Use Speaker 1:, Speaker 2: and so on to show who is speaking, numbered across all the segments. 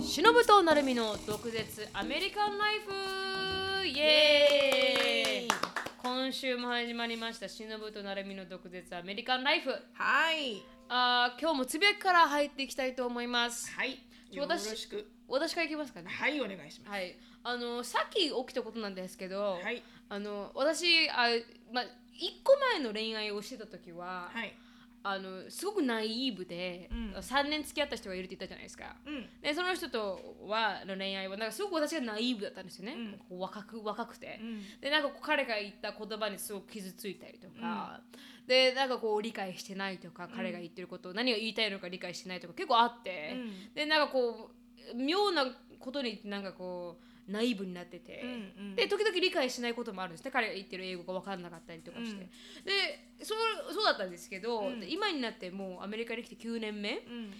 Speaker 1: しのぶとなるみの毒舌アメリカンライフイエーイ今週も始まりましたしのぶとなるみの毒舌アメリカンライフ
Speaker 2: はい
Speaker 1: あー今日もつぶやきから入っていきたいと思います
Speaker 2: はいよろ
Speaker 1: 私
Speaker 2: しく
Speaker 1: 私からいきますかね
Speaker 2: はいお願いします
Speaker 1: はいあのさっき起きたことなんですけど、
Speaker 2: はい
Speaker 1: あの私あ、まあ、1個前の恋愛をしてた時は、
Speaker 2: はい
Speaker 1: あのすごくナイーブで、
Speaker 2: うん
Speaker 1: 3年付き合った人がいるって言ったじゃないですか
Speaker 2: うん
Speaker 1: でその人とはの恋愛はなんかすごく私がナイーブだったんですよね、
Speaker 2: うん
Speaker 1: こう若く若くて、
Speaker 2: うん
Speaker 1: でなんかこう彼が言った言葉にすごく傷ついたりとか、でなんかこう理解してないとか彼が言ってることを何が言いたいのか理解してないとか結構あって、でなんかこう妙なことになんかこうナイーブになってて、
Speaker 2: うんうん
Speaker 1: で時々理解しないこともあるんですね彼が言ってる英語が分かんなかったりとかして、
Speaker 2: うん
Speaker 1: でそうそうだったんですけど、
Speaker 2: うん
Speaker 1: で今になってもうアメリカに来て9年目
Speaker 2: うん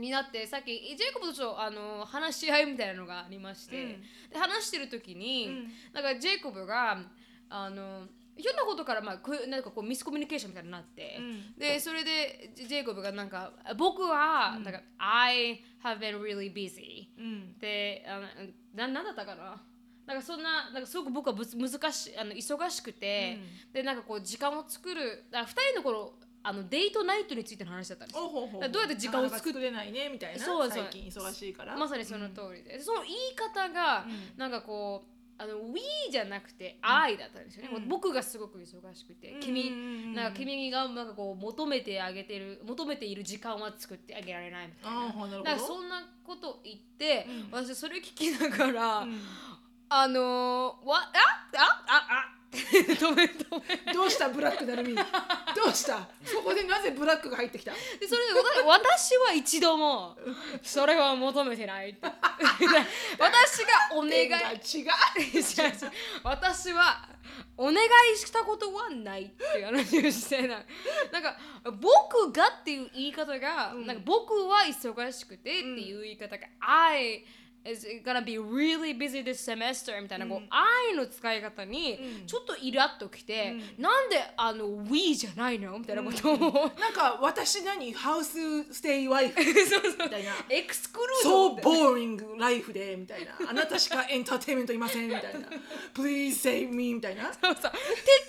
Speaker 1: になってさっきジェイコブとちょっとあの話し合いみたいなのがありまして、
Speaker 2: うん
Speaker 1: で話してる時に、
Speaker 2: うん
Speaker 1: なんかジェイコブがあのひょんなことから、まあ、こういうなんかこうミスコミュニケーションみたいになって、
Speaker 2: うん
Speaker 1: でそれでジジェイコブがなんか僕は、なんか I have been really busy
Speaker 2: うん
Speaker 1: であのななんだったかななんかそんななんかすごく僕はぶつ難しいあの忙しくて、でなんかこう時間を作るだから2人の頃あのデートナイトについての話だったんですよ
Speaker 2: おほほ
Speaker 1: だからどうやって時間を
Speaker 2: なかなか
Speaker 1: 作っ
Speaker 2: 作れないねみたいな
Speaker 1: そうそう
Speaker 2: 最近忙しいから
Speaker 1: まさにその通りで、その言い方が、
Speaker 2: うん
Speaker 1: なんかこうあの We じゃなくて I だったんですよね、
Speaker 2: うん
Speaker 1: 僕がすごく忙しくて、君
Speaker 2: 君
Speaker 1: なんか君がなんかこう求めてあげてる求めている時間は作ってあげられないみたいな
Speaker 2: ああなるほど
Speaker 1: なんかそんなこと言って、
Speaker 2: うん
Speaker 1: 私それ聞きながら、
Speaker 2: うん
Speaker 1: あのー、わあああ あって止め止め
Speaker 2: どうしたブラックなる みどうしたそこでなぜブラックが入ってきた
Speaker 1: でそれで私私は一度もそれは求めてないって 私がお願い
Speaker 2: 点が違う
Speaker 1: 違う違う私はお願いしたことはないっていう話をしてないなんか僕がっていう言い方が、
Speaker 2: うん
Speaker 1: なんか僕は忙しくてっていう言い方が、I is gonna be really busy this semester みたいな、こう
Speaker 2: うん
Speaker 1: I の使い方に
Speaker 2: うん
Speaker 1: ちょっとイラッときて、
Speaker 2: うん
Speaker 1: なんであの We じゃないのみたいなことを、
Speaker 2: なんか私何ハウスステイワイフ
Speaker 1: そうそう
Speaker 2: みたいな
Speaker 1: エクスクルード
Speaker 2: そ
Speaker 1: み
Speaker 2: う
Speaker 1: たいな
Speaker 2: ボーリングライフでみたいなあなたしかエンターテインメントいませんみたいな Please save me みたいな
Speaker 1: そうそうって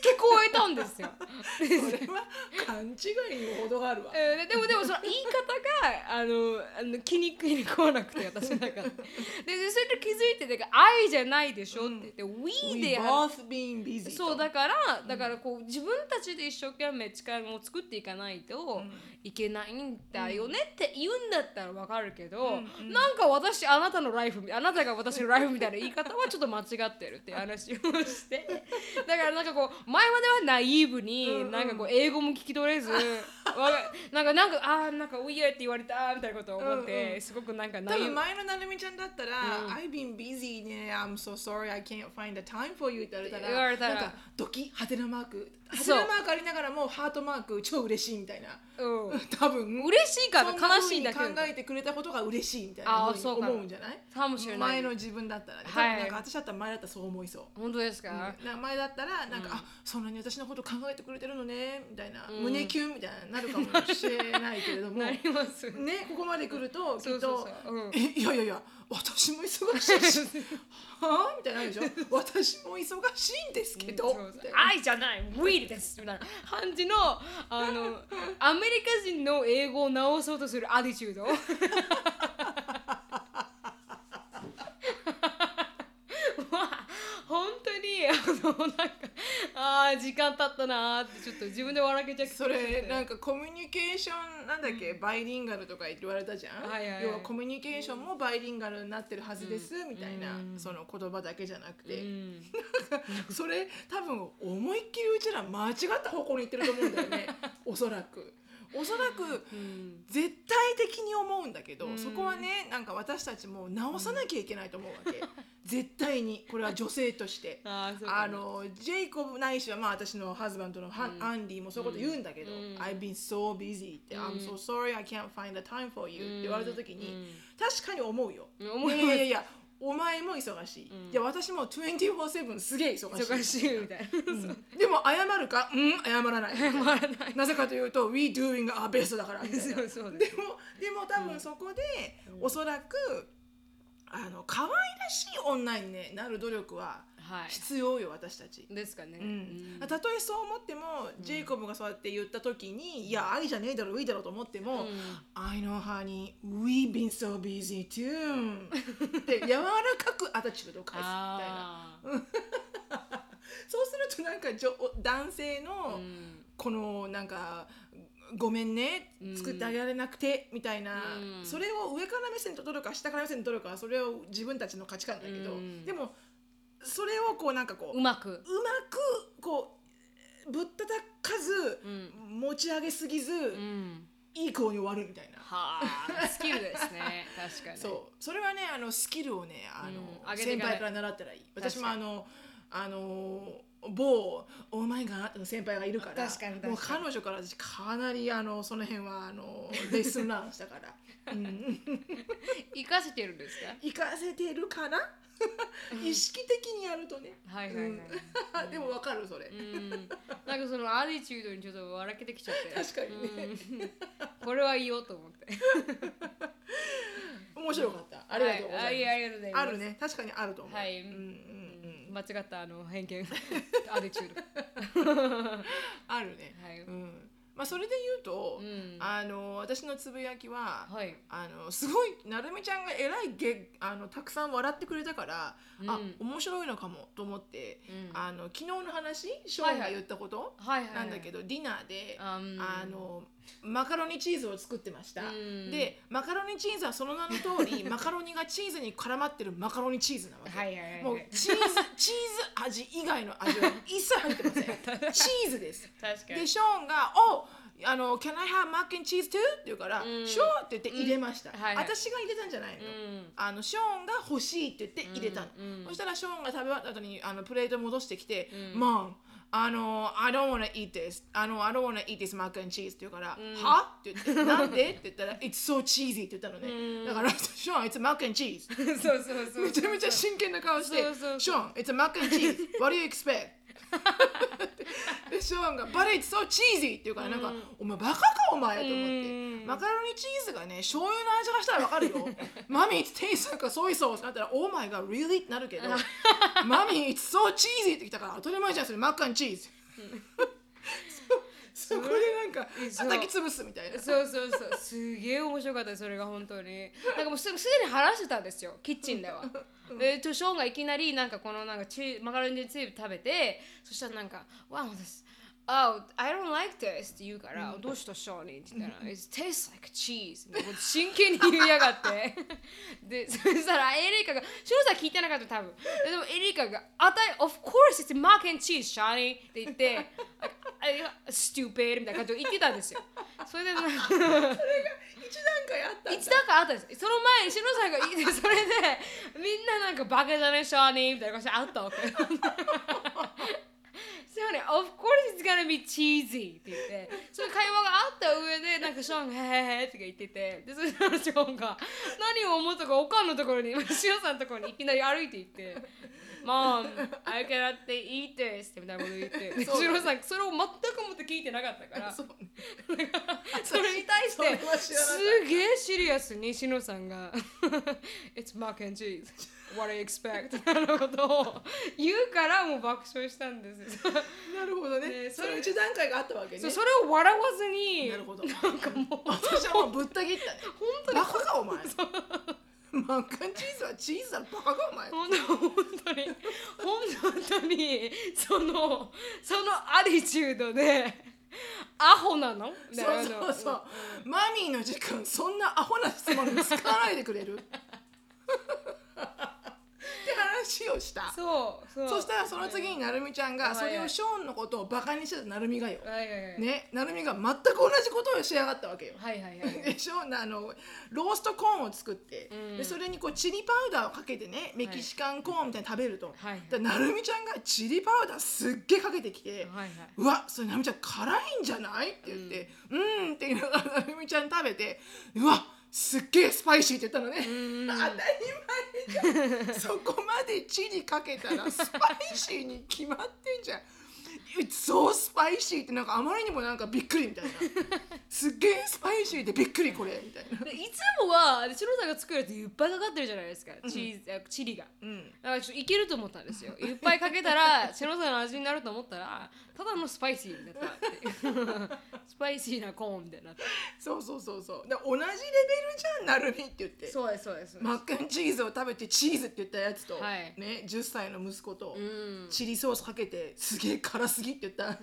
Speaker 1: 聞こえたんですよ。
Speaker 2: それは勘違いにほどがあるわ
Speaker 1: えーでもでもその言い方があのあの気に食いに食わなくて私の中でででそれで気づいてて「愛じゃないでしょ」って言って「We」
Speaker 2: We
Speaker 1: でや
Speaker 2: both being busy
Speaker 1: るそう
Speaker 2: と
Speaker 1: だからだからこう自分たちで一生懸命力を作っていかないといけないんだよねって言うんだったらわかるけど、
Speaker 2: うんうん
Speaker 1: なんか私あなたのライフあなたが私のライフみたいな言い方はちょっと間違ってるっていう話をして だからなんかこう前まではナイーブ
Speaker 2: うんう
Speaker 1: に
Speaker 2: ん
Speaker 1: なんかこう英語も聞き取れず、わかなんかなんかあーなんかウィアって言われたみたいなことを思っ
Speaker 2: うんう
Speaker 1: て
Speaker 2: ん
Speaker 1: すごくなんかナ
Speaker 2: 多
Speaker 1: イー
Speaker 2: 分
Speaker 1: ブ
Speaker 2: 前のなるみちゃんだったら
Speaker 1: う
Speaker 2: 「
Speaker 1: ん
Speaker 2: I've been busy ね I'm so sorry I can't find the time for you」って言われたら
Speaker 1: 言われたら
Speaker 2: なんかドキハテナマークハテ
Speaker 1: そう
Speaker 2: ナマークありながらもハートマーク超嬉しいみたいな
Speaker 1: うん
Speaker 2: 多分
Speaker 1: 嬉しいから
Speaker 2: そんな
Speaker 1: 悲
Speaker 2: 風
Speaker 1: しい
Speaker 2: に
Speaker 1: だ
Speaker 2: 考
Speaker 1: けだ
Speaker 2: えてくれたことが嬉しいみたい
Speaker 1: あ
Speaker 2: な
Speaker 1: ー
Speaker 2: 風
Speaker 1: そ
Speaker 2: に
Speaker 1: うかな
Speaker 2: 思うんじゃない
Speaker 1: かもしれない
Speaker 2: 前の自分だったらね、
Speaker 1: はい
Speaker 2: 多分なんか私だったら前だったらそう思いそう
Speaker 1: 本当です
Speaker 2: うん
Speaker 1: か、
Speaker 2: な前だったらなんか、
Speaker 1: うん
Speaker 2: あそんなに私のこと考えてくれてるのねみたいな、
Speaker 1: うん
Speaker 2: 胸キュンみたいになるかもしれないけれど も
Speaker 1: な
Speaker 2: ね
Speaker 1: ります
Speaker 2: ここまで来るとき
Speaker 1: そ
Speaker 2: っ
Speaker 1: うそう
Speaker 2: と
Speaker 1: そう、うん
Speaker 2: えいやいやいや私も 忙しいしはあみたいになるでしょ私も忙しいんですけど、
Speaker 1: そうそ
Speaker 2: みた
Speaker 1: う
Speaker 2: いな
Speaker 1: 愛じゃないウィルですみたいな感じのあの アメリカ人の英語を直そうとするアディチュード もう本当にあのなんかあー時間経ったなーってちょっと自分で笑けちゃって
Speaker 2: それなんかコミュニケーションなんだっけ、バイリンガルとか言われたじゃん、
Speaker 1: はいはいはい
Speaker 2: 要はコミュニケーションもバイリンガルになってるはずです、みたいな、
Speaker 1: うん
Speaker 2: その言葉だけじゃなく
Speaker 1: う
Speaker 2: て、
Speaker 1: ん、
Speaker 2: それ多分思いっきりうちら間違った方向に行ってると思うんだ よねおそらく。おそらく
Speaker 1: うん
Speaker 2: 絶対的に思うんだけど、
Speaker 1: うん
Speaker 2: そこはねなんか私たちも直さなきゃいけないと思うわけ、 絶対にこれは女性として。
Speaker 1: あーそうか
Speaker 2: あのジェイコブないしは、まあ、私のハズバンドのハン、
Speaker 1: うん
Speaker 2: アンディもそういうこと言うんだけど
Speaker 1: う
Speaker 2: 「
Speaker 1: ん
Speaker 2: I've been so busy」って「
Speaker 1: うん
Speaker 2: I'm so sorry I can't find the time for you」って言われた時に、
Speaker 1: うん
Speaker 2: 確かに思うよ。
Speaker 1: うん思います
Speaker 2: いやいやいやお前も忙しい、
Speaker 1: うん
Speaker 2: いや私も24/7すげえ忙しい
Speaker 1: 忙しいみたいな。
Speaker 2: うんでも謝るかうん謝らない
Speaker 1: そう回らない。
Speaker 2: なぜかというと「We doing our best」だからみた いな
Speaker 1: そうそう
Speaker 2: で
Speaker 1: ね。
Speaker 2: もでも多分そこで、おそらくあの可愛らしい女に、ね、なる努力は
Speaker 1: は
Speaker 2: 必要よ私たち。
Speaker 1: い。ですかね。
Speaker 2: うん、たとえそう思っても、ジェイコブがそうやって言った時に「いや愛じゃねえだろいいだろ」と思っても「I know honey we've been so busy too」って柔らかくアタチュードを返すみたいな
Speaker 1: ああ。
Speaker 2: そうするとなんかじょ男性の
Speaker 1: うん
Speaker 2: このなんか「ごめんね
Speaker 1: うん
Speaker 2: 作ってあげられなくて」みたいな、
Speaker 1: うん
Speaker 2: それを上から目線と取るか下から目線と取るかはそれを自分たちの価値観だけど、
Speaker 1: うん
Speaker 2: でもそれをこうなんかこう
Speaker 1: うまく。
Speaker 2: うまくこうぶったたかず、
Speaker 1: うん
Speaker 2: 持ち上げすぎず、
Speaker 1: うん。
Speaker 2: いい子に終わるみたいな、
Speaker 1: はあ。スキルです ね。確かに。
Speaker 2: そうそれはねあのスキルをねあ
Speaker 1: うん
Speaker 2: の、
Speaker 1: 上げてい
Speaker 2: 先
Speaker 1: かない
Speaker 2: 輩から習ったらいい私
Speaker 1: 確
Speaker 2: も
Speaker 1: か
Speaker 2: あのあの某オーマイガーの先輩がいるから
Speaker 1: 確かに確かに
Speaker 2: もう彼女から私かなりあのその辺はあのレッスンランし たから、うん、
Speaker 1: 活かせてるんですか。
Speaker 2: 行かせてるかな意識的にやるとね、
Speaker 1: はいはいはい。
Speaker 2: あ でもわかるそれ、
Speaker 1: うん。なんかそのアリチュードにちょっと笑けてきちゃって。
Speaker 2: 確かにね
Speaker 1: ね。これは言おうと思って。
Speaker 2: 面白かったありがとうございます、
Speaker 1: はいありがとうございます。
Speaker 2: あるね確かにあると思う、
Speaker 1: はい
Speaker 2: うんうんうん、
Speaker 1: 間違ったあの偏 見アディチュード
Speaker 2: あるね、
Speaker 1: はい、
Speaker 2: うんまあ、それで言うと、
Speaker 1: うん
Speaker 2: あの私のつぶやきは、
Speaker 1: はい
Speaker 2: あのすごいなるみちゃんがえらいげあのたくさん笑ってくれたから、あ
Speaker 1: うん
Speaker 2: 面白いのかもと思って、
Speaker 1: うん
Speaker 2: あの昨日の話ショーンが言ったこと
Speaker 1: はいはいはい
Speaker 2: なんだけど、ディナーで、
Speaker 1: あうん
Speaker 2: あのマカロニチーズを作ってました、
Speaker 1: うん
Speaker 2: でマカロニチーズはその名の 通りマカロニがチーズに絡まってるマカロニチーズなわけ、
Speaker 1: はいはいはい
Speaker 2: もう チーズチーズ味以外の味は一切入ってませんチー ズです
Speaker 1: 確かに
Speaker 2: でショーンが「おあの Can I have mac and cheese too?」って言うから「
Speaker 1: うん
Speaker 2: ショーン」って言って入れました、
Speaker 1: うんはいはい
Speaker 2: 私が入れたんじゃないの、
Speaker 1: うん
Speaker 2: あのショーンが欲しいって言って入れたの、
Speaker 1: うんうん
Speaker 2: そしたらショーンが食べ終わった後にあのプレート戻してきて「
Speaker 1: うん
Speaker 2: Mom あの I don't wanna eat this あの I don't wanna eat this mac and cheese」って言うから「
Speaker 1: ん
Speaker 2: は?」って言って「なんで?」って言ったら「It's so cheesy」って言ったのね、
Speaker 1: うん
Speaker 2: だから ショーン「It's mac and cheese」
Speaker 1: そうそうそう
Speaker 2: めちゃめちゃ真剣な顔して
Speaker 1: そうそうそう
Speaker 2: ショーン、it's a mac and cheese. What do you expect? でショーンが、but it's so cheesy! っていうから、なんか、お前バカかお前と思っ
Speaker 1: う
Speaker 2: て。
Speaker 1: ん
Speaker 2: マカロニチーズがね、醤油の味がしたらわかる よ。マミー、it's taste like a soy sauce! ってなったら、oh my god, really? ってなるけ ど、マミー、it's so cheesy! ってきたから、当たり前じゃん、それ、マッカンチー ズ。そそこでなんか、
Speaker 1: そう
Speaker 2: 叩き潰すみ たいな。
Speaker 1: そうそうそうすげえ面白かったですそれが本当になんかもうすすでに話してたんですよキッチンでは。でちょショーンがいきなりなんかこのなんかチーマカロニチーズ食べてそしたらなんか「Wow this Oh, I don't like this」って言うから「どうしたショーンに」って言ったら「It tastes like cheese」みたいなこと真剣に言いやがってでそしたらエリカがシロさん聞いてなかった多分でもエリカが「あたい Of course it's mac and cheese, Shani」って言って「I- Stupid」みたいな感じで言ってたんですよそれでなんか
Speaker 2: 一段階あったん
Speaker 1: 一
Speaker 2: だ。
Speaker 1: 段階あったんですその前に篠さんがい てそれでみんななんかバカじゃねえシャーニーみたいな感じであったわけ そうね、of course it's gonna be cheesy って言って、その会話があった上で、なんかショーンがへへへって言ってて、で、そしたらショーンが何を思ったか、おかんのところに、シオさんのところにいきなり歩いていって、Mom, I cannot eat this みたいなこと言って、でシ
Speaker 2: そう
Speaker 1: オさん、それを全くもって聞いてなかったから、
Speaker 2: そう
Speaker 1: それに対し
Speaker 2: それ
Speaker 1: て
Speaker 2: は知らなかっ
Speaker 1: す
Speaker 2: た
Speaker 1: げえシリアスにしのさんが 「It's mac and cheese what I expect」みたいなことを言うからもう爆笑したんですよ
Speaker 2: なるほどね。
Speaker 1: ね
Speaker 2: そ
Speaker 1: そ
Speaker 2: の
Speaker 1: れ
Speaker 2: 一段階があったわけね
Speaker 1: そう。それを笑わずに
Speaker 2: なるほど。
Speaker 1: なんかもう
Speaker 2: 私はもうぶった切 ったね。
Speaker 1: 本当に
Speaker 2: バカかお前。マッカンチーズはチーズだろバカかお前。
Speaker 1: 本当に本当にそのそのアリチュードでアホなのみたい
Speaker 2: そう
Speaker 1: な
Speaker 2: そうそう。マミーの時間そんなアホな質問に使わないでくれる。って話をした。
Speaker 1: そうそう
Speaker 2: そしたらその次になるみちゃんが
Speaker 1: はい
Speaker 2: それをショーンのことをバカにしてたなるみがよ。
Speaker 1: はいはいはい、
Speaker 2: ね、なるみが全く同じことをしやがったわけよ。
Speaker 1: はいはいはい
Speaker 2: でしょ あのローストコーンを作って、
Speaker 1: うん
Speaker 2: でそれにこうチリパウダーをかけてねメキシカンコーンみたいに食べると、
Speaker 1: はいはい
Speaker 2: でなるみちゃんがチリパウダーすっげえかけてきて、
Speaker 1: はいはいう
Speaker 2: わそれなるみちゃん辛いんじゃないって言ってうん、って言いながらなるみちゃん食べてうわすっげえスパイシーって言ったのね、
Speaker 1: うん
Speaker 2: 当たり前 じゃんそこまで地にかけたらスパイシーに決まってんじゃんそうスパイシーってなんかあまりにもなんかびっくりみたいなすっげえスパイシーでびっくりこれみたいな、
Speaker 1: でいつもはシロさんが作るやついっぱいかかってるじゃないですか、チーズあチリが。
Speaker 2: うん、
Speaker 1: だからちょっといけると思ったんですよ。いっぱいかけたらシロさんの味になると思ったらただのスパイシーになったっていうスパイシーなコーンみたいになった。
Speaker 2: そうそうそうそうで同じレベルじゃんなるみって言って
Speaker 1: そうですそうです。
Speaker 2: マッカンチーズを食べてチーズって言ったやつと、
Speaker 1: はい
Speaker 2: ね、10歳の息子と、
Speaker 1: うん
Speaker 2: チリソースかけてすげえ辛すぎって言った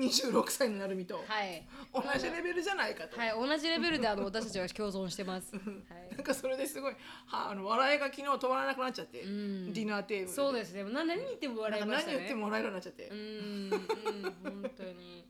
Speaker 2: 26歳のなるみと、
Speaker 1: はい、
Speaker 2: 同じレベルじゃないかと、
Speaker 1: はい、同じレベルであの私たちは共存してます。は
Speaker 2: なん
Speaker 1: い、
Speaker 2: かそれですごいはあの笑いが昨日止まらなくなっちゃって、
Speaker 1: ん
Speaker 2: ディナーテーブルで
Speaker 1: そうですね。な何言っても笑い
Speaker 2: なん
Speaker 1: ま
Speaker 2: か
Speaker 1: したね。
Speaker 2: 何言っても笑えるようになっちゃって、
Speaker 1: うん、うん、本当に。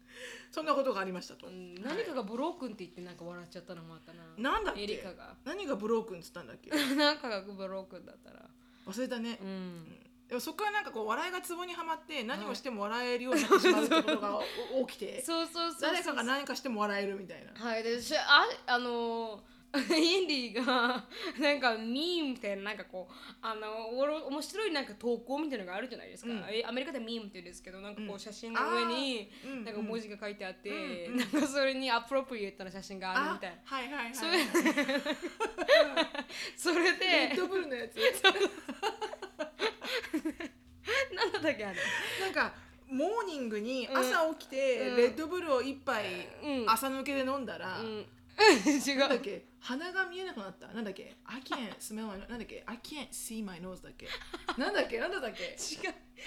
Speaker 2: そんなことがありましたと、
Speaker 1: うん何かがブロークンって言ってなんか笑っちゃったのもあったな。
Speaker 2: なんだっけ
Speaker 1: エリカが。
Speaker 2: 何がブロークンっつったん だっけ
Speaker 1: なんかがブロークンだったら。
Speaker 2: 忘れたね、
Speaker 1: うん。
Speaker 2: でもそこからなんかこう笑いがツボにはまって何をしても笑えるようになってしまうってことが お起きて
Speaker 1: そうそうそう。
Speaker 2: 誰かが何かしても笑えるみたいな
Speaker 1: はい、で、しあ、あのーインディがなんかミームみたいななんかこうあのおろ面白いなんか投稿みたいなのがあるじゃないですか、
Speaker 2: うん
Speaker 1: えアメリカでミームって言うんですけどなんかこ
Speaker 2: う
Speaker 1: うん写真の上に
Speaker 2: あーうん
Speaker 1: なんか文字が書いてあって、
Speaker 2: う
Speaker 1: なんかそれにアプロプリエットな写真があるみたいな
Speaker 2: はいはいはい
Speaker 1: それそれ
Speaker 2: レッ
Speaker 1: で
Speaker 2: ドブルの やつ
Speaker 1: 何だったっけあれ
Speaker 2: なんかモーニングに
Speaker 1: ん
Speaker 2: 朝起きて
Speaker 1: うん
Speaker 2: レッドブルを一杯
Speaker 1: うん
Speaker 2: 朝抜けで飲んだら、
Speaker 1: うん
Speaker 2: なんだ
Speaker 1: 違
Speaker 2: っ
Speaker 1: う
Speaker 2: け鼻が見えなくなったなんだっけ I can't smell my nose なんだっけ I can't see my nose だっけなんだっけなんだったっ
Speaker 1: 違
Speaker 2: け
Speaker 1: うそれ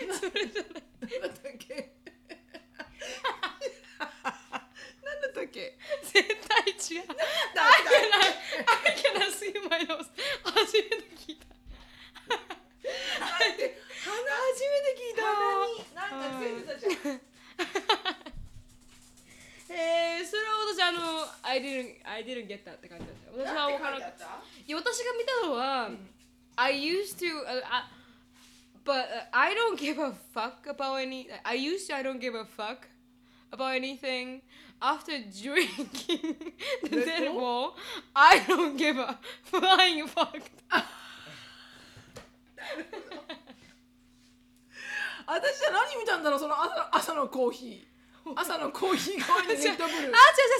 Speaker 1: じゃない
Speaker 2: なんだったっけなんだったっけ
Speaker 1: 絶対違う
Speaker 2: だ
Speaker 1: あけないあけなすぎまいの初めて聞いた
Speaker 2: って鼻初めて聞いた
Speaker 1: 鼻になんかつ
Speaker 2: いてたじゃん
Speaker 1: えー、それは私あの「I didn't, I didn't get that」って感じだった私は分からなかったいや私が見たのは、I used to、uh, I, but、I don't give a fuck about any I used to I don't give a fuck about anything after drinking the
Speaker 2: Red
Speaker 1: Red
Speaker 2: Bull?
Speaker 1: Bull I don't give a flying fuck
Speaker 2: 私は何見たんだろうその朝の朝のコーヒー朝のコーヒー代わりにレッド
Speaker 1: あ
Speaker 2: ブ
Speaker 1: 違う違う
Speaker 2: ル
Speaker 1: それは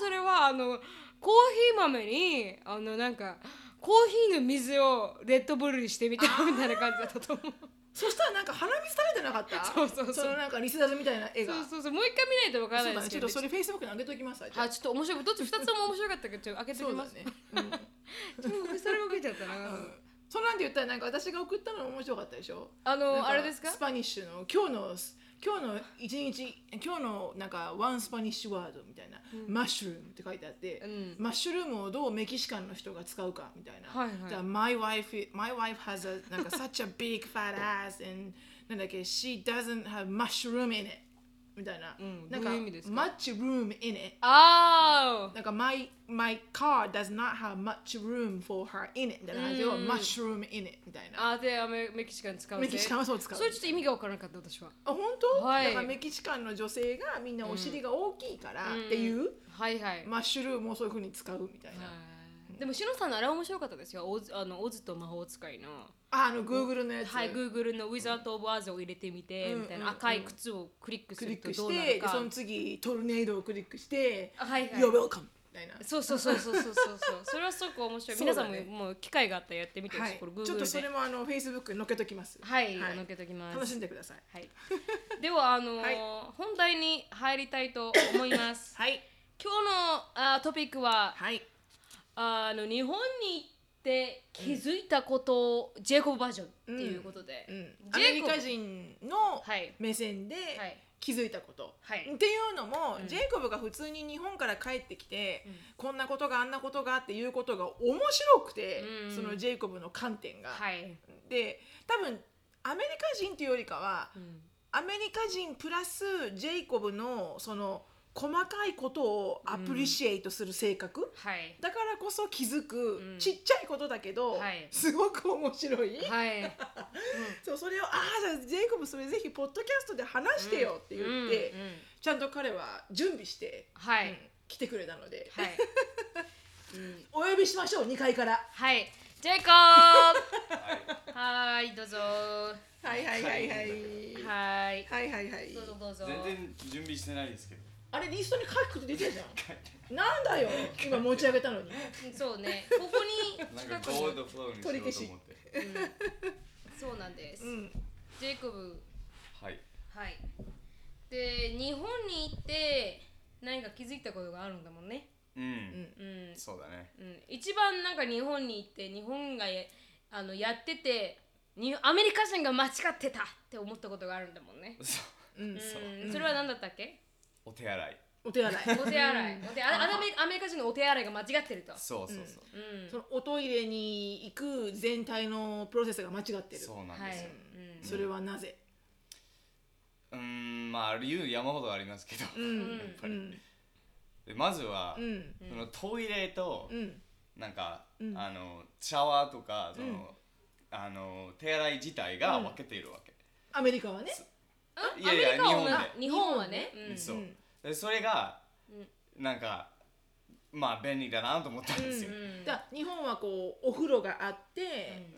Speaker 1: それはあのコーヒー豆にあのなんかコーヒーの水をレッドブルにしてみたみたいな感じだったと思う
Speaker 2: そしたらなんか鼻水垂れてなかった
Speaker 1: そうそうそう
Speaker 2: のなんかリスダルみたいな絵が
Speaker 1: そうそうそうもう一回見ないとわからない
Speaker 2: そ
Speaker 1: で
Speaker 2: うだ
Speaker 1: す
Speaker 2: ね
Speaker 1: け
Speaker 2: ちょっ
Speaker 1: ど
Speaker 2: とそれフェイスブックに上げときます
Speaker 1: あちょっと面白いどっち二つとも面白かったけどちょっと開けて
Speaker 2: そ
Speaker 1: み
Speaker 2: うだ
Speaker 1: ます
Speaker 2: ね、うん
Speaker 1: ちょっ とそれ受けちゃったな、
Speaker 2: そんなんで言ったらなんか私が送ったのも面白かったでしょ
Speaker 1: あ
Speaker 2: なん
Speaker 1: のあれですか
Speaker 2: スパニッシュの今日の今日の一日今日のなんかワンスパニッシュワードみたいな、マッシュルームって書いてあって、
Speaker 1: うん
Speaker 2: マッシュルームをどうメキシカンの人が使うかみたいな、
Speaker 1: はいはい
Speaker 2: じゃあ my wife my wife has a なんか such a big fat ass and なんだっけ she doesn't have mushroom in it みたいな、
Speaker 1: ん
Speaker 2: なんか
Speaker 1: どういう意味ですか
Speaker 2: much room in it
Speaker 1: ああ
Speaker 2: なんか my, my car does not have much room for her in it みたいな感じで、
Speaker 1: うん
Speaker 2: mushroom in it みたいな。
Speaker 1: あでアメメキシカン使うぜ
Speaker 2: メキシカンはそう使う
Speaker 1: それちょっと意味がわからなかった私は
Speaker 2: あ本当、
Speaker 1: はい
Speaker 2: だからメキシカンの女性がみんなお尻が大きいからっていう、
Speaker 1: はいはい、
Speaker 2: マッシュルームをそういうふうに使うみたいな、
Speaker 1: はいでもしのさんのあれは面白かったですよオズあのオズと魔法使いの
Speaker 2: ああのグーグルのやつ、
Speaker 1: はい、Google のウィザード・オブ・アーズを入れてみて、
Speaker 2: うん
Speaker 1: みたい
Speaker 2: うん
Speaker 1: な赤い靴をクリックす
Speaker 2: ク
Speaker 1: る
Speaker 2: リッ
Speaker 1: と
Speaker 2: ク
Speaker 1: ど
Speaker 2: し
Speaker 1: うなる
Speaker 2: てで
Speaker 1: か
Speaker 2: その次トルネードをクリックして
Speaker 1: あはいはい
Speaker 2: You're welcome」みたいな。
Speaker 1: そうそうそうそうそうそうそうそれはすごく面白い、
Speaker 2: そう
Speaker 1: 皆
Speaker 2: だ
Speaker 1: さ
Speaker 2: ね
Speaker 1: んももう機会があったらやってみてほ
Speaker 2: は
Speaker 1: しい、
Speaker 2: い
Speaker 1: これ Google で
Speaker 2: ちょっとそれもあの Facebook に載っけときます。
Speaker 1: はい、載っけときます
Speaker 2: 楽しんでください。
Speaker 1: はい、ではあのー
Speaker 2: はい
Speaker 1: 本題に入りたいと思いま す
Speaker 2: はい。
Speaker 1: 今日のあトピックは
Speaker 2: はい。
Speaker 1: あの日本に行って気づいたことを、ジェイコブバージョンっていうことで、
Speaker 2: うん、ア
Speaker 1: ジェ
Speaker 2: メ
Speaker 1: イ
Speaker 2: リ
Speaker 1: コブ
Speaker 2: カ人の
Speaker 1: はい
Speaker 2: 目線で
Speaker 1: はい
Speaker 2: 気づいたこと。
Speaker 1: はい
Speaker 2: っていうのも、
Speaker 1: うん
Speaker 2: ジェイコブが普通に日本から帰ってきて、
Speaker 1: うん
Speaker 2: こんなことがあんなことがっていうことが面白くて、
Speaker 1: うん
Speaker 2: そのジェイコブの観点が。
Speaker 1: はい、
Speaker 2: で多分アメリカ人っていうよりかは
Speaker 1: うん
Speaker 2: アメリカ人プラスジェイコブのその細かいことをアプリシエイトする性格、
Speaker 1: はい
Speaker 2: だからこそ気づく、
Speaker 1: うん
Speaker 2: ちっちゃいことだけど、
Speaker 1: はい
Speaker 2: すごく面白い、
Speaker 1: はい、
Speaker 2: そうそれを「ああじゃあジェイコブそれぜひポッドキャストで話してよ」って言って、
Speaker 1: うんうん
Speaker 2: ちゃんと彼は準備して。
Speaker 1: はい、
Speaker 2: うん来てくれたので、
Speaker 1: はい、
Speaker 2: お呼びびしましょう2階から
Speaker 1: はいジェイコー
Speaker 3: はい
Speaker 1: ブはー いどうぞは
Speaker 2: はいはいはいはい
Speaker 1: ーい
Speaker 2: はいはいはい
Speaker 1: どうぞどうぞ
Speaker 3: 全然準備してないですけど
Speaker 2: あれリストに書くこと出てるじゃんなんだよ今持ち上げたの に
Speaker 1: そうねここに
Speaker 3: なん
Speaker 1: 近
Speaker 3: か
Speaker 1: く
Speaker 3: ゴー
Speaker 1: に
Speaker 3: ルドフローにしようと思って
Speaker 1: うんそうなんです、
Speaker 2: うん
Speaker 1: ジェイコブ
Speaker 3: はい
Speaker 1: はいで日本に行って何か気づいたことがあるんだもんね
Speaker 3: うん、
Speaker 1: うん
Speaker 3: そうだね
Speaker 1: うん、一番なんか日本に行って日本がやあのやっててにアメリカ人が間違ってたって思ったことがあるんだもんね。
Speaker 3: そう
Speaker 2: うん
Speaker 1: うん、それは何だったっけ
Speaker 3: お手洗い
Speaker 2: お手洗い
Speaker 1: お手洗いお手あアメアメリカ人のお手洗いが間違ってると。
Speaker 3: そうそうそう、
Speaker 1: うん
Speaker 2: そのおトイレに行く全体のプロセスが間違ってる
Speaker 3: そう
Speaker 2: そ
Speaker 3: なん
Speaker 1: は
Speaker 3: で
Speaker 1: い
Speaker 3: すよ、
Speaker 1: うん
Speaker 2: れはなぜ
Speaker 3: うーんまあ理由山ほどありますけど、
Speaker 2: うん
Speaker 3: やっぱ
Speaker 2: う
Speaker 3: り、
Speaker 2: ん
Speaker 3: でまずは、
Speaker 2: うん
Speaker 3: そのトイレと、
Speaker 2: うん
Speaker 3: なんか、
Speaker 2: うん
Speaker 3: あのシャワーとかその、
Speaker 2: うん
Speaker 3: あの手洗い自体が分けているわけ、
Speaker 2: アメリカはね
Speaker 1: うん
Speaker 3: いやいや
Speaker 1: アメリカは
Speaker 3: 日本で
Speaker 1: 日本はね。うん
Speaker 3: そう、
Speaker 2: うん
Speaker 3: でそれが、
Speaker 1: うん
Speaker 3: なんかまあ便利だなと思ったんですよ、
Speaker 1: う
Speaker 3: うん
Speaker 1: ん
Speaker 2: だから日本はこうお風呂があって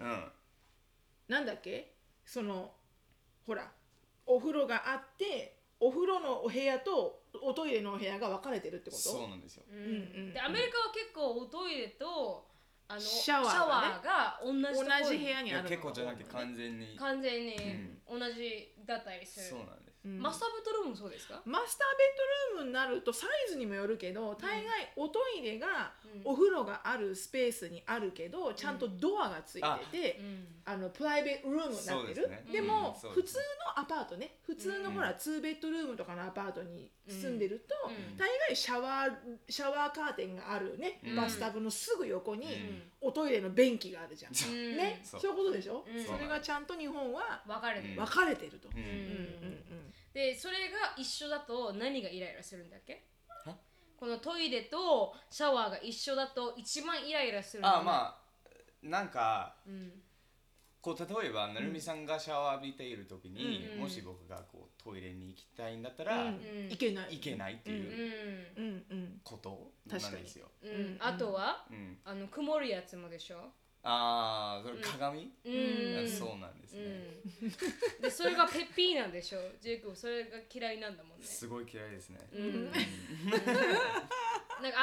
Speaker 2: なんだっけそのほらお風呂があってお風呂のお部屋とおトイレのお部屋が分かれてるってこと
Speaker 3: そうなんですよ
Speaker 1: う
Speaker 2: うんうん
Speaker 1: んでアメリカは結構おトイレとあの
Speaker 2: シャワーがね
Speaker 1: が同じところに
Speaker 2: 同じ部屋
Speaker 3: い
Speaker 2: にある
Speaker 3: や
Speaker 2: の
Speaker 3: 結構じゃなくて完全に
Speaker 1: 完全に同じだったりす
Speaker 3: そう
Speaker 1: る
Speaker 3: な。ん
Speaker 2: う
Speaker 3: です、
Speaker 2: ん
Speaker 1: マスターベッドルームもそうですか？
Speaker 2: マスターベッドルームになるとサイズにもよるけど大概おトイレが
Speaker 1: うん
Speaker 2: お風呂があるスペースにあるけどちゃんとドアがついてて、
Speaker 1: うん
Speaker 2: あのプライベートルームになって
Speaker 3: そうで
Speaker 2: る
Speaker 3: すね
Speaker 2: でも、
Speaker 3: うんそう
Speaker 2: 普
Speaker 3: です
Speaker 2: 通のアパートね普通の
Speaker 3: うん
Speaker 2: ほら、ツーベッドルームとかのアパートに住んでると、
Speaker 1: うん
Speaker 2: 大概シャワーシャワーカーテンがあるね、
Speaker 3: うん
Speaker 2: バスタブのすぐ横に、
Speaker 3: うん
Speaker 2: おトイレの便器があるじゃん、
Speaker 3: そ
Speaker 1: う
Speaker 3: う
Speaker 1: ん
Speaker 2: ね
Speaker 3: そ
Speaker 2: そうういうことでしょ、
Speaker 1: うん
Speaker 2: それがちゃんと日本は
Speaker 1: 分かれてる、
Speaker 2: 分かれてると、
Speaker 3: うん
Speaker 1: う
Speaker 2: うんんうん
Speaker 1: でそれが一緒だと何がイライラするんだっけ
Speaker 3: は
Speaker 1: このトイレとシャワーが一緒だと一番イライラするの
Speaker 3: あ
Speaker 1: は
Speaker 3: あまあなんか
Speaker 1: うん
Speaker 3: こう例えばなるみさんがシャワー浴びている時に、
Speaker 1: うん
Speaker 3: もし僕がこうトイレに行きたいんだった
Speaker 2: う
Speaker 3: ら、
Speaker 2: んうんいけない
Speaker 3: 行けないって
Speaker 1: う
Speaker 3: いうん
Speaker 2: うんうん
Speaker 3: ことなん
Speaker 2: 確
Speaker 3: で
Speaker 2: かに
Speaker 3: すよ、
Speaker 1: うん
Speaker 2: うん
Speaker 1: あとは
Speaker 3: うん、
Speaker 1: あの曇るやつもでしょ
Speaker 3: ああそれ鏡、
Speaker 1: うん
Speaker 3: あ
Speaker 1: ん
Speaker 3: そうなんです
Speaker 1: う
Speaker 3: ね、
Speaker 1: ん、でそれがペッピーなんでしょジェイクもそれが嫌いなんだもんね
Speaker 3: すごい嫌いですね、
Speaker 1: うんなんか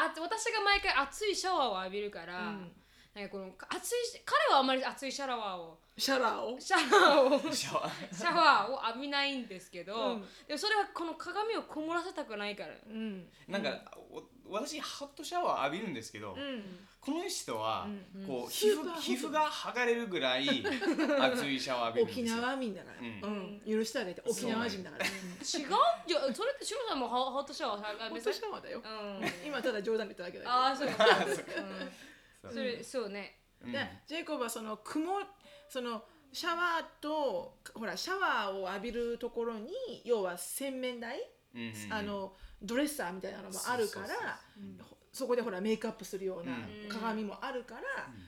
Speaker 1: あ私が毎回熱いシャワーを浴びるから、
Speaker 2: うん
Speaker 1: なんかこの熱い彼はあまり熱いシャワーを
Speaker 2: シャラーを
Speaker 1: シャワーを
Speaker 3: シャワー
Speaker 1: シャワーを浴びないんですけど、
Speaker 2: うん
Speaker 1: でもそれはこの鏡をこもらせたくないから。
Speaker 2: うん
Speaker 3: なんか、お私ハットシャワー浴びるんですけど、
Speaker 2: うん
Speaker 3: この人は、
Speaker 2: うん
Speaker 3: こ
Speaker 2: うん
Speaker 3: う皮
Speaker 2: スーパ
Speaker 3: 膚
Speaker 2: ー
Speaker 3: 皮膚が剥がれるぐらい熱いシャワー浴びる
Speaker 2: 沖
Speaker 3: んですよ
Speaker 2: 縄民だから、
Speaker 3: う
Speaker 2: うん許してあげて沖縄人だから
Speaker 1: 違うじゃそれってシロさんもハハートシャワー
Speaker 2: 本
Speaker 1: め
Speaker 2: 当シャワーだよ、
Speaker 1: うん。
Speaker 2: 今ただ冗談で言っただけだけど
Speaker 1: ああそうか。
Speaker 3: そ
Speaker 1: うん
Speaker 3: う
Speaker 1: それそうね。
Speaker 3: うん
Speaker 2: でジェイコブはその雲そのシャワーとほらシャワーを浴びるところに要は洗面台、
Speaker 3: うんうんうん
Speaker 2: あのドレッサーみたいなのもあるから
Speaker 3: そうそう
Speaker 2: ほそこでほらメイクアップするような
Speaker 3: うん
Speaker 2: 鏡もあるから、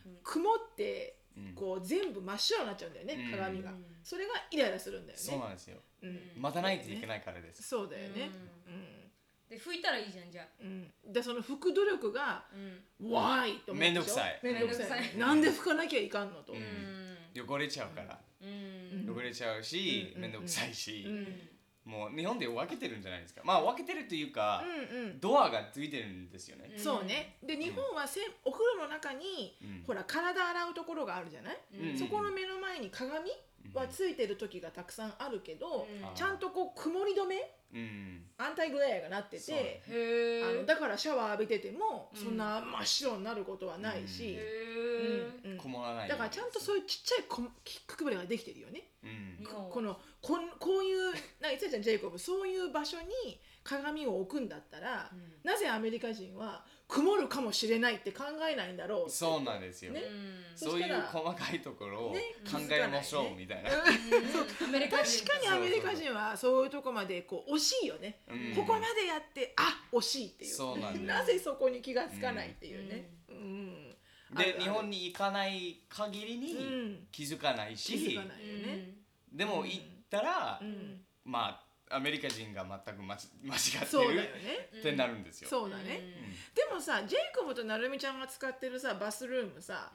Speaker 1: うん
Speaker 2: 雲って
Speaker 3: うん
Speaker 2: こう全部真っ白になっちゃうんだよね、
Speaker 3: うん
Speaker 2: 鏡が
Speaker 1: うん
Speaker 2: それがイライラするんだよね
Speaker 3: そうなんですよ
Speaker 2: うん
Speaker 3: 待たないといけないからです、
Speaker 2: そうだよね
Speaker 1: で拭いたらいいじゃんじゃあ。
Speaker 2: うん、うんでその拭く努力が
Speaker 1: うん。
Speaker 2: 「Why?」と思うでしょ
Speaker 3: めんどくさい
Speaker 2: めんどくさい
Speaker 1: めんどくさい
Speaker 2: なんで拭かなきゃいかんのと、
Speaker 3: う
Speaker 1: うんん。
Speaker 3: 汚れちゃうから、
Speaker 1: うん。
Speaker 3: 汚れちゃうし、
Speaker 2: うん
Speaker 3: めんどくさいし、
Speaker 2: うん
Speaker 3: もう日本で分けてるんじゃないですかまあ分けてるというか、
Speaker 2: うんうん
Speaker 3: ドアがついてるんですよね、
Speaker 2: そうねで日本はせんお風呂の中に、
Speaker 3: うん
Speaker 2: ほら体洗うところがあるじゃない、
Speaker 1: うん
Speaker 2: そこの目の前に鏡はついてる時がたくさんあるけど、
Speaker 1: うん
Speaker 2: ちゃんとこう曇り止め
Speaker 3: うん
Speaker 2: アンタイグレアがなって
Speaker 3: そうね
Speaker 2: て、
Speaker 1: へ
Speaker 2: あの
Speaker 1: え。
Speaker 2: だからシャワー浴びてても
Speaker 1: うん
Speaker 2: そんな真っ白になることはないし、
Speaker 1: へ
Speaker 2: うんうん
Speaker 3: こもらない
Speaker 2: だからちゃんとそういうちっちゃいこきっかけができてるよね。
Speaker 3: うん
Speaker 1: うん
Speaker 2: このこんこういうな言ってたじゃんジェイコブそういう場所に鏡を置くんだったら、
Speaker 1: うん
Speaker 2: なぜアメリカ人は曇るかもしれないって考えないんだろう
Speaker 3: そうなんですよ、
Speaker 2: ね
Speaker 1: え。
Speaker 3: そうい
Speaker 2: そした
Speaker 3: う
Speaker 2: ら
Speaker 3: 細かいところを
Speaker 2: ね
Speaker 3: 考えましょうみたいな。
Speaker 1: アメリカ人
Speaker 2: 確かにアメリカ人はそういうとこまでこう惜しいよね、
Speaker 3: うん
Speaker 2: ここまでやってあ惜しいっていう
Speaker 3: そうなん
Speaker 2: な
Speaker 3: で
Speaker 2: ぜそこに気がつかないっていうね、うん
Speaker 3: す。で、日本
Speaker 2: に
Speaker 3: に行かない限り
Speaker 2: うん
Speaker 3: に気づかない
Speaker 2: 気づ
Speaker 3: し
Speaker 2: か、ないよね、
Speaker 3: でも行ったら
Speaker 2: う、ん
Speaker 3: まあ、アメリカ人が全く間違間違
Speaker 2: そうだよ
Speaker 3: っ
Speaker 2: ね
Speaker 3: てるってなるんですよ。
Speaker 2: そうだね、でもさジェイコブとなるみちゃんが使ってるさバスルームさ、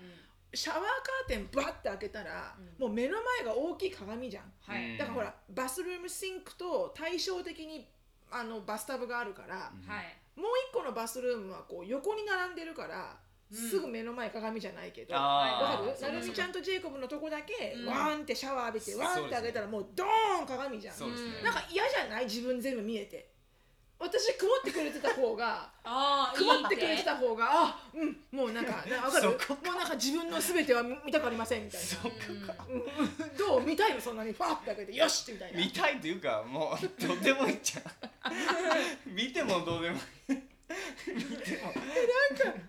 Speaker 2: シャワーカーテンバッて開けたら、もう目の前が大きい鏡じゃん、
Speaker 1: は
Speaker 3: う
Speaker 1: い
Speaker 3: ん
Speaker 2: だからほらバスルームシンクと対照的にあのバスタブがあるから、
Speaker 3: うん
Speaker 1: はい
Speaker 2: もう一個のバスルームはこう横に並んでるから、
Speaker 1: うん
Speaker 2: すぐ目の前鏡じゃないけどわ
Speaker 3: あ
Speaker 2: か
Speaker 3: ー
Speaker 1: はい
Speaker 2: る
Speaker 3: そう
Speaker 2: な
Speaker 3: だ
Speaker 2: るみちゃんとジェイコブのとこだけ、
Speaker 1: うん
Speaker 2: ワーンってシャワー浴びて
Speaker 3: そう
Speaker 2: ワ
Speaker 3: ですね
Speaker 2: ーンってあげたらもうドーン鏡じゃん、
Speaker 3: そうですね
Speaker 1: う。ん
Speaker 2: なんか嫌じゃない自分全部見えて私曇ってくれてた方 が
Speaker 1: ああ
Speaker 2: 曇ってくれてた方があうんもうなんかなわかる
Speaker 3: そこ
Speaker 2: もうなんか自分の全ては見たくありませんみたい
Speaker 3: そっか
Speaker 1: か
Speaker 2: な、うんどう見たいのそんなにファーって開けてよしみたいな
Speaker 3: 見たいというかもうどうでもいいじゃん。見てもどうでもいい。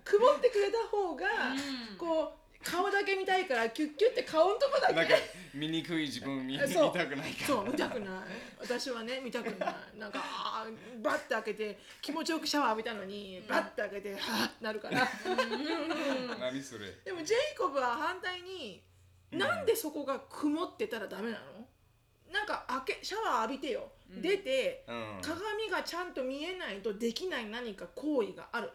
Speaker 2: 曇ってくれた方が、
Speaker 1: うん
Speaker 2: こう顔だけ見たいからキュッキュッて顔のとこだ
Speaker 3: なん
Speaker 2: け
Speaker 3: か醜い自分見見たく
Speaker 2: そう
Speaker 3: ないから。
Speaker 2: そう見たくない私はね見たくないなんかあーバッて開けて気持ちよくシャワー浴びたのにバッて開けてはぁってなるから
Speaker 3: 何それ。
Speaker 2: でもジェイコブは反対になんでそこが曇ってたらダメなのなんか開けシャワー浴びてよ、
Speaker 1: うん
Speaker 2: 出て
Speaker 3: うん。
Speaker 2: 鏡がちゃんと見えないとできない何か行為がある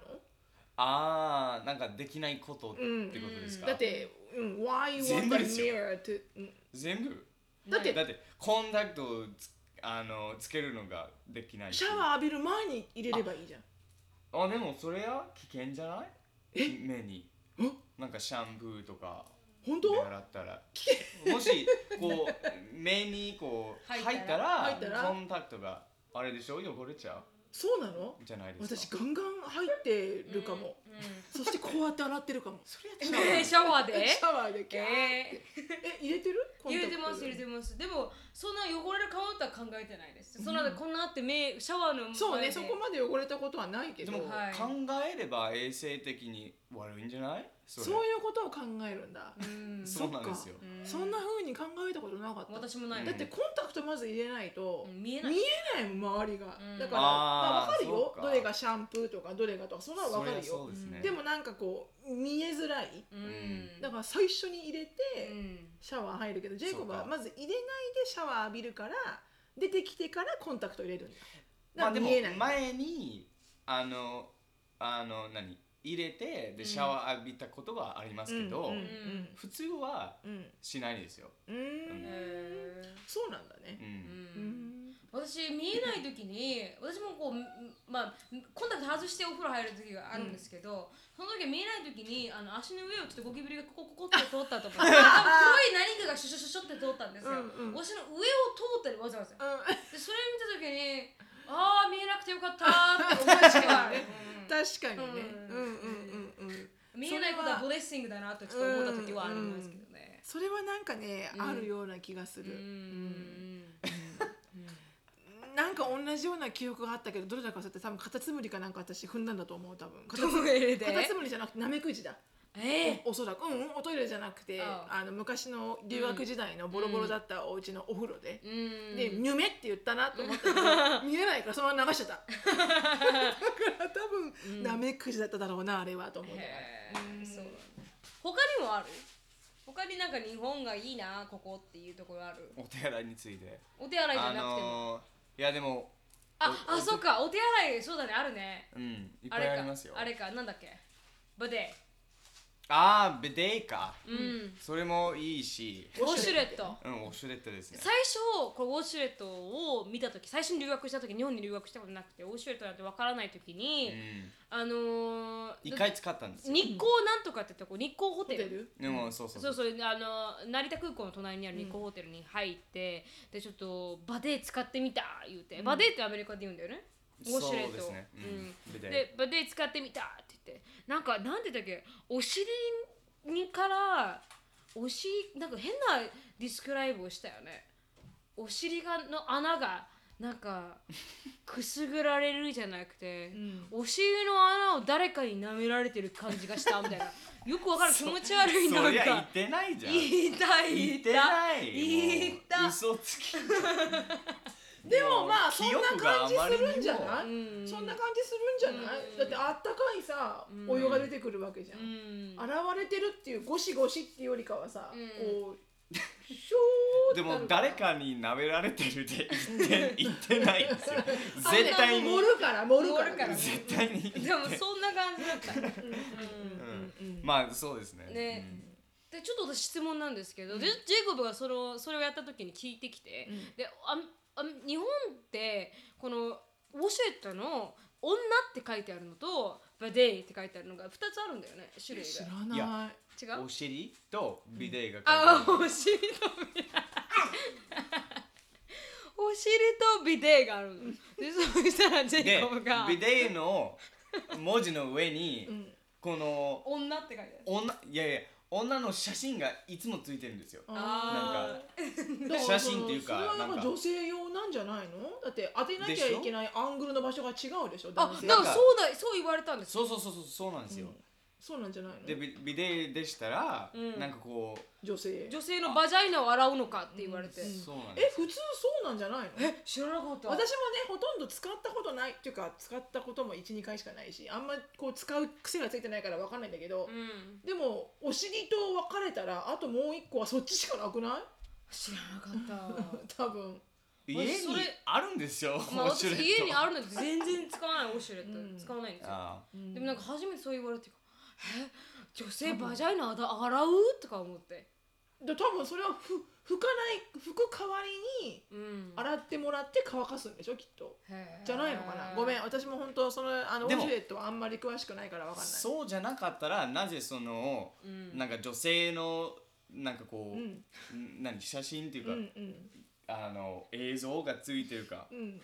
Speaker 3: ああなんかできないことってことで
Speaker 2: の
Speaker 3: すか。
Speaker 2: だって、うん、Why you
Speaker 3: 全
Speaker 2: want
Speaker 3: 部
Speaker 2: the
Speaker 3: ですよ
Speaker 2: mirror to うん
Speaker 3: 全部。
Speaker 2: だって
Speaker 3: だってコンタクトをつあのつけるのができないし
Speaker 2: シャワー浴びる前に入れればいいじゃん
Speaker 3: あでもそれは危険じゃないえ目に
Speaker 2: え
Speaker 3: なんかシャンプーとか
Speaker 2: 本
Speaker 3: で
Speaker 2: 当
Speaker 3: 洗ったらもしこう目にこう
Speaker 1: 入
Speaker 3: 入
Speaker 1: ったら
Speaker 3: った
Speaker 2: 入
Speaker 3: ら
Speaker 2: ったら
Speaker 3: コンタクトがあれでしょ汚れちゃ
Speaker 2: そうなの
Speaker 3: うじゃないで
Speaker 2: 私
Speaker 3: すか
Speaker 2: ガンガン入ってるか も、そしてこうやって洗ってるかも
Speaker 3: それや
Speaker 1: え
Speaker 3: っちゃ
Speaker 1: ー
Speaker 3: う
Speaker 1: シャワーで
Speaker 2: シャワーでキャー
Speaker 1: え
Speaker 2: え入れてる
Speaker 1: ー入れてます入れて
Speaker 2: る
Speaker 1: ますでもそんな汚れる顔とは考えてないですそんなこんなあって目シャワーの前で
Speaker 2: そうねそこまで汚れたことはないけ
Speaker 3: で
Speaker 2: ど、
Speaker 3: も考
Speaker 1: はい
Speaker 3: えれば衛生的に悪いんじゃないそれ
Speaker 2: そういうことを考えるんだ、
Speaker 1: うん
Speaker 3: そうなんですよ
Speaker 2: そっか
Speaker 1: うん
Speaker 2: そんな風に考えたことなかった
Speaker 1: 私もない
Speaker 2: だってコンタクトまず入れないと、
Speaker 1: うん見えない
Speaker 2: 見えないもん周りが、
Speaker 1: うん
Speaker 2: だからまあ、
Speaker 3: あー
Speaker 2: 分かる
Speaker 3: そ
Speaker 2: よ
Speaker 3: うか
Speaker 2: どれがシャンプーとかどれがとかそんなの分か
Speaker 3: そりゃ
Speaker 2: る
Speaker 3: そ
Speaker 2: よ
Speaker 3: うですね
Speaker 2: でもなんかこう見えづらい
Speaker 1: うん
Speaker 2: だから最初に入れて、
Speaker 1: うん
Speaker 2: シャワー入るけどジェイコブは
Speaker 3: そうか
Speaker 2: まず入れないでシャワー浴びるから出てきてからコンタクト入れるんだ
Speaker 3: まあでも
Speaker 2: 見えない
Speaker 3: 前にあのあの何入れてでシャワー浴びたことはありますけど、
Speaker 2: うん
Speaker 3: 普通は
Speaker 2: うんうん
Speaker 3: しないですよ、
Speaker 2: うんうん
Speaker 1: へ
Speaker 2: そうなんだ
Speaker 3: う
Speaker 2: ね
Speaker 1: ーうんん私見えない時に私もこうまあコンタクト外してお風呂入る時があるんですけど、その時見えない時にあの足の上をちょっとゴキブリがココココって通ったとか多分黒い何かがシュシュシュシュって通ったんですよ、
Speaker 2: うんうん
Speaker 1: 私の上を通ったりわざわざで
Speaker 2: うん
Speaker 1: それ見た時にああ見えなくてよかったーって思いました、う
Speaker 2: 確かにね
Speaker 1: う
Speaker 2: う
Speaker 1: ん
Speaker 2: んんうんうんうん
Speaker 1: 見えないことはブレッシングだなとちょっと思った時はありますけどね
Speaker 2: それはなんかね
Speaker 1: うん
Speaker 2: あるような気が
Speaker 1: う
Speaker 2: す
Speaker 1: ん
Speaker 2: る
Speaker 1: うん
Speaker 2: なんか同じような記憶があったけどどれだか忘れて多分カタツムリかなんか私踏んだんだと思う多分カタツム
Speaker 1: トイレ
Speaker 2: リ
Speaker 1: で
Speaker 2: カタツムリじゃなくてナメクジだ
Speaker 1: え
Speaker 2: おそらくうんうんおトイレじゃなくて
Speaker 1: あ
Speaker 2: あの昔の留学時代のボロボロだったお家のお風呂で
Speaker 1: ー、うん
Speaker 2: で「ニュメ」って言ったなと思ったけど見えないからそのまま流してただから多分ナメクジだっただろうなあれはと思う
Speaker 1: へ
Speaker 2: う
Speaker 1: え
Speaker 2: ん
Speaker 1: そうなんだ他にもある他になんか日本がいいなここっていうところある
Speaker 3: お手洗いについて
Speaker 1: お手洗いじゃな
Speaker 3: あ
Speaker 1: くても、
Speaker 3: のー、いやでも
Speaker 1: ああそうかお手洗いそうだねあるね
Speaker 3: うんいっ
Speaker 1: あ
Speaker 3: ぱ
Speaker 1: れ
Speaker 3: い
Speaker 1: か
Speaker 3: ありますよ
Speaker 1: あれかなんだっけブデ
Speaker 3: あービデイか、
Speaker 1: うん
Speaker 3: それもいいし
Speaker 1: ウォシュレット
Speaker 3: うんウォシュレットですね
Speaker 1: 最初これウォシュレットを見た時最初に留学した時日本に留学したことなくてウォシュレットなんてわからない時
Speaker 3: う
Speaker 1: に、
Speaker 3: ん
Speaker 1: あのー、
Speaker 3: 一回使ったんですよ
Speaker 1: 日光なんとかってとこ日光ホ
Speaker 2: ホテ
Speaker 1: テル
Speaker 2: ル
Speaker 3: でもそうそう
Speaker 1: そうそうあの成田空港の隣にある日光ホテルに入って、でちょっとバデー使ってみた言うて、バデーってアメリカで言うんだよねウォシュレット
Speaker 3: そうですねうん
Speaker 1: うん
Speaker 3: ビデ
Speaker 1: でバデー使ってみたって言ってなんかなんでだっけお尻にからお尻なんか変なディスクライブをしたよねお尻がの穴がなんかくすぐられるじゃなくて、
Speaker 2: ん
Speaker 1: お尻の穴を誰かに舐められてる感じがしたみ たいなよくわかる気持ち悪いなん
Speaker 3: そ
Speaker 1: か
Speaker 3: りゃ言ってないじゃん
Speaker 1: 言いたい
Speaker 3: 言
Speaker 1: 言
Speaker 3: っ
Speaker 1: い
Speaker 3: て
Speaker 1: た
Speaker 3: ない
Speaker 1: 言いた
Speaker 3: もう嘘つき
Speaker 2: でもまあそん
Speaker 3: 記
Speaker 2: な
Speaker 3: 憶が
Speaker 2: 感
Speaker 3: あ
Speaker 2: じ
Speaker 3: ますりにも
Speaker 2: るんじゃない
Speaker 1: うん
Speaker 2: そんな感じするんじゃない
Speaker 1: うん
Speaker 2: だってあったかいさ
Speaker 1: うん
Speaker 2: お湯が出てくるわけじゃ
Speaker 1: うんん
Speaker 2: 洗われてるっていうゴシゴシっていうよりかはさ
Speaker 1: うん
Speaker 2: こう
Speaker 3: でも誰かに舐められてるで言って言ってないんですよ
Speaker 1: あれ
Speaker 3: 絶対に
Speaker 2: 盛るから盛るから
Speaker 1: 盛るから
Speaker 3: 絶対に
Speaker 1: でもそんな感じだった、 うん
Speaker 2: うん
Speaker 3: まあそうですね
Speaker 1: ねでちょっと私質問なんですけど、ジェジェイコブがそのそれをやった時に聞いてきて、
Speaker 2: うん
Speaker 1: でああ日本ってこのウォシュレットの「女」って書いてあるのと「バデイ」って書いてあるのが2つあるんだよね種類
Speaker 2: 知
Speaker 1: が
Speaker 2: らない
Speaker 3: い
Speaker 2: や
Speaker 3: や
Speaker 1: 違
Speaker 3: うん、
Speaker 1: う
Speaker 3: お尻とビデイが書いてあ
Speaker 1: あ
Speaker 3: る
Speaker 1: お尻とビデイ お尻とビデイがあるのでそうしたらジェイ
Speaker 3: で
Speaker 1: コブが
Speaker 3: ビデイの文字の上に、
Speaker 2: ん
Speaker 3: こ
Speaker 1: 「
Speaker 3: の
Speaker 1: 女」って書いてある
Speaker 3: 女いやいや女の写真がいつもついてるんですよ
Speaker 1: あ
Speaker 2: だら
Speaker 3: 写真っていうか
Speaker 2: それはやっ
Speaker 3: なん
Speaker 2: ぱ
Speaker 3: か
Speaker 2: 女性用なんじゃないのだって当てなきゃいけないアングルの場所が違うでしょ
Speaker 1: あ
Speaker 2: 男性
Speaker 1: だからそうだそう言われたんです
Speaker 3: そうそうそうそうそうなんですよ、
Speaker 2: そうなんじゃないの
Speaker 3: でビビデイでしたら、
Speaker 1: うん
Speaker 3: なんかこう
Speaker 2: 女性
Speaker 1: 女性のバジャイナを洗うのかって言われて、
Speaker 3: そうなん
Speaker 2: え
Speaker 3: です
Speaker 2: 普通そうなんじゃないの
Speaker 1: え知らなかった
Speaker 2: 私もねほとんど使ったことないっていうか使ったことも12回しかないしあんまこう使う癖がついてないから分かんないんだけど、
Speaker 1: うん
Speaker 2: でもお尻と分かれたらあともう一個はそっちしかなくない
Speaker 1: 知らなかっ
Speaker 2: 多分
Speaker 3: 家に
Speaker 1: それ
Speaker 3: あるんですよ、
Speaker 1: た まあ
Speaker 3: ウォシ
Speaker 1: 私
Speaker 3: ュレット
Speaker 1: 家にあるのに全然使わないウォシュレット、
Speaker 2: うん
Speaker 1: 使わないんですよ
Speaker 3: ああ
Speaker 1: でもなんか初めてそう言われてえ女性バジャイナあ洗うとか思って
Speaker 2: で多分それはふ拭かない拭く代わりに
Speaker 1: うん
Speaker 2: 洗ってもらって乾かすんでしょきっと
Speaker 1: へー
Speaker 2: じゃないのかなごめん私も本当そのあのウォ
Speaker 3: で
Speaker 2: シ
Speaker 3: も
Speaker 2: ュレットはあんまり詳しくないから分かんない
Speaker 3: そうじゃなかったらなぜその、
Speaker 1: うん
Speaker 3: なんか女性のなんかこう、
Speaker 2: うん
Speaker 3: ん何写真っていう
Speaker 2: う
Speaker 3: か、
Speaker 2: んうん
Speaker 3: あの映像がついてるか、
Speaker 2: うん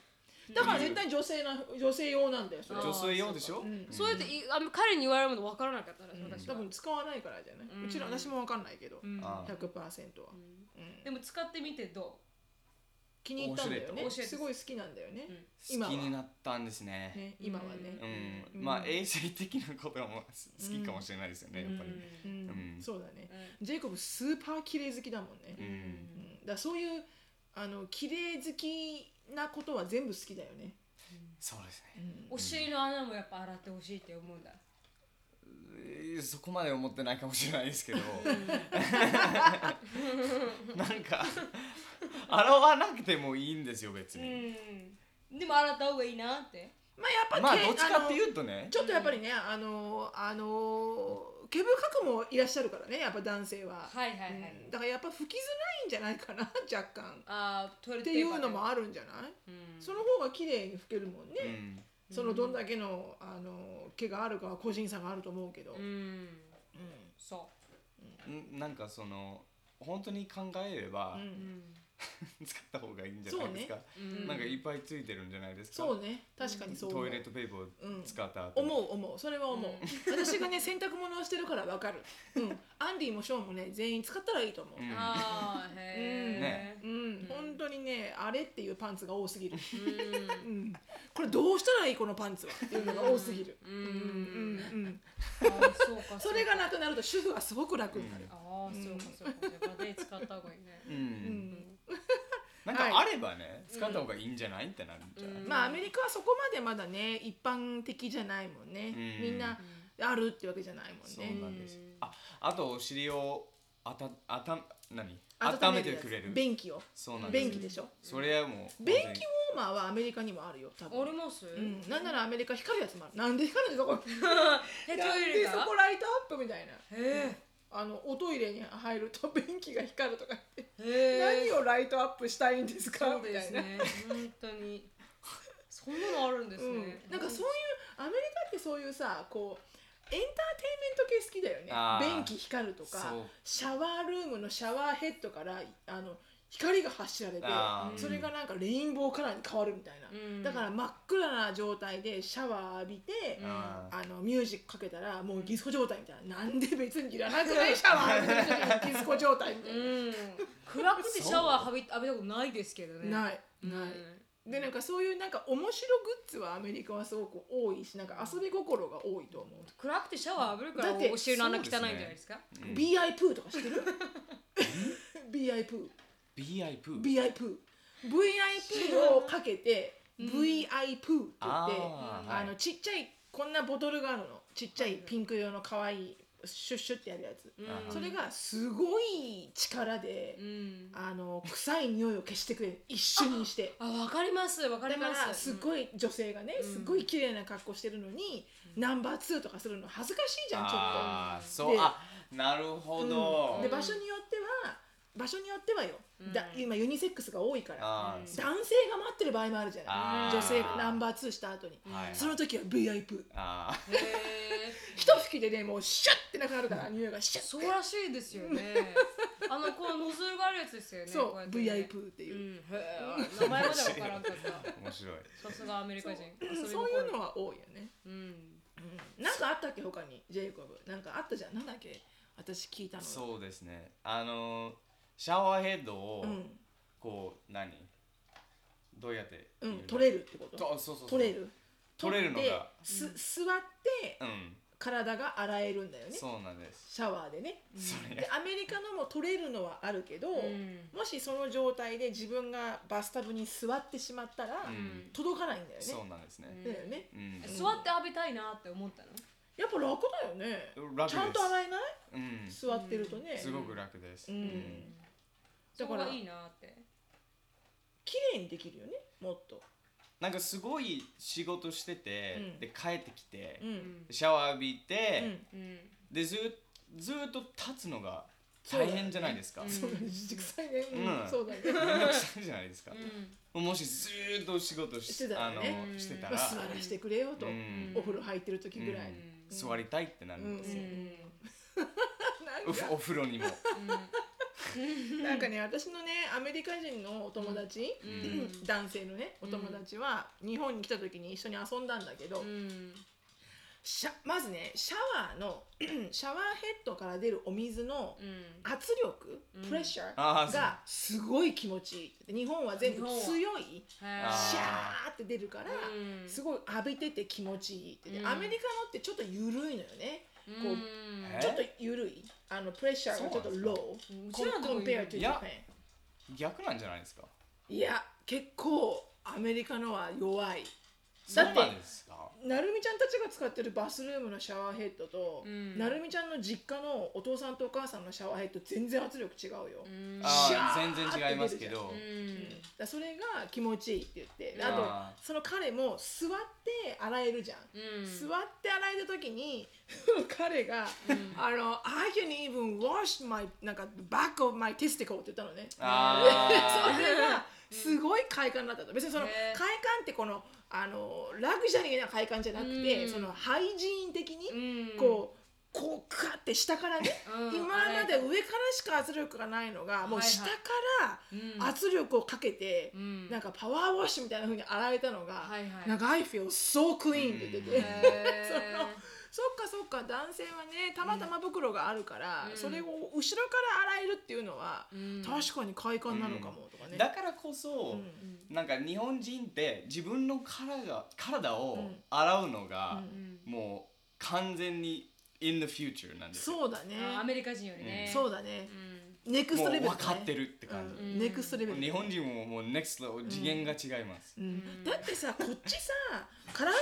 Speaker 2: だから絶対女性な女性用なんだよそれ
Speaker 1: あー
Speaker 3: 女性用でしょ、
Speaker 2: そうかうん
Speaker 1: そうやっていあんま彼に言われるの分からなかったです
Speaker 3: うん
Speaker 1: 私
Speaker 2: 多
Speaker 1: は、
Speaker 2: 分使わないからじゃない、
Speaker 1: う
Speaker 2: うんちの私も分かんないけど、
Speaker 1: うん
Speaker 3: あー
Speaker 2: 100%は、うん
Speaker 1: でも使ってみてど
Speaker 2: 気に入ったんだよ
Speaker 1: 面
Speaker 2: ね
Speaker 1: 白い
Speaker 2: すごい好きなんだよね
Speaker 1: う、,、
Speaker 2: 今
Speaker 3: 好
Speaker 2: は
Speaker 3: きになったんですね
Speaker 2: ね今はね、
Speaker 3: うんまあ衛生的なことも好きかもしれないですよね、
Speaker 1: うん
Speaker 3: やっぱり、
Speaker 2: うん
Speaker 3: うん
Speaker 2: そうだね
Speaker 1: う、ん
Speaker 2: ジェイコブスーパー綺麗好きだもんね、
Speaker 3: う
Speaker 2: うんんだからそういうあの綺麗好きなことは全部好きだよね、
Speaker 3: そうですね、
Speaker 1: お尻の穴もやっぱ洗ってほしいって思うんだ
Speaker 3: えーそこまで思ってないかもしれないですけど なんか洗わなくてもいいんですよ別
Speaker 1: う
Speaker 3: に、
Speaker 1: んでも洗った方がいいなって
Speaker 2: まあやっぱ
Speaker 3: まあ
Speaker 2: け
Speaker 3: どっちかって
Speaker 2: あ
Speaker 3: いうとね
Speaker 2: のちょっとやっぱりねあのあの毛深くもいらっしゃるからねやっぱ男性は、
Speaker 1: はいはいはい、
Speaker 2: うんだからやっぱ拭きづらいんじゃないかな 若干
Speaker 1: あートイレ
Speaker 2: っ
Speaker 1: ッ
Speaker 2: て
Speaker 1: ト
Speaker 2: い
Speaker 1: ペーパ
Speaker 2: う
Speaker 1: ーで
Speaker 2: のもあるんじゃない、
Speaker 1: うん
Speaker 2: その方が綺麗に拭けるもんね、
Speaker 3: うん
Speaker 2: そのどんだけのあの毛があるかは個人差があると思うけど、
Speaker 1: うんそ
Speaker 3: んなんかその本当に考えれば、
Speaker 2: う
Speaker 1: う、
Speaker 2: ん
Speaker 3: 使った方がいいんじゃないですか、
Speaker 1: そうねうん
Speaker 3: なんかいっぱいついてるんじゃないですか
Speaker 2: そうね確かにそう思
Speaker 3: ト
Speaker 2: う
Speaker 3: イレットペーパーを使った後、
Speaker 2: 思う思うそれは思う、 私がね洗濯物をしてるからわかる、うん、アンディもショーンもね全員使ったらいいと思う
Speaker 3: うん
Speaker 1: ああ
Speaker 2: うん
Speaker 1: へえ、
Speaker 2: うん、本当にねあれっていうパンツが多すぎる、
Speaker 1: うん
Speaker 2: うん、これどうしたらいいこのパンツはっていうのが多すぎる、
Speaker 1: うん
Speaker 2: うんうんうん、
Speaker 1: あーそうかそうか
Speaker 2: それがなくなると主婦はすごく楽になる、
Speaker 1: ああそうかそうかやっぱ手使った方がいいね
Speaker 3: うん
Speaker 2: うん
Speaker 3: なんかあればね、使った方がいいんじゃないってなるんじゃない、
Speaker 1: うん
Speaker 2: まあアメリカはそこまでまだね一般的じゃないもんね、
Speaker 3: うん
Speaker 2: みんなあるってわけじゃないもん
Speaker 3: そう
Speaker 2: ね
Speaker 3: なんです
Speaker 1: うん。
Speaker 3: あ、あとお尻をあたあた何温めてくれる。
Speaker 2: 便器を
Speaker 3: そうなんです。
Speaker 2: 便器でしょ
Speaker 3: それはもう
Speaker 2: 便器ウォ
Speaker 3: 本
Speaker 2: ーマーはアメリカにもあるよ多分
Speaker 1: あります
Speaker 2: うん、なんならアメリカ光るやつもあるなんで光るんですかこれ
Speaker 1: えト
Speaker 2: なん
Speaker 1: イレ
Speaker 2: でそ
Speaker 1: が
Speaker 2: こライトアップみたいな
Speaker 1: へ
Speaker 2: あのおトイレに入ると便器が光るとか言って
Speaker 1: えへえ
Speaker 2: 何をライトアップしたいんですか
Speaker 1: そう
Speaker 2: み
Speaker 1: で
Speaker 2: た
Speaker 1: す
Speaker 2: いな、
Speaker 1: ね本当にそんなのあるんで
Speaker 2: う
Speaker 1: す
Speaker 2: ん
Speaker 1: ね、
Speaker 2: なんかそういうアメリカってそういうさこうエンターテインメント系好き
Speaker 3: あ
Speaker 2: だよね
Speaker 3: ー
Speaker 2: 便器光るとか
Speaker 3: そう
Speaker 2: シャワールームのシャワーヘッドからあの光が発しられて
Speaker 3: あー
Speaker 2: それがなんかレインボーカラーに変わるみたいな、
Speaker 1: うん
Speaker 2: だから真っ暗な状態でシャワー浴びて、
Speaker 3: 当にあー
Speaker 2: あのミュージックかけたらもうディスコ状態みたいな、なんで別にいらなくないシャワー浴びてるのにディスコ状態みたいな、
Speaker 1: うん暗くてシャワー浴び浴びたことないですけどね
Speaker 2: ないない、
Speaker 1: うん
Speaker 2: でなんかそういうなんか面白グッズはアメリカはすごく多いしなんか遊び心が多いと思う、
Speaker 1: 暗くてシャワー浴びるから
Speaker 2: だって
Speaker 1: お尻の穴汚いんじ
Speaker 3: そ
Speaker 1: ゃ
Speaker 3: うですね
Speaker 1: ないですか
Speaker 2: BI プーとか知ってる BI プー
Speaker 3: B.I. プー。
Speaker 2: BI プー VI プーをかけて VI プーって言って
Speaker 3: あー
Speaker 2: あ
Speaker 3: は
Speaker 2: の
Speaker 3: い
Speaker 2: ちっちゃいこんなボトルがあるのちっちゃいピンク色の可愛いシュッシュってやるやつ、
Speaker 1: うん
Speaker 2: それがすごい力で
Speaker 1: う、ん
Speaker 2: あの臭い匂いを消してくれる一瞬にして
Speaker 1: あわかりますわかり
Speaker 2: だか
Speaker 1: ます
Speaker 2: らすごい女性がね、
Speaker 1: うん
Speaker 2: すごい綺麗な格好してるのに、ナンバー2とかするの恥ずかしいじゃんちょっと。
Speaker 3: ああそう
Speaker 2: で
Speaker 3: あなるほど、
Speaker 2: うんで場所によっては場所によってはよ、だ
Speaker 1: うん
Speaker 2: 今ユニセックスが多いから
Speaker 3: あ
Speaker 1: うん
Speaker 2: 男
Speaker 3: ー
Speaker 2: 性が待ってる場合もあるじゃない
Speaker 3: あー
Speaker 2: 女性がナンバー2した後に
Speaker 3: はいはい
Speaker 2: その時は VIP
Speaker 3: あー
Speaker 1: へえ
Speaker 2: 一吹きでねもうシュッてなくなるから匂いがシュッ
Speaker 1: そうらしいですよ ね。あのこのノズルがあるやつですよね。
Speaker 2: そ
Speaker 1: こや
Speaker 2: う
Speaker 1: ってね
Speaker 2: VIP って
Speaker 1: う
Speaker 2: いう、
Speaker 1: ん、へー名前までわからんかった。
Speaker 3: 面白い
Speaker 1: さすがアメリカ人。
Speaker 2: うんそういうのは多いよね、
Speaker 1: うん。
Speaker 2: うんなんかあったっけ他にジェイコブなんかあったじゃんなんだっけ私聞いたのう、
Speaker 3: そうですねあのシャワーヘッドを
Speaker 2: ん
Speaker 3: こう、何どうやって
Speaker 2: うん、取れ
Speaker 3: る
Speaker 2: るってこと
Speaker 3: そうそうそう
Speaker 2: 取れる
Speaker 3: 取れるのが
Speaker 2: です座って
Speaker 3: うん
Speaker 2: 体が洗えるんだよね
Speaker 3: そうなんです
Speaker 2: シャワーでね
Speaker 3: それ
Speaker 2: でアメリカのも取れるのはあるけど、
Speaker 1: うん
Speaker 2: もしその状態で自分がバスタブに座ってしまったら、
Speaker 3: うん
Speaker 2: 届かないんだよね
Speaker 3: そうなんですね
Speaker 2: だよね
Speaker 3: うん
Speaker 1: 座って浴びたいなって思ったの。
Speaker 2: やっぱ楽だよね
Speaker 3: 楽です
Speaker 2: ちゃんと洗えない
Speaker 3: うん
Speaker 2: 座ってるとね、
Speaker 3: すごく楽です
Speaker 2: うん
Speaker 3: うん
Speaker 1: そ
Speaker 2: だ
Speaker 1: こ
Speaker 2: から
Speaker 1: がいいなって。
Speaker 2: 綺麗にできるよねもっと、
Speaker 3: なんかすごい仕事してて
Speaker 2: うん
Speaker 3: で帰ってきて
Speaker 2: うん
Speaker 1: ん
Speaker 3: シャワー浴び
Speaker 2: う
Speaker 3: て
Speaker 2: ん
Speaker 1: うん。
Speaker 3: でずずっと立つのが大変じゃないですか
Speaker 1: うん
Speaker 2: そうだね自くさいね、
Speaker 3: うん
Speaker 2: うん、そうだね、
Speaker 3: めんどくさいじゃないですか
Speaker 1: うん。
Speaker 3: もしずーっと仕事
Speaker 2: して
Speaker 3: したあ
Speaker 2: らね
Speaker 3: の
Speaker 1: うん
Speaker 3: してた
Speaker 2: まあ、
Speaker 3: ら
Speaker 2: 座らしてくれよと、
Speaker 3: うん
Speaker 2: お風呂入ってる時ぐらい、
Speaker 1: うん
Speaker 3: 座りたいってなるんです
Speaker 1: う
Speaker 3: よ
Speaker 1: ん。
Speaker 2: なんか
Speaker 3: おお風呂にも
Speaker 2: なんかね私のねアメリカ人のお友達、
Speaker 1: うん
Speaker 2: うん男性のねお友達は日本に来た時に一緒に遊んだんだけど、
Speaker 1: うん。
Speaker 2: シャまずねシャワーの シャワーヘッドから出るお水の
Speaker 1: うん。
Speaker 2: 圧力、
Speaker 1: うん
Speaker 2: プレッシャ
Speaker 3: あー
Speaker 2: ー
Speaker 3: そう
Speaker 2: がすごい気持ちいい日本は全
Speaker 1: 日
Speaker 2: 部
Speaker 1: 本は
Speaker 2: 強いシャーって出るから、
Speaker 1: うん
Speaker 2: すごい浴びてて気持ちいいってで
Speaker 1: うん
Speaker 2: アメリカのってちょっと緩いのよねこう
Speaker 1: うん
Speaker 3: え
Speaker 2: ちょっと緩いあのプレッシャーがちょっと
Speaker 3: そうなん
Speaker 2: ロー
Speaker 1: うちらのとこ
Speaker 2: コンペア to
Speaker 3: い
Speaker 2: Japan
Speaker 3: や逆なんじゃないですか
Speaker 2: いや結構アメリカのは弱い
Speaker 3: そ
Speaker 2: だ
Speaker 3: う
Speaker 2: って
Speaker 3: なんですか
Speaker 2: なるみちゃんたちが使ってるバスルームのシャワーヘッドと、
Speaker 1: うん
Speaker 2: なるみちゃんの実家のお父さんとお母さんのシャワーヘッド全然圧力違うよ、
Speaker 1: うん
Speaker 2: シャー
Speaker 3: あ
Speaker 2: って
Speaker 3: ー全然違いますけ
Speaker 1: う
Speaker 3: ど
Speaker 1: ん
Speaker 2: だそれが気持ちいいって言ってであ
Speaker 3: あ
Speaker 2: とその彼も座って洗えるじゃん、
Speaker 1: うん
Speaker 2: 座って洗えた時に 彼が、あの「I can even wash my なんか back of my testicle」って言ったのねそ
Speaker 3: あ
Speaker 2: れがすごい快感だったと別にその
Speaker 1: ね
Speaker 2: 快感ってこのあのラグジュアリーな快感じゃなくて、
Speaker 1: うん
Speaker 2: そのハイジーン的に
Speaker 1: うん
Speaker 2: こう、こうかって下からね、
Speaker 1: うん
Speaker 2: 今まで上からしか圧力がないのがもう下から圧力をかけて、
Speaker 1: ん
Speaker 2: なんかパワーウォッシュみたいな風に洗えたのが、
Speaker 1: はいはい
Speaker 2: なんか「I feel so clean」って言ってて。
Speaker 1: へー
Speaker 2: そのそっかそっか男性はねたまたま袋があるから、
Speaker 1: うん
Speaker 2: それを後ろから洗えるっていうのは、
Speaker 1: うん
Speaker 2: 確かに快感なのかもとかね、
Speaker 3: ーだからこそ
Speaker 2: うん
Speaker 3: なんか日本人って自分の体が体を洗うのがもう完全に in the future なんですよ
Speaker 2: そうだね
Speaker 1: あーアメリカ人よりね。
Speaker 2: そう
Speaker 1: だ。
Speaker 2: だね
Speaker 1: う、ん。
Speaker 2: ネクス
Speaker 3: も
Speaker 2: ト
Speaker 3: う
Speaker 2: レベル、
Speaker 3: 分
Speaker 2: ね、
Speaker 3: かってるって感
Speaker 2: う
Speaker 3: じ
Speaker 2: んネクストレベル
Speaker 3: 日本人ももう next level 次元が違います
Speaker 2: うんだって さこっちさ体洗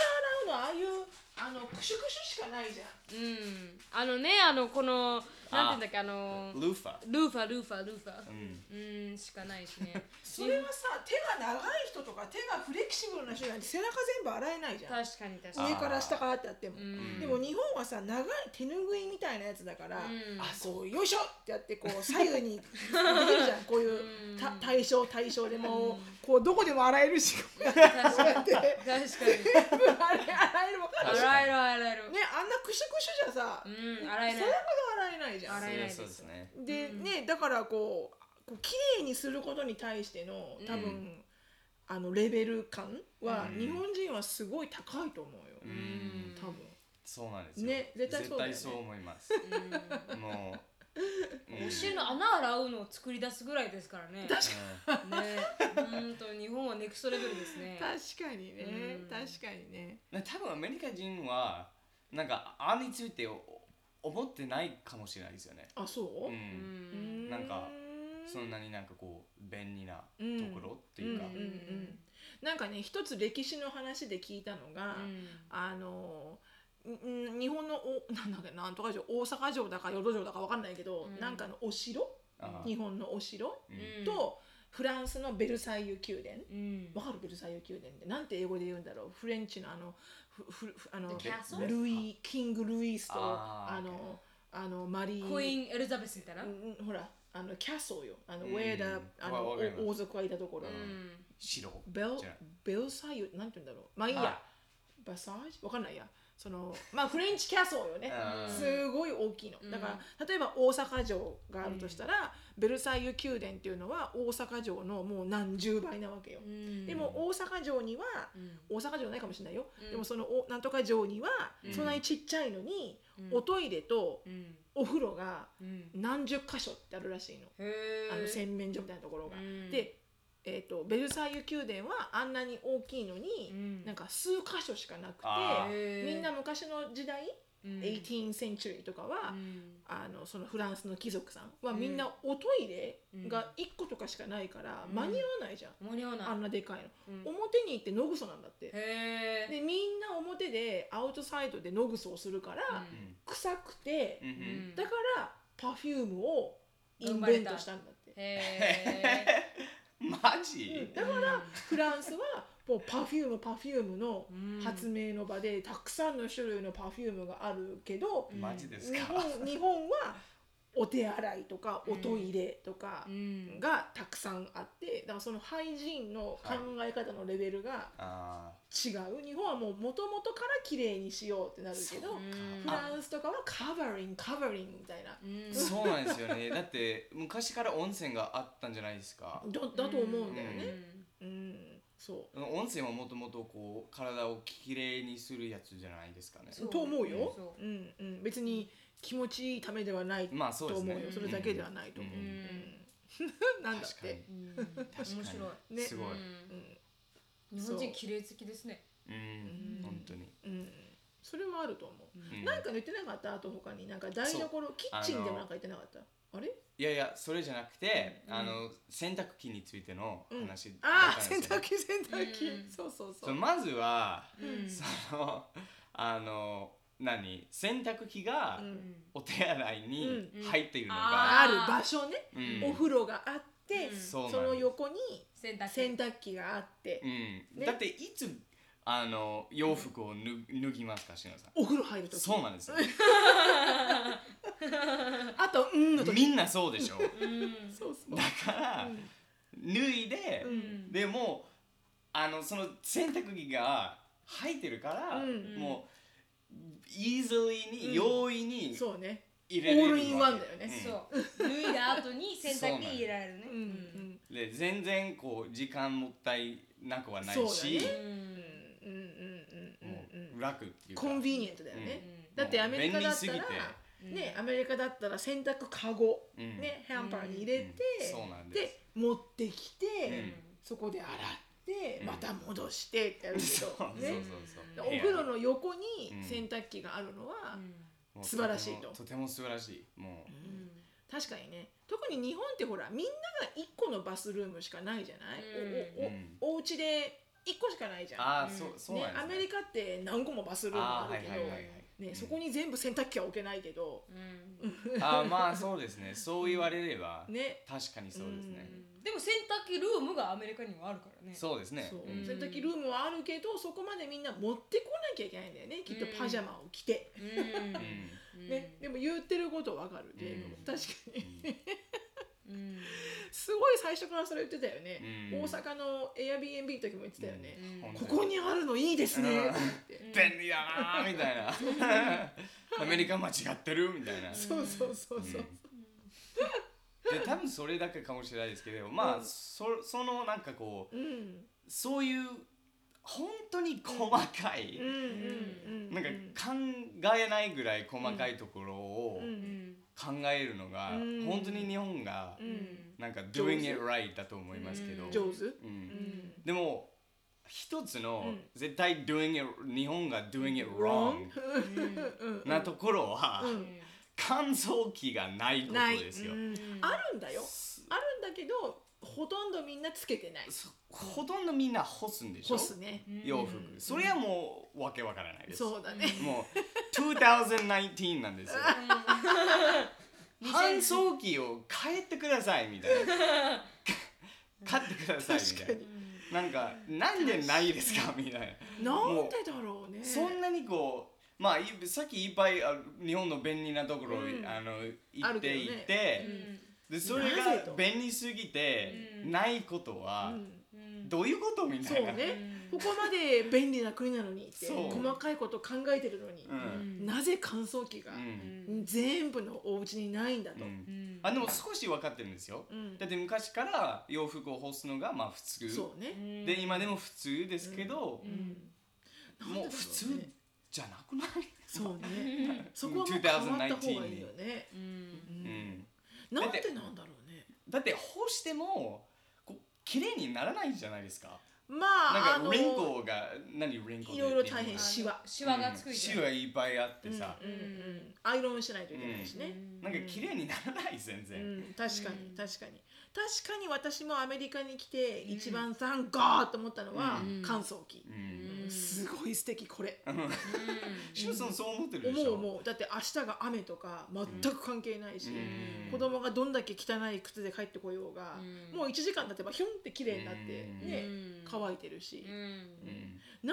Speaker 2: うのああいうあのクシュクシュしかないじゃん
Speaker 1: うん。あのね、あのこのなんていうんだっけ、あの
Speaker 3: ルーファ
Speaker 1: ルーファルーファルーフ
Speaker 3: う
Speaker 1: ァ。
Speaker 3: ん
Speaker 1: うん、しかないしね。
Speaker 2: それはさ手が長い人とか手がフレキシブルな人なんて背中全部洗えないじゃん
Speaker 1: 確かに確かに。
Speaker 2: 上から下からってやっても、
Speaker 1: うん
Speaker 2: でも日本はさ長い手ぬぐいみたいなやつだから、
Speaker 1: ん
Speaker 2: あこうよいしょってやってこう左右にできる じゃんこういうた対象対象でもうこうどこでも洗えるしこうやって
Speaker 1: 確
Speaker 2: こう
Speaker 1: かに。
Speaker 2: やって
Speaker 1: 確かに。
Speaker 2: 洗えるわかる
Speaker 1: 洗える洗える。
Speaker 2: ねあんなクシュクシュじゃさ、
Speaker 1: うん、洗えな
Speaker 2: そ
Speaker 1: い
Speaker 2: れ。ほど洗えないじゃん
Speaker 1: 洗えないです
Speaker 3: そうですね
Speaker 2: で、ねだからこうこう綺麗にすることに対しての多分、
Speaker 3: うん
Speaker 2: あのレベル感は、
Speaker 3: うん
Speaker 2: 日本人はすごい高いと思うよ、
Speaker 3: うん
Speaker 2: 多分
Speaker 3: そうなんですよ
Speaker 2: ね絶対そうだよね
Speaker 3: 絶対そう思いますも ううん
Speaker 1: お尻の穴洗うのを作り出すぐらいですからね。
Speaker 2: 確
Speaker 3: うん
Speaker 1: ね、本当日本はネクストレベルですね。
Speaker 2: 確かにね、
Speaker 1: うん
Speaker 2: 確かにね
Speaker 3: な多分アメリカ人はなんかあについてお思ってないかもしれないですよね
Speaker 2: あそう
Speaker 3: う、
Speaker 1: うん
Speaker 2: うー
Speaker 1: ん。
Speaker 2: ん
Speaker 3: なんかそんなになんかこう便利なところっていうか
Speaker 2: うんうんうんなんかね一つ歴史の話で聞いたのが、
Speaker 1: うん
Speaker 2: あのん日本のおなんだっけなんとか城大阪城だか淀城だかわかんないけど、
Speaker 1: うん
Speaker 2: なんかのお城
Speaker 3: あ
Speaker 2: 日本のお城、
Speaker 3: うん
Speaker 2: とフランスのベルサイユ宮殿
Speaker 1: うん
Speaker 2: わかるベルサイユ宮殿ってなんて英語で言うんだろうフレンチのあのふふふあの
Speaker 1: The castle？
Speaker 2: ルイキング・ルイースと
Speaker 3: あ
Speaker 2: あ
Speaker 3: ー
Speaker 2: のあのマリー
Speaker 1: クイーンエリザベスみたいな、
Speaker 2: うんうんほらあのキャソルよあの、
Speaker 3: うん
Speaker 2: ウェーダーあの
Speaker 3: わわかります
Speaker 2: お王族がいたところ、
Speaker 1: うん
Speaker 3: 白
Speaker 2: ベル
Speaker 3: じゃあ
Speaker 2: ベルサイユなんて言うんだろうまあいいや、
Speaker 3: は
Speaker 2: バサージわかんないやそのまあフレンチキャソルよね
Speaker 3: うん
Speaker 2: すごい大きいの
Speaker 1: うん
Speaker 2: だから例えば大阪城があるとしたら、ベルサイユ宮殿っていうのは大阪城のもう何十倍なわけよ、
Speaker 1: うん
Speaker 2: でも大阪城には
Speaker 1: うん
Speaker 2: 大阪城ないかもしれないよ、
Speaker 1: うん
Speaker 2: でもそのおなんとか城には
Speaker 1: うん
Speaker 2: そんなにちっちゃいのに、
Speaker 1: うん
Speaker 2: おトイレと
Speaker 1: うん
Speaker 2: お風呂が
Speaker 1: うん
Speaker 2: 何十箇所ってあるらしいの
Speaker 1: へー
Speaker 2: あの洗面所みたいなところが。
Speaker 1: うん
Speaker 2: で、えー、とベルサイユ宮殿はあんなに大きいの
Speaker 1: う
Speaker 2: に、
Speaker 1: ん
Speaker 2: なんか数箇所しかなく
Speaker 3: あ
Speaker 2: て
Speaker 1: へー
Speaker 2: みんな昔の時
Speaker 1: う
Speaker 2: 代、
Speaker 1: ん
Speaker 2: 18th century とかは、
Speaker 1: うん
Speaker 2: あのそのフランスの貴族さんは
Speaker 1: うん
Speaker 2: みんなおトイレが1個とかしかないから、
Speaker 1: うん
Speaker 2: 間に合わないじゃん、
Speaker 1: 間に合わない
Speaker 2: あんなでかい
Speaker 1: うん
Speaker 2: の。表に行って野グソなんだって。
Speaker 1: へー
Speaker 2: でみんな表でアウトサイドで野グソをするから、
Speaker 1: うん
Speaker 3: うん
Speaker 2: 臭くて、
Speaker 3: うんうん
Speaker 2: だからパフュームをインベントしたんだって。
Speaker 1: へ
Speaker 3: マ
Speaker 2: う
Speaker 3: ジ
Speaker 2: んだからフランス はもうパフュームパフュームの
Speaker 1: うん
Speaker 2: 発明の場でたくさんの種類のパフュームがあるけど、
Speaker 1: うん
Speaker 3: マジです
Speaker 2: 日
Speaker 3: か
Speaker 2: 本日本はお手洗いとかおトイレとか
Speaker 1: ーうん
Speaker 2: がたくさんあってだからそのハイジーンの考え方のレベルが
Speaker 3: あ
Speaker 2: 違う、日本はもう元々から綺麗にしようってなるけ
Speaker 1: う
Speaker 2: ど
Speaker 1: ん
Speaker 2: フランスとかはカバリングカバリングみたいな
Speaker 1: う。ん
Speaker 3: ーそうなんですよねだって昔から温泉があったんじゃないですか
Speaker 2: だだと思うんだよね。
Speaker 1: うん
Speaker 2: うん、そ
Speaker 3: 温泉はもともとこう体をきれいにするやつじゃないですかね
Speaker 1: そう
Speaker 2: う。と思うよ。、
Speaker 1: そう
Speaker 2: んうん、別に気持ちいいためではない
Speaker 3: まあそう
Speaker 2: と
Speaker 3: です
Speaker 2: 思うよ。
Speaker 3: ね
Speaker 2: それだけではないと思う。
Speaker 3: うん
Speaker 2: うん なんだっ
Speaker 3: 確かに
Speaker 2: て。
Speaker 1: うん面
Speaker 3: 確かに
Speaker 1: 白い
Speaker 2: ね
Speaker 3: すごい
Speaker 1: うん
Speaker 2: うん
Speaker 1: 日本人綺麗好きですね
Speaker 3: うん、
Speaker 1: うん
Speaker 3: 本当に、
Speaker 2: うん、それもあると思う。
Speaker 3: うん
Speaker 2: なんか言ってなかったあと他になんか台所キッチンでもなんか言ってなかった。あれ？
Speaker 3: いやいやそれじゃなくて、
Speaker 1: うん
Speaker 3: あの洗濯機についての話だ
Speaker 2: あ
Speaker 3: っ
Speaker 2: あ
Speaker 3: たん
Speaker 2: 洗
Speaker 3: ですよ
Speaker 2: 濯機洗濯機。
Speaker 1: うん
Speaker 2: そうそうそ。
Speaker 3: そううまずは、
Speaker 1: うん
Speaker 3: そのあの何洗濯機が
Speaker 2: うん
Speaker 3: お手洗いに
Speaker 1: うん
Speaker 3: 入っているのが、
Speaker 2: ある場所ね、
Speaker 3: うん
Speaker 1: ー
Speaker 2: お風呂があって、
Speaker 1: うん
Speaker 3: そうなん
Speaker 2: その横に
Speaker 1: 洗濯
Speaker 2: 洗濯機があって、
Speaker 3: うん
Speaker 2: ね
Speaker 3: だっていつあの洋服を脱脱ぎますかしのさん
Speaker 2: お風呂入るとき。
Speaker 3: そうなんですよ
Speaker 2: あとうんのとき。
Speaker 3: みんなそ うでしょ
Speaker 1: うん
Speaker 2: そうそう。
Speaker 3: だから、脱いで、
Speaker 2: う
Speaker 1: うん
Speaker 3: でもあのその洗濯機が入ってるから、
Speaker 2: うん
Speaker 3: もう easily に、
Speaker 2: うん
Speaker 3: 容易に
Speaker 2: そうね。
Speaker 3: 入
Speaker 2: オ
Speaker 3: れれ
Speaker 2: ー
Speaker 3: る
Speaker 2: ルインワンだよ
Speaker 3: うん
Speaker 2: ね。
Speaker 1: そう脱いだ後に洗濯機入れられるね
Speaker 2: う
Speaker 1: うんん
Speaker 3: で全然こう時間もったいなくはないし、
Speaker 2: そうだ
Speaker 1: うん
Speaker 2: うんうんうん
Speaker 3: も
Speaker 2: うん
Speaker 3: う楽っていうか
Speaker 2: コンビニエントだよ
Speaker 1: う
Speaker 2: ね。
Speaker 1: ん
Speaker 2: だってアメリカだったら
Speaker 3: もう便利す
Speaker 1: ぎて
Speaker 2: ねアメリカだったら洗濯カゴ
Speaker 3: うん
Speaker 2: ねハンパーに入
Speaker 3: う
Speaker 2: れ
Speaker 3: ん
Speaker 2: て
Speaker 3: そうなんです
Speaker 2: で持ってきて
Speaker 3: う
Speaker 2: そこで洗って
Speaker 3: うん
Speaker 2: また戻してってやるけ
Speaker 3: そうそう
Speaker 2: ど
Speaker 3: そう
Speaker 2: ね。
Speaker 3: そう
Speaker 2: お
Speaker 3: 部屋
Speaker 2: 風呂の横に
Speaker 3: うん
Speaker 2: 洗濯機があるのは
Speaker 3: もう
Speaker 2: 素晴らしい
Speaker 3: ても
Speaker 2: と
Speaker 3: とても素晴らしいもう
Speaker 2: 確かにね特に日本ってほらみんなが1個のバスルームしかないじゃないおお
Speaker 3: う
Speaker 2: お
Speaker 3: ん
Speaker 2: お家で1個しかないじゃん。
Speaker 3: ああ、
Speaker 1: うん
Speaker 3: そうそう
Speaker 2: ね
Speaker 3: なんです、ね、
Speaker 2: アメリカって何個もバスルーム
Speaker 3: あ
Speaker 2: あ
Speaker 3: ーは
Speaker 2: る
Speaker 3: い
Speaker 2: け
Speaker 3: はい
Speaker 2: ど
Speaker 3: はいはい、
Speaker 2: ね、そこに全部洗濯機は置けないけど、
Speaker 1: うん
Speaker 3: あーまあそうですねそう言われれば、
Speaker 2: ね
Speaker 3: 確かにそうですね、
Speaker 1: でも洗濯機ルームがアメリカにはあるからね
Speaker 3: そうですね
Speaker 2: そう
Speaker 3: うん
Speaker 2: 洗濯機ルームはあるけどそこまでみんな持ってこなきゃいけないんだよねきっとパジャマを着て、
Speaker 1: うんうん
Speaker 2: ね、でも言ってることわかるで、
Speaker 3: うん
Speaker 2: 確かに
Speaker 1: うん
Speaker 2: すごい最初からそれ言ってたよね、
Speaker 3: うん
Speaker 2: 大阪の Airbnb の時も言ってたよね、
Speaker 1: うん
Speaker 3: うん
Speaker 2: ここにあるのいいですね、
Speaker 3: うん
Speaker 2: とか言って
Speaker 3: 便利だなーみたいな アメリカ間違ってるみたいな
Speaker 2: そうそうそうそう、
Speaker 3: で多分それだけかもしれないですけどまあ、そそのなんかこう
Speaker 2: うん、うん
Speaker 3: そういう本当に細かい、
Speaker 2: うんうんうん
Speaker 3: なんか考えないぐらい細かいところを
Speaker 2: うん
Speaker 1: うん
Speaker 3: 考えるのが、
Speaker 2: うん
Speaker 3: 本当に日本が
Speaker 2: う
Speaker 1: うん
Speaker 2: ん
Speaker 3: なんか
Speaker 2: 上手
Speaker 3: doing it right だと思いますけど、
Speaker 1: うん
Speaker 2: 上手、
Speaker 3: うん
Speaker 2: うん
Speaker 3: でも一つの、
Speaker 2: うん
Speaker 3: 絶対 doing it 日本が doing it wrong
Speaker 2: うん
Speaker 3: なところは、
Speaker 2: うん
Speaker 3: 乾燥機がないことですよ。
Speaker 2: うんあるんだよあるんだけどほとんどみんなつけてない
Speaker 3: そほとんどみんな干すんでしょ
Speaker 2: 干すね
Speaker 3: 洋服、それはもうわけわからないです
Speaker 2: そうだね
Speaker 3: もう2019な んですよ乾燥機を変えてくださいみたいな 買ってくださいみたい
Speaker 2: 確
Speaker 3: ななんかなんでないですかみたいな
Speaker 2: なんでだろうね
Speaker 3: そんなにこうまあいさっきいっぱいあ日本の便利なところ、
Speaker 2: うん
Speaker 3: あの
Speaker 2: あ
Speaker 3: 行っ
Speaker 2: るけ
Speaker 3: て
Speaker 2: どね
Speaker 3: いて、
Speaker 1: うん
Speaker 3: でそれ
Speaker 2: なぜ
Speaker 3: が
Speaker 2: と
Speaker 3: 便利すぎて
Speaker 1: うん
Speaker 3: ないことは
Speaker 2: うん
Speaker 1: うん
Speaker 3: どういうことみ
Speaker 2: そ
Speaker 3: た
Speaker 2: う
Speaker 3: いな。
Speaker 2: ね
Speaker 1: う
Speaker 2: こ
Speaker 1: ん
Speaker 2: こまで便利な国なのにって
Speaker 3: そう
Speaker 2: 細かいこと考えてるのに
Speaker 3: う、ん
Speaker 2: なぜ乾燥機が
Speaker 3: うん
Speaker 2: 全部のお家にないんだと、
Speaker 3: う
Speaker 2: うん
Speaker 3: んあでも少し分かってるんですよ。だって昔から洋服を干すのがまあ普通
Speaker 2: そうね、
Speaker 3: で今でも普通ですけど
Speaker 2: う、ん
Speaker 3: もう普通じゃなくない、
Speaker 2: そうね
Speaker 1: う
Speaker 2: そこはもう変わった方がいいよね、
Speaker 1: ん
Speaker 2: うん
Speaker 3: うん、
Speaker 2: なんでなんだろうね
Speaker 3: だって干してもこう綺麗にならないじゃないですか。
Speaker 2: まあ
Speaker 3: な
Speaker 2: あ
Speaker 3: ん
Speaker 2: の
Speaker 3: かリンコが何リンコ
Speaker 2: いろいろ大変しシワ
Speaker 1: シワがつく
Speaker 3: シワがいっぱいあってさ、
Speaker 2: うんうんうん、アイロンしないといけないしね、
Speaker 3: なんか綺麗にならない全
Speaker 2: う
Speaker 3: 然、
Speaker 2: ん、確か
Speaker 1: う
Speaker 2: に
Speaker 1: ん
Speaker 2: 確かに確かに私もアメリカに来て
Speaker 1: うん
Speaker 2: 一番さんガーッと思ったのは
Speaker 1: うん
Speaker 2: 乾燥機
Speaker 3: うん
Speaker 1: うん
Speaker 2: すごい素敵これ
Speaker 3: シュウさんそう思ってるで
Speaker 2: 思
Speaker 3: しょ
Speaker 2: う思うだって明日が雨とか全く関係ないし
Speaker 3: うん
Speaker 2: 子供がどんだけ汚い靴で帰ってこようが
Speaker 1: うん
Speaker 2: もう1時間経てばヒョンって綺麗になって
Speaker 3: うん
Speaker 2: ね乾いてるし
Speaker 3: うん
Speaker 2: で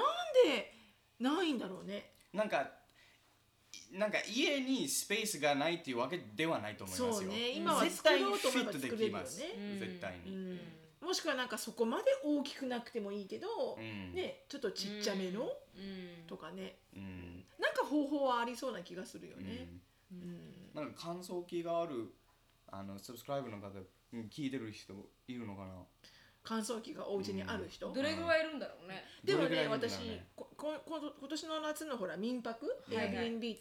Speaker 2: ないんだろうね
Speaker 3: なんかなんか家にスペースがないっていうわけではないと思いますよ
Speaker 2: そうね今は
Speaker 3: 絶
Speaker 2: 作
Speaker 3: 対
Speaker 2: ろ
Speaker 3: に
Speaker 2: うと
Speaker 3: フ
Speaker 2: 思え
Speaker 3: ィッ
Speaker 2: ば
Speaker 3: ト
Speaker 2: 作
Speaker 3: で
Speaker 2: れる
Speaker 3: き
Speaker 2: よね
Speaker 3: ます、
Speaker 1: うん
Speaker 3: 絶対
Speaker 2: う
Speaker 3: に、
Speaker 2: んもしくはなんかそこまで大きくなくてもいいけど
Speaker 3: うん
Speaker 2: ねちょっとちっちゃめのとかね
Speaker 3: うん
Speaker 2: なんか方法はありそうな気がするよ
Speaker 3: う
Speaker 2: ね。
Speaker 3: ん
Speaker 2: うん
Speaker 3: なんか乾燥機があるあのサブスクライブの方うん聞いてる人いるのかな
Speaker 2: 乾燥機がお家にある人。
Speaker 1: どれぐらいいるんだろうね
Speaker 2: でも
Speaker 3: どれぐらい
Speaker 2: ね、
Speaker 3: いるんだろ
Speaker 2: 私
Speaker 3: うね
Speaker 2: こここ今年の夏のほら民泊、
Speaker 1: はい
Speaker 2: Airbnb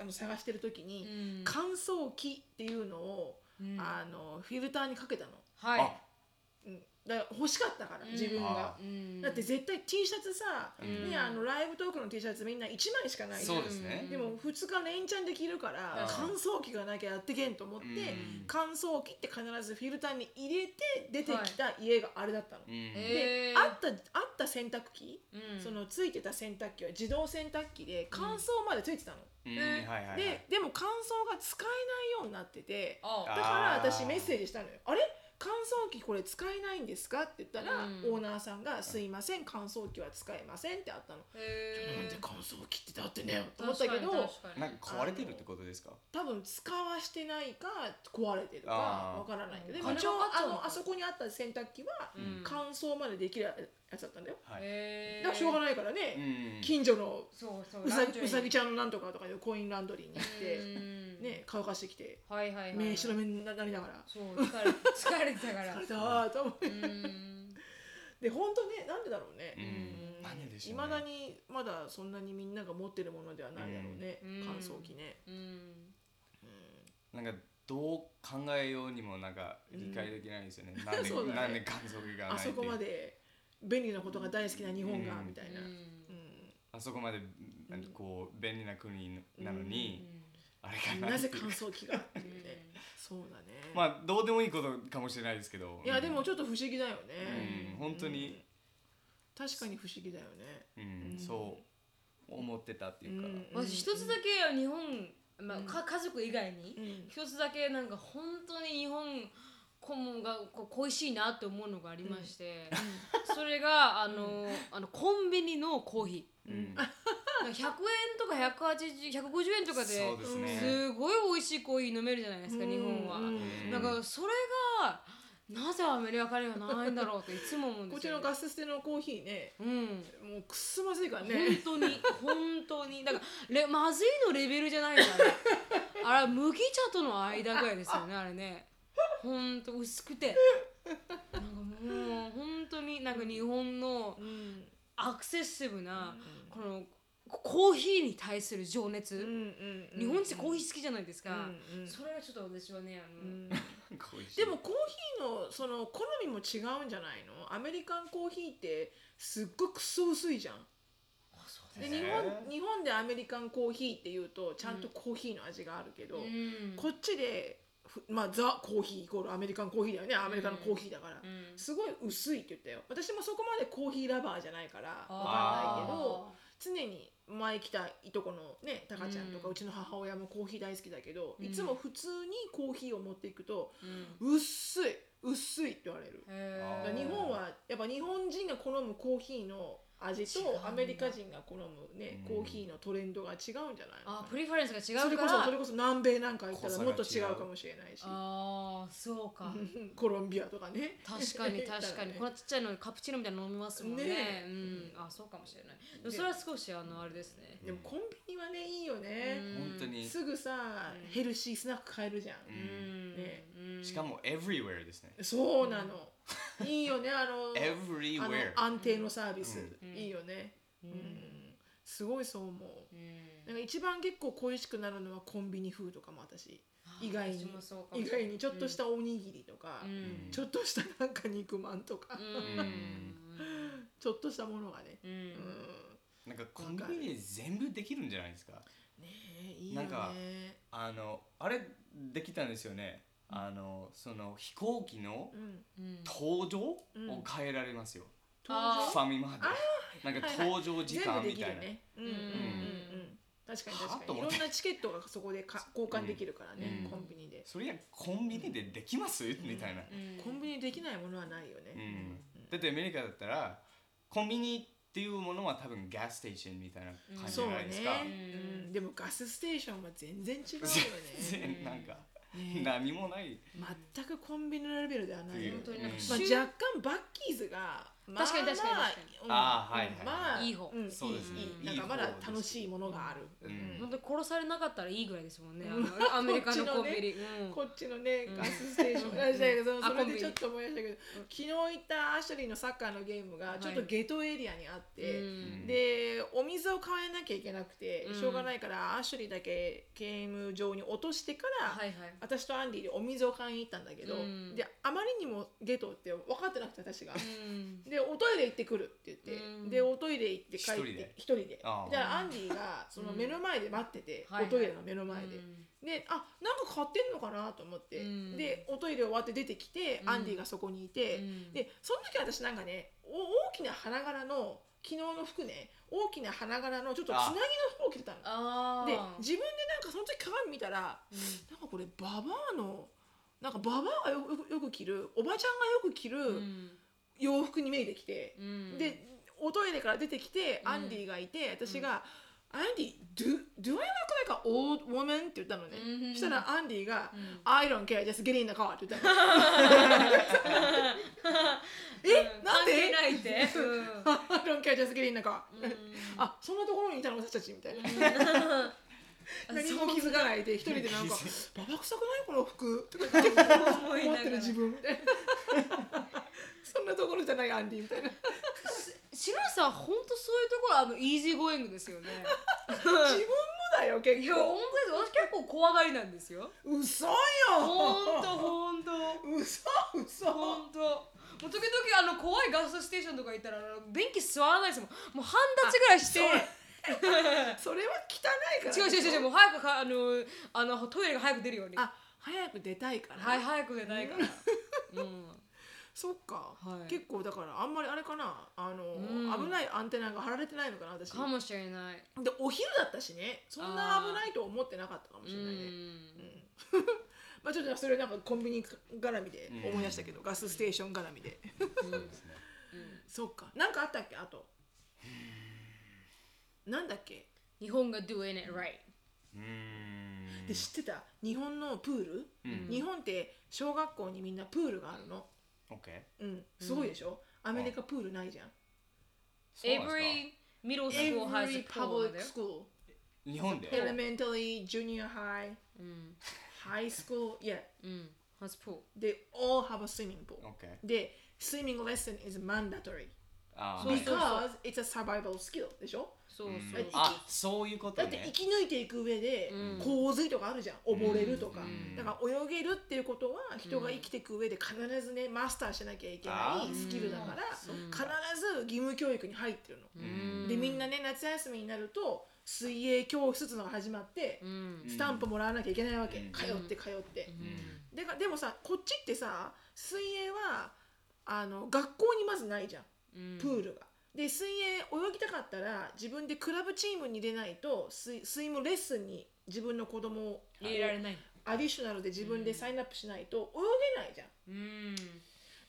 Speaker 2: あの探してる時に、乾燥機っていうのを、あのフィルターにかけたの。
Speaker 1: はい
Speaker 2: うん、だから欲しかったから自分が。
Speaker 3: あ
Speaker 2: だって絶対 T シャツさ、
Speaker 3: うん
Speaker 2: ねあのライブトークの T シャツみんな1枚しかないじゃん
Speaker 3: そうですね
Speaker 2: でも2日連チャンできるから
Speaker 1: 確か
Speaker 2: 乾
Speaker 3: に
Speaker 2: 燥機がなきゃやってけんと思って、
Speaker 3: うん
Speaker 2: 乾燥機って必ずフィルターに入れて出てきた家があれだったの。
Speaker 3: うん
Speaker 1: へ
Speaker 2: で
Speaker 1: ー
Speaker 2: あったあった洗濯機、
Speaker 1: うん
Speaker 2: そのついてた洗濯機は自動洗濯機で乾燥までついてたの。
Speaker 3: うん
Speaker 1: ね
Speaker 3: はいはいはい
Speaker 2: ででも乾燥が使えないようになっててだ
Speaker 1: あ
Speaker 2: から
Speaker 3: あー
Speaker 2: 私メッセージしたのよ。あれ乾燥機これ使えないんですかって言ったら、
Speaker 1: うん
Speaker 2: オーナーさんが「すいません乾燥機は使えません」ってあったの。なん
Speaker 1: へ
Speaker 2: で
Speaker 1: ー
Speaker 2: 乾燥機ってだってねと思ったけ
Speaker 1: 確
Speaker 2: ど
Speaker 1: かに確かに
Speaker 3: なんか壊れてるってことですか
Speaker 2: 多分使わしてないか壊れてるか
Speaker 3: あー
Speaker 2: わからないけどで
Speaker 1: お
Speaker 2: も
Speaker 1: 金
Speaker 2: 一応
Speaker 1: かかっちゃ
Speaker 2: あ
Speaker 1: うのか
Speaker 2: のあそこにあった洗濯機は
Speaker 1: うん
Speaker 2: 乾燥までできるやつだったんだよ
Speaker 3: はい
Speaker 1: へー
Speaker 2: だからしょうがないから
Speaker 3: う
Speaker 2: ね
Speaker 3: ん
Speaker 2: 近所の
Speaker 1: そうそう
Speaker 2: うさ
Speaker 1: ランチ
Speaker 2: ぎ
Speaker 1: ョリー
Speaker 2: うさぎちゃんのなんとかとかいうコインランドリーに行っ
Speaker 1: うん
Speaker 2: てね乾かしてきて
Speaker 1: はいはいはい
Speaker 2: 名刺の目になりながら
Speaker 1: そう疲れ疲れてたから
Speaker 2: 疲れたーと思って
Speaker 1: うん
Speaker 2: で本当ねなんでだろう
Speaker 3: う
Speaker 2: ね
Speaker 3: んなんででしょ
Speaker 2: いうまだ
Speaker 3: ね
Speaker 2: にまだそんなにみんなが持ってるものではないだろうね
Speaker 1: うん
Speaker 2: 乾燥機ね
Speaker 1: うん
Speaker 3: なんかどう考えようにもなんか理解できないですよね。なん で、
Speaker 2: そうだね
Speaker 3: なんで感想がない
Speaker 2: あ
Speaker 3: ってい
Speaker 2: そうこまで便利なことが大好きな日本が
Speaker 3: うん
Speaker 2: みたいな
Speaker 1: うん
Speaker 2: うん
Speaker 3: あそこまでこう便利な国なのに、あれかな
Speaker 2: なぜ
Speaker 3: っていう
Speaker 2: 乾燥機がっていうね。そうだね。
Speaker 3: まあどうでもいいことかもしれないですけど。
Speaker 2: いやで
Speaker 3: も、
Speaker 2: もちょっと不思議だよ
Speaker 3: うん
Speaker 2: ね。
Speaker 3: 本当に、
Speaker 2: 確かに不思議だよね。
Speaker 3: うん
Speaker 2: うん
Speaker 3: そう思ってたって
Speaker 2: う
Speaker 3: いうか。
Speaker 2: ん
Speaker 1: 私一つだけ日本、まあ、か家族以外に
Speaker 2: うん
Speaker 1: 一つだけなんか本当に日本顧問がこう恋しいなって思うのがありまして、それがあの,、あのコンビニのコーヒ
Speaker 3: うん
Speaker 1: ーなんか100円とか180 150円とかで
Speaker 3: そうですね。
Speaker 1: すごい美味しいコーヒー飲めるじゃないですか、日本は、
Speaker 2: うん
Speaker 1: なんかそれがなぜアメリカにはないんだろうっていつも思うん
Speaker 2: こ
Speaker 1: で
Speaker 2: っ
Speaker 1: す
Speaker 2: ち
Speaker 1: よ、
Speaker 2: のガス捨てのコーヒーね、
Speaker 1: うん
Speaker 2: もうくっすまずいから
Speaker 1: 本
Speaker 2: ね。
Speaker 1: 当に本当にだからレまずいのレベルじゃないからあれ 麦茶との間ぐらいですよねあれね本当薄くてなんかもう本当になんか日本の
Speaker 2: うん
Speaker 1: アクセシブなこのコーヒーに対する情熱、
Speaker 2: うんうんうん
Speaker 1: 日本人コーヒー好きじゃないですか、
Speaker 2: うんうん
Speaker 1: それがちょっと私はねあ
Speaker 2: う
Speaker 1: の、
Speaker 2: ん
Speaker 3: こういう
Speaker 2: でもコーヒーのその好みも違うんじゃないの？アメリカンコーヒーってすっごくクソ薄いじゃん。
Speaker 1: あそう
Speaker 2: で
Speaker 1: で
Speaker 2: 日
Speaker 3: ね
Speaker 2: 本日本でアメリカンコーヒーっていうとちゃんとコーヒーの味があるけど。
Speaker 1: うん
Speaker 2: こっちでふまあ、ザ・コーヒーイコールアメリカンコーヒーだよねアメリカのコーヒーだから、
Speaker 1: うん
Speaker 2: すごい薄いって言ったよ私もそこまでコーヒーラバーじゃないからわかんないけど
Speaker 1: あ
Speaker 2: 常に前来たいとこのねタカちゃんとか、
Speaker 1: う
Speaker 2: うんちの母親もコーヒー大好きだけど、
Speaker 1: うん
Speaker 2: いつも普通にコーヒーを持っていくと
Speaker 1: ーうん
Speaker 2: 「薄い薄い」って言われるだから
Speaker 1: へー
Speaker 2: 日本はやっぱ日本人が好むコーヒーの味
Speaker 1: 違うんだ
Speaker 2: とアメリカ人が好むね
Speaker 3: うん
Speaker 2: コーヒーのトレンドが違うんじゃないの
Speaker 1: あ
Speaker 2: か
Speaker 1: プリファレンスが違
Speaker 2: なそうれ
Speaker 1: か
Speaker 2: こそ
Speaker 1: ら
Speaker 2: それこそ南米なんか行ったら
Speaker 3: 濃さが
Speaker 2: もっと違
Speaker 3: 違う
Speaker 2: うかもしれないし
Speaker 1: ああそうか
Speaker 2: うん コロンビアとかね
Speaker 1: 確か に確かに、こんなちっちゃいのにカプチーノみたいなの飲みますもんね
Speaker 2: ね
Speaker 1: うんあそうかもしれないでもそれは少しあのあれですね
Speaker 2: でもコンビニはねいいよね、
Speaker 1: うん
Speaker 3: 本当に
Speaker 2: すぐさ
Speaker 1: うん
Speaker 2: ヘルシースナック買えるじゃん
Speaker 1: う
Speaker 3: うん
Speaker 1: ん
Speaker 2: ね
Speaker 1: うん
Speaker 3: しかも everywhere ですね
Speaker 2: そうなの。いいよ ね、あの、あの
Speaker 3: everywhere
Speaker 2: 安定のサービス、
Speaker 1: うん
Speaker 2: いいよね、
Speaker 1: う
Speaker 2: うん
Speaker 1: ん
Speaker 2: すごいそう思
Speaker 1: う
Speaker 2: う。
Speaker 1: ん
Speaker 2: なんか一番結構恋しくなるのはコンビニ風とかも私、意外に
Speaker 1: 私もそうかも
Speaker 2: 意
Speaker 1: しれない
Speaker 2: 外にちょっとしたおにぎりとか、
Speaker 1: うんうん
Speaker 2: ちょっとしたなんか肉まんとか、
Speaker 1: うん
Speaker 2: ちょっとしたものがね。
Speaker 1: う
Speaker 2: うんん、
Speaker 3: なんかコンビニで全部できるんじゃないですか
Speaker 2: ねえ、いいよ
Speaker 3: なんか
Speaker 2: ね。
Speaker 3: あのあれできたんですよねあのその飛行機の
Speaker 2: うん、
Speaker 1: うん
Speaker 3: 搭乗を
Speaker 2: うん
Speaker 3: 変えられますよ、
Speaker 1: あー
Speaker 3: ファミマでなんか搭乗時
Speaker 2: 全
Speaker 3: 間
Speaker 2: 部で
Speaker 3: み
Speaker 2: き
Speaker 3: たい
Speaker 2: る
Speaker 3: な、
Speaker 2: ね。うんうん
Speaker 1: うん
Speaker 2: うんうん。確かに確
Speaker 3: は
Speaker 2: か
Speaker 3: と
Speaker 2: に。い
Speaker 3: 思
Speaker 2: ろ
Speaker 3: って
Speaker 2: んなチケットがそこでか交換できるからね、
Speaker 3: うん
Speaker 2: コンビニで。
Speaker 3: それやコンビニでできます、みたいな、
Speaker 1: うん
Speaker 2: コンビニできないものはないよね。
Speaker 3: うんだってアメリカだったらコンビニっていうものは多分ガスステーションみたいな感じじ
Speaker 2: そ
Speaker 3: ゃ
Speaker 2: う
Speaker 3: ないですか、
Speaker 2: ね、
Speaker 1: うん
Speaker 2: うん、でもガスステーションは全然違うよ
Speaker 3: 全
Speaker 2: ね
Speaker 3: 然 なんか、
Speaker 2: ね
Speaker 3: 何もない
Speaker 2: 全くコンビニのレベルではないよ、
Speaker 1: 本当になんか
Speaker 2: まあ、
Speaker 1: 週
Speaker 2: 若干バッキーズがまあ
Speaker 1: 確かに確かに
Speaker 2: ま
Speaker 1: 確かに
Speaker 3: あーはいはいはい
Speaker 2: まあ
Speaker 1: いい方
Speaker 2: うん、
Speaker 3: そうですね
Speaker 2: いいいい
Speaker 3: いい
Speaker 2: なんかまだ
Speaker 3: 方です
Speaker 2: 楽しいものがある、
Speaker 3: うん
Speaker 1: 本当に殺されなかったらいいぐらいですもんねあのアメリカのコンビニうん
Speaker 2: こっちのねガスステーションがあしたけど、
Speaker 1: うん
Speaker 2: そ
Speaker 1: あコ
Speaker 2: れ
Speaker 1: ンビニ
Speaker 2: でちょっと思い出したけど、昨日行ったアシュリーのサッカーのゲームがちょっとゲトエリアにあって、
Speaker 1: うん
Speaker 2: でお水を買えなきゃいけなくて、
Speaker 1: うん
Speaker 2: しょうがないからアシュリーだけゲーム場に落としてから、
Speaker 1: はいはい
Speaker 2: 私とアンディでお水を買いに行ったんだけど、
Speaker 1: うん
Speaker 2: であまりにもゲトって分かってなくて私が。
Speaker 1: うん
Speaker 2: でおトイレ行ってくるって言って、
Speaker 1: うん
Speaker 2: でおトイレ行って帰って
Speaker 3: 一人で
Speaker 2: 一人で
Speaker 3: ああ
Speaker 2: じゃあアンディがその目の前で待ってて、
Speaker 1: うんはいはい
Speaker 2: おトイレの目の前で、
Speaker 1: うん
Speaker 2: であなんか買ってんのかなと思って、
Speaker 1: うん
Speaker 2: でおトイレ終わって出てきて、
Speaker 1: うん
Speaker 2: アンディがそこにいて、
Speaker 1: うん
Speaker 2: でその時私なんかねお大きな花柄の昨日の服ね大きな花柄のちょっとつなぎの服を着てたの。
Speaker 1: あ
Speaker 2: で
Speaker 1: ー
Speaker 2: 自分でなんかその時鏡見たら
Speaker 1: うん
Speaker 2: なんかこれババアのなんかババアがよくよく着るおばちゃんがよく着
Speaker 1: う
Speaker 2: る
Speaker 1: ん
Speaker 2: 洋服に見えてきて、
Speaker 1: うん
Speaker 2: でおトイレから出てきて
Speaker 1: うん
Speaker 2: アンディがいて、私が「アンディ do, do I look like an old woman?」って言ったのね、
Speaker 1: うん
Speaker 2: そしたらアンディが「
Speaker 1: うん
Speaker 2: I don't care just get in the car」っ て言ったのえ、
Speaker 1: うん
Speaker 2: なんで
Speaker 1: 関係ないって うん
Speaker 2: 「I don't care just get in the car
Speaker 1: う」ん
Speaker 2: あそんなところにいたの私たちみたいな、
Speaker 1: あ
Speaker 2: 何
Speaker 1: そう
Speaker 2: も気づかないで一人でなんか
Speaker 3: 気
Speaker 2: 「
Speaker 3: づ
Speaker 2: ババ臭くないこの服」とか言って
Speaker 1: 思い
Speaker 2: 思
Speaker 1: なが
Speaker 2: ってる
Speaker 1: ら
Speaker 2: 自分みたいな そんなところじゃないアンディみたいな
Speaker 1: 白石さん本当そういうところあのイージーゴーイングですよ ね
Speaker 2: 自分もだよ結
Speaker 1: いや本
Speaker 2: 構
Speaker 1: 当です私結構怖がりなんですよ
Speaker 2: 嘘よ
Speaker 1: 本当本当
Speaker 2: 嘘嘘
Speaker 1: 本当もう時々あの怖いガスステーションとか行ったらあの電気吸わないですもんもう半立ちぐらいして
Speaker 2: それは汚いか ら
Speaker 1: 違う違う違う違う
Speaker 2: う
Speaker 1: もう早くかあのあのトイレが早く出るようには
Speaker 2: あ早く出たいから、
Speaker 1: い早く出ないからうん
Speaker 2: そっか、
Speaker 1: はい
Speaker 2: 結構だからあんまりあれかなあの、
Speaker 1: うん
Speaker 2: 危ないアンテナが張られてないのかな私
Speaker 1: かもしれない
Speaker 2: でお昼だったしねそんな危ないと思ってなかったかも
Speaker 1: う
Speaker 2: しれないね
Speaker 1: ん
Speaker 2: まあちょっとそれなんかコンビニ絡みで
Speaker 3: うん
Speaker 2: 思い出したけど、ガスステーション絡みで
Speaker 3: そうですね
Speaker 2: そっかなんかあったっけあとなんだっけ
Speaker 1: 日本が doing it right
Speaker 3: うーん
Speaker 2: で知ってた日本のプール、
Speaker 3: うん
Speaker 2: 日本って小学校にみんなプールがあるの
Speaker 3: OK
Speaker 2: うんすごいでしょ、アメリカプールないじゃん
Speaker 3: そうなんですか
Speaker 1: every middle school has a
Speaker 2: Every
Speaker 1: pool なんだ
Speaker 2: public
Speaker 1: よ
Speaker 2: school
Speaker 3: 日本で
Speaker 2: elementary junior high
Speaker 1: うん
Speaker 2: high school yeah
Speaker 1: うん has pool
Speaker 2: they all have a swimming pool
Speaker 3: OK
Speaker 2: で swimming lesson is mandatory
Speaker 3: あー
Speaker 1: そう
Speaker 3: はい
Speaker 1: そう
Speaker 2: because it's a survival skill でしょ
Speaker 1: そう
Speaker 3: うん
Speaker 1: そう
Speaker 3: あそういうこと
Speaker 2: だって
Speaker 3: ね
Speaker 2: 生き抜いていく上で
Speaker 1: うん
Speaker 2: 洪水とかあるじゃん溺れるとか、
Speaker 3: うん
Speaker 2: だから泳げるっていうことは人が生きていく上で必ずねマスターしなきゃいけ
Speaker 3: あ
Speaker 2: ない
Speaker 3: ー
Speaker 2: スキルだから
Speaker 1: うん
Speaker 2: 必ず義務教育に入ってるの。
Speaker 1: うん
Speaker 2: でみんなね夏休みになると水泳教室のが始まって
Speaker 1: うん
Speaker 2: スタンプもらわなきゃいけないわけ、
Speaker 3: うん
Speaker 2: 通って通って、
Speaker 1: うん
Speaker 2: でがでもさこっちってさ水泳はあの学校にまずないじゃん
Speaker 1: うん
Speaker 2: プールが。で水泳泳ぎたかったら自分でクラブチームに入れないとスイスイムレッスンに自分の子供を
Speaker 1: 入れられない
Speaker 2: アディショナルで自分でサインアップしないと泳げないじゃん。
Speaker 1: うん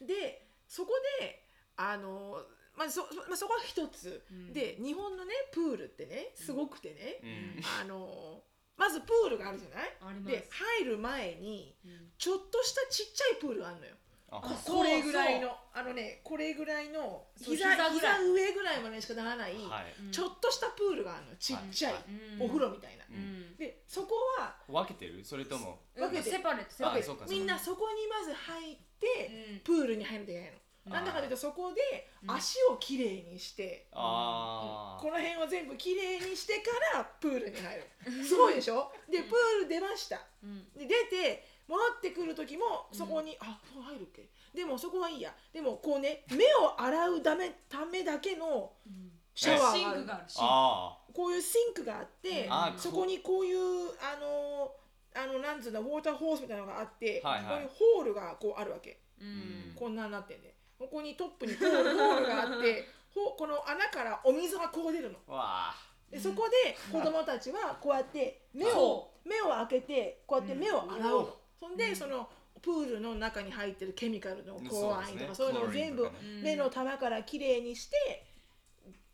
Speaker 2: でそこであの、まあそそまあ、そこは一つ、
Speaker 1: うん
Speaker 2: で日本のねプールってねすごくてね、
Speaker 3: う
Speaker 2: あ
Speaker 3: ん
Speaker 2: のまずプールがあるじゃない
Speaker 1: あります
Speaker 2: で入る前に
Speaker 1: うん
Speaker 2: ちょっとしたちっちゃいプールがあるのよ。
Speaker 1: あ
Speaker 3: あ
Speaker 1: そう
Speaker 2: これぐらいのあのねこれぐらいの
Speaker 1: そう
Speaker 2: 膝
Speaker 1: 膝ぐらい
Speaker 2: 膝上ぐらいまでしかならない、
Speaker 3: はい、
Speaker 1: うん
Speaker 2: ちょっとしたプールがあるのちっちゃい、
Speaker 3: はい
Speaker 1: うん
Speaker 2: お風呂みたいな。
Speaker 1: うん
Speaker 2: でそこは
Speaker 3: 分けてるそれとも
Speaker 1: うん
Speaker 2: 分けて
Speaker 1: セパレートセパ
Speaker 2: わ
Speaker 1: レ
Speaker 2: け
Speaker 1: ー
Speaker 2: で
Speaker 3: そうかそうか
Speaker 2: みんなそこにまず入って、
Speaker 1: ト
Speaker 2: プールに入るといけないの。なんだかというとそこで
Speaker 1: うん
Speaker 2: 足をきれいにして、
Speaker 3: ああ
Speaker 2: この辺を全部きれいにしてからプールに入る。すごいでしょでプール出ました。
Speaker 1: うんうん
Speaker 2: で出て戻ってくる時もそこに、あもう入るっけでもそこはいいやでもこうね目を洗うためためだけの
Speaker 1: うん
Speaker 2: シャワ
Speaker 1: シン
Speaker 2: ーがあ
Speaker 1: ク
Speaker 2: る
Speaker 1: があるシンク
Speaker 3: あ
Speaker 2: こういうシンクがあって
Speaker 1: あ
Speaker 2: そこにこういうあのあのなんつうのウォーターホースみたいなのがあって、
Speaker 3: はいはい
Speaker 2: ここにホールがこうあるわけ
Speaker 1: うん
Speaker 2: こんなになってんで、ここにトップにホールホールがあって ほこの穴からお水がこう出るの
Speaker 3: あわあ
Speaker 2: でそこで子供たちはこうやって目を目を開けてこうやって目を洗うの、
Speaker 3: うん
Speaker 2: そんでそのプールの中に入ってるケミカルのコアインとか
Speaker 3: そ
Speaker 2: そうう
Speaker 3: ですね
Speaker 2: いうのを全
Speaker 3: ク
Speaker 2: 部
Speaker 3: ロリンとか
Speaker 1: ね
Speaker 2: 目の玉からきれいにして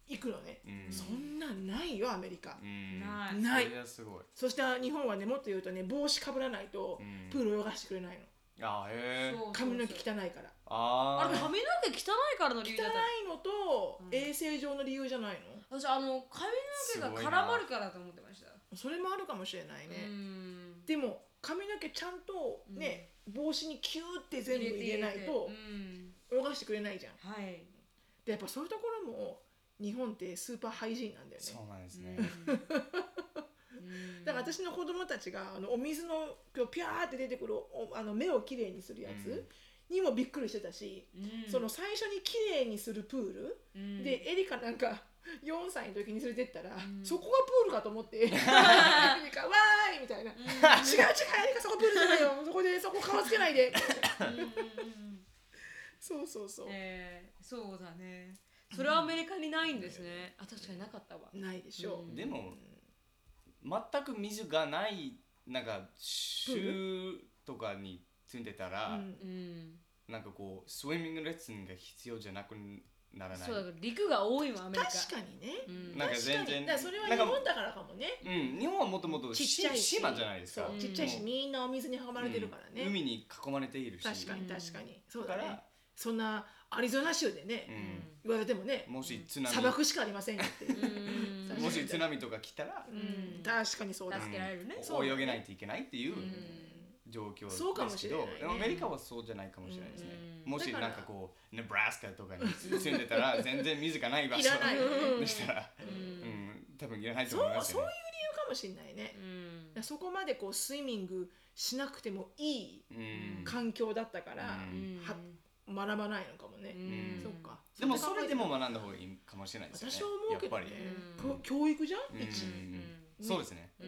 Speaker 2: いくのね、
Speaker 3: うん
Speaker 2: そんなんないよアメリカ、
Speaker 3: うん
Speaker 1: ない
Speaker 2: ない
Speaker 3: それはすごい
Speaker 2: そして日本はねもっと言うとね帽子かぶらないと
Speaker 3: うん
Speaker 2: プール泳がしてくれないの
Speaker 3: あーへえ
Speaker 1: そうそうそう
Speaker 2: 髪の毛汚いから
Speaker 1: あ
Speaker 3: あ
Speaker 1: れ
Speaker 3: ー
Speaker 1: 髪の毛汚いからの理由
Speaker 2: 汚
Speaker 1: だった
Speaker 2: いのと
Speaker 1: うん
Speaker 2: 衛生上の理由じゃないの、
Speaker 1: 私あの髪の毛が絡まるからと思ってました
Speaker 2: それもあるかもしれないね、
Speaker 1: うん
Speaker 2: でも髪の毛ちゃんとね、帽子にキューって全部入れないと
Speaker 1: うん
Speaker 2: 泳がしてくれないじゃん
Speaker 1: はい
Speaker 2: でやっぱそういうところも日本ってスーパーハイジーンなんだよね
Speaker 3: そうなんですね
Speaker 2: だから私の子供たちがあのお水のこうピャーって出てくるおあの目をきれいにするやつにもびっくりしてたし、その最初にきれいにするプール、でエリカなんか4歳の時に連れてったら、
Speaker 1: うん
Speaker 2: そこがプールかと思って「エリカわーい!」みたいな「違う違うエリカそこプールじゃないよそこでそこ顔つけないで」そうそうそう、
Speaker 1: えーそうだねそれはアメリカにないんですねあ確かになかったわ
Speaker 2: ないでしょう、
Speaker 1: うん
Speaker 3: でも全く水がないなんか州とかに住んでた
Speaker 2: う
Speaker 3: ら、
Speaker 2: ん
Speaker 1: うん
Speaker 3: なんかこうスイミングレッスンが必要じゃなくならない
Speaker 1: そうだから陸が多いもんアメリカ
Speaker 2: 確かにね
Speaker 1: うん
Speaker 3: なんか
Speaker 2: 確か
Speaker 3: 全
Speaker 2: に
Speaker 3: 然
Speaker 2: だからそれは日
Speaker 3: なんか
Speaker 2: 本だからかもね
Speaker 3: うん、日本はもともと
Speaker 2: ちっちゃいし
Speaker 3: 島じゃないですか
Speaker 2: そう
Speaker 1: うん
Speaker 2: ちっちゃいしみんなお水に囲まれてるからね、
Speaker 3: うん海に囲まれているし
Speaker 2: 確か
Speaker 1: う
Speaker 2: に
Speaker 1: ん
Speaker 2: 確かに、そう
Speaker 3: だか
Speaker 2: だ
Speaker 3: ら、
Speaker 2: ねそんなアリゾナ州でね、
Speaker 3: うん
Speaker 2: 言われてもね
Speaker 3: もし津波
Speaker 2: 砂漠しかありませんよって、
Speaker 1: うんうん
Speaker 2: 確かに
Speaker 3: もし津波とか来たら、
Speaker 2: うん確かにそうだ、
Speaker 1: 助けられるね
Speaker 3: うん
Speaker 2: そう
Speaker 3: 泳げないといけないっていう
Speaker 1: うん
Speaker 3: 状況ですけど、
Speaker 2: そうかもしれないね
Speaker 3: でもアメリカはそうじゃないかもしれないですね、
Speaker 1: うん
Speaker 3: もし
Speaker 2: だ
Speaker 3: な
Speaker 2: から
Speaker 3: んかこうネブラスカとかに住んでたら全然水がない場
Speaker 2: い
Speaker 3: 所
Speaker 2: らない、
Speaker 1: うん
Speaker 3: でしたら、
Speaker 1: う
Speaker 3: うん
Speaker 1: ん
Speaker 3: 多分いらないと
Speaker 2: そう
Speaker 3: 思います
Speaker 2: そう
Speaker 3: よ
Speaker 2: いう理
Speaker 3: ね
Speaker 2: 由かもしれないね
Speaker 1: う、ん
Speaker 2: だからそこまでこうスイミングしなくてもいい
Speaker 3: うん
Speaker 2: 環境だったから、
Speaker 3: う
Speaker 2: は学ばないのかもね、
Speaker 1: うん
Speaker 2: そっか
Speaker 3: でもそれでも学んだ方がいいかもしれないですよね
Speaker 2: 私は思うけど
Speaker 3: やっ
Speaker 2: ね
Speaker 3: ぱり、
Speaker 1: うん
Speaker 2: こ教育じゃん、
Speaker 3: うん
Speaker 2: 一
Speaker 1: うん
Speaker 3: そうですね、
Speaker 1: うん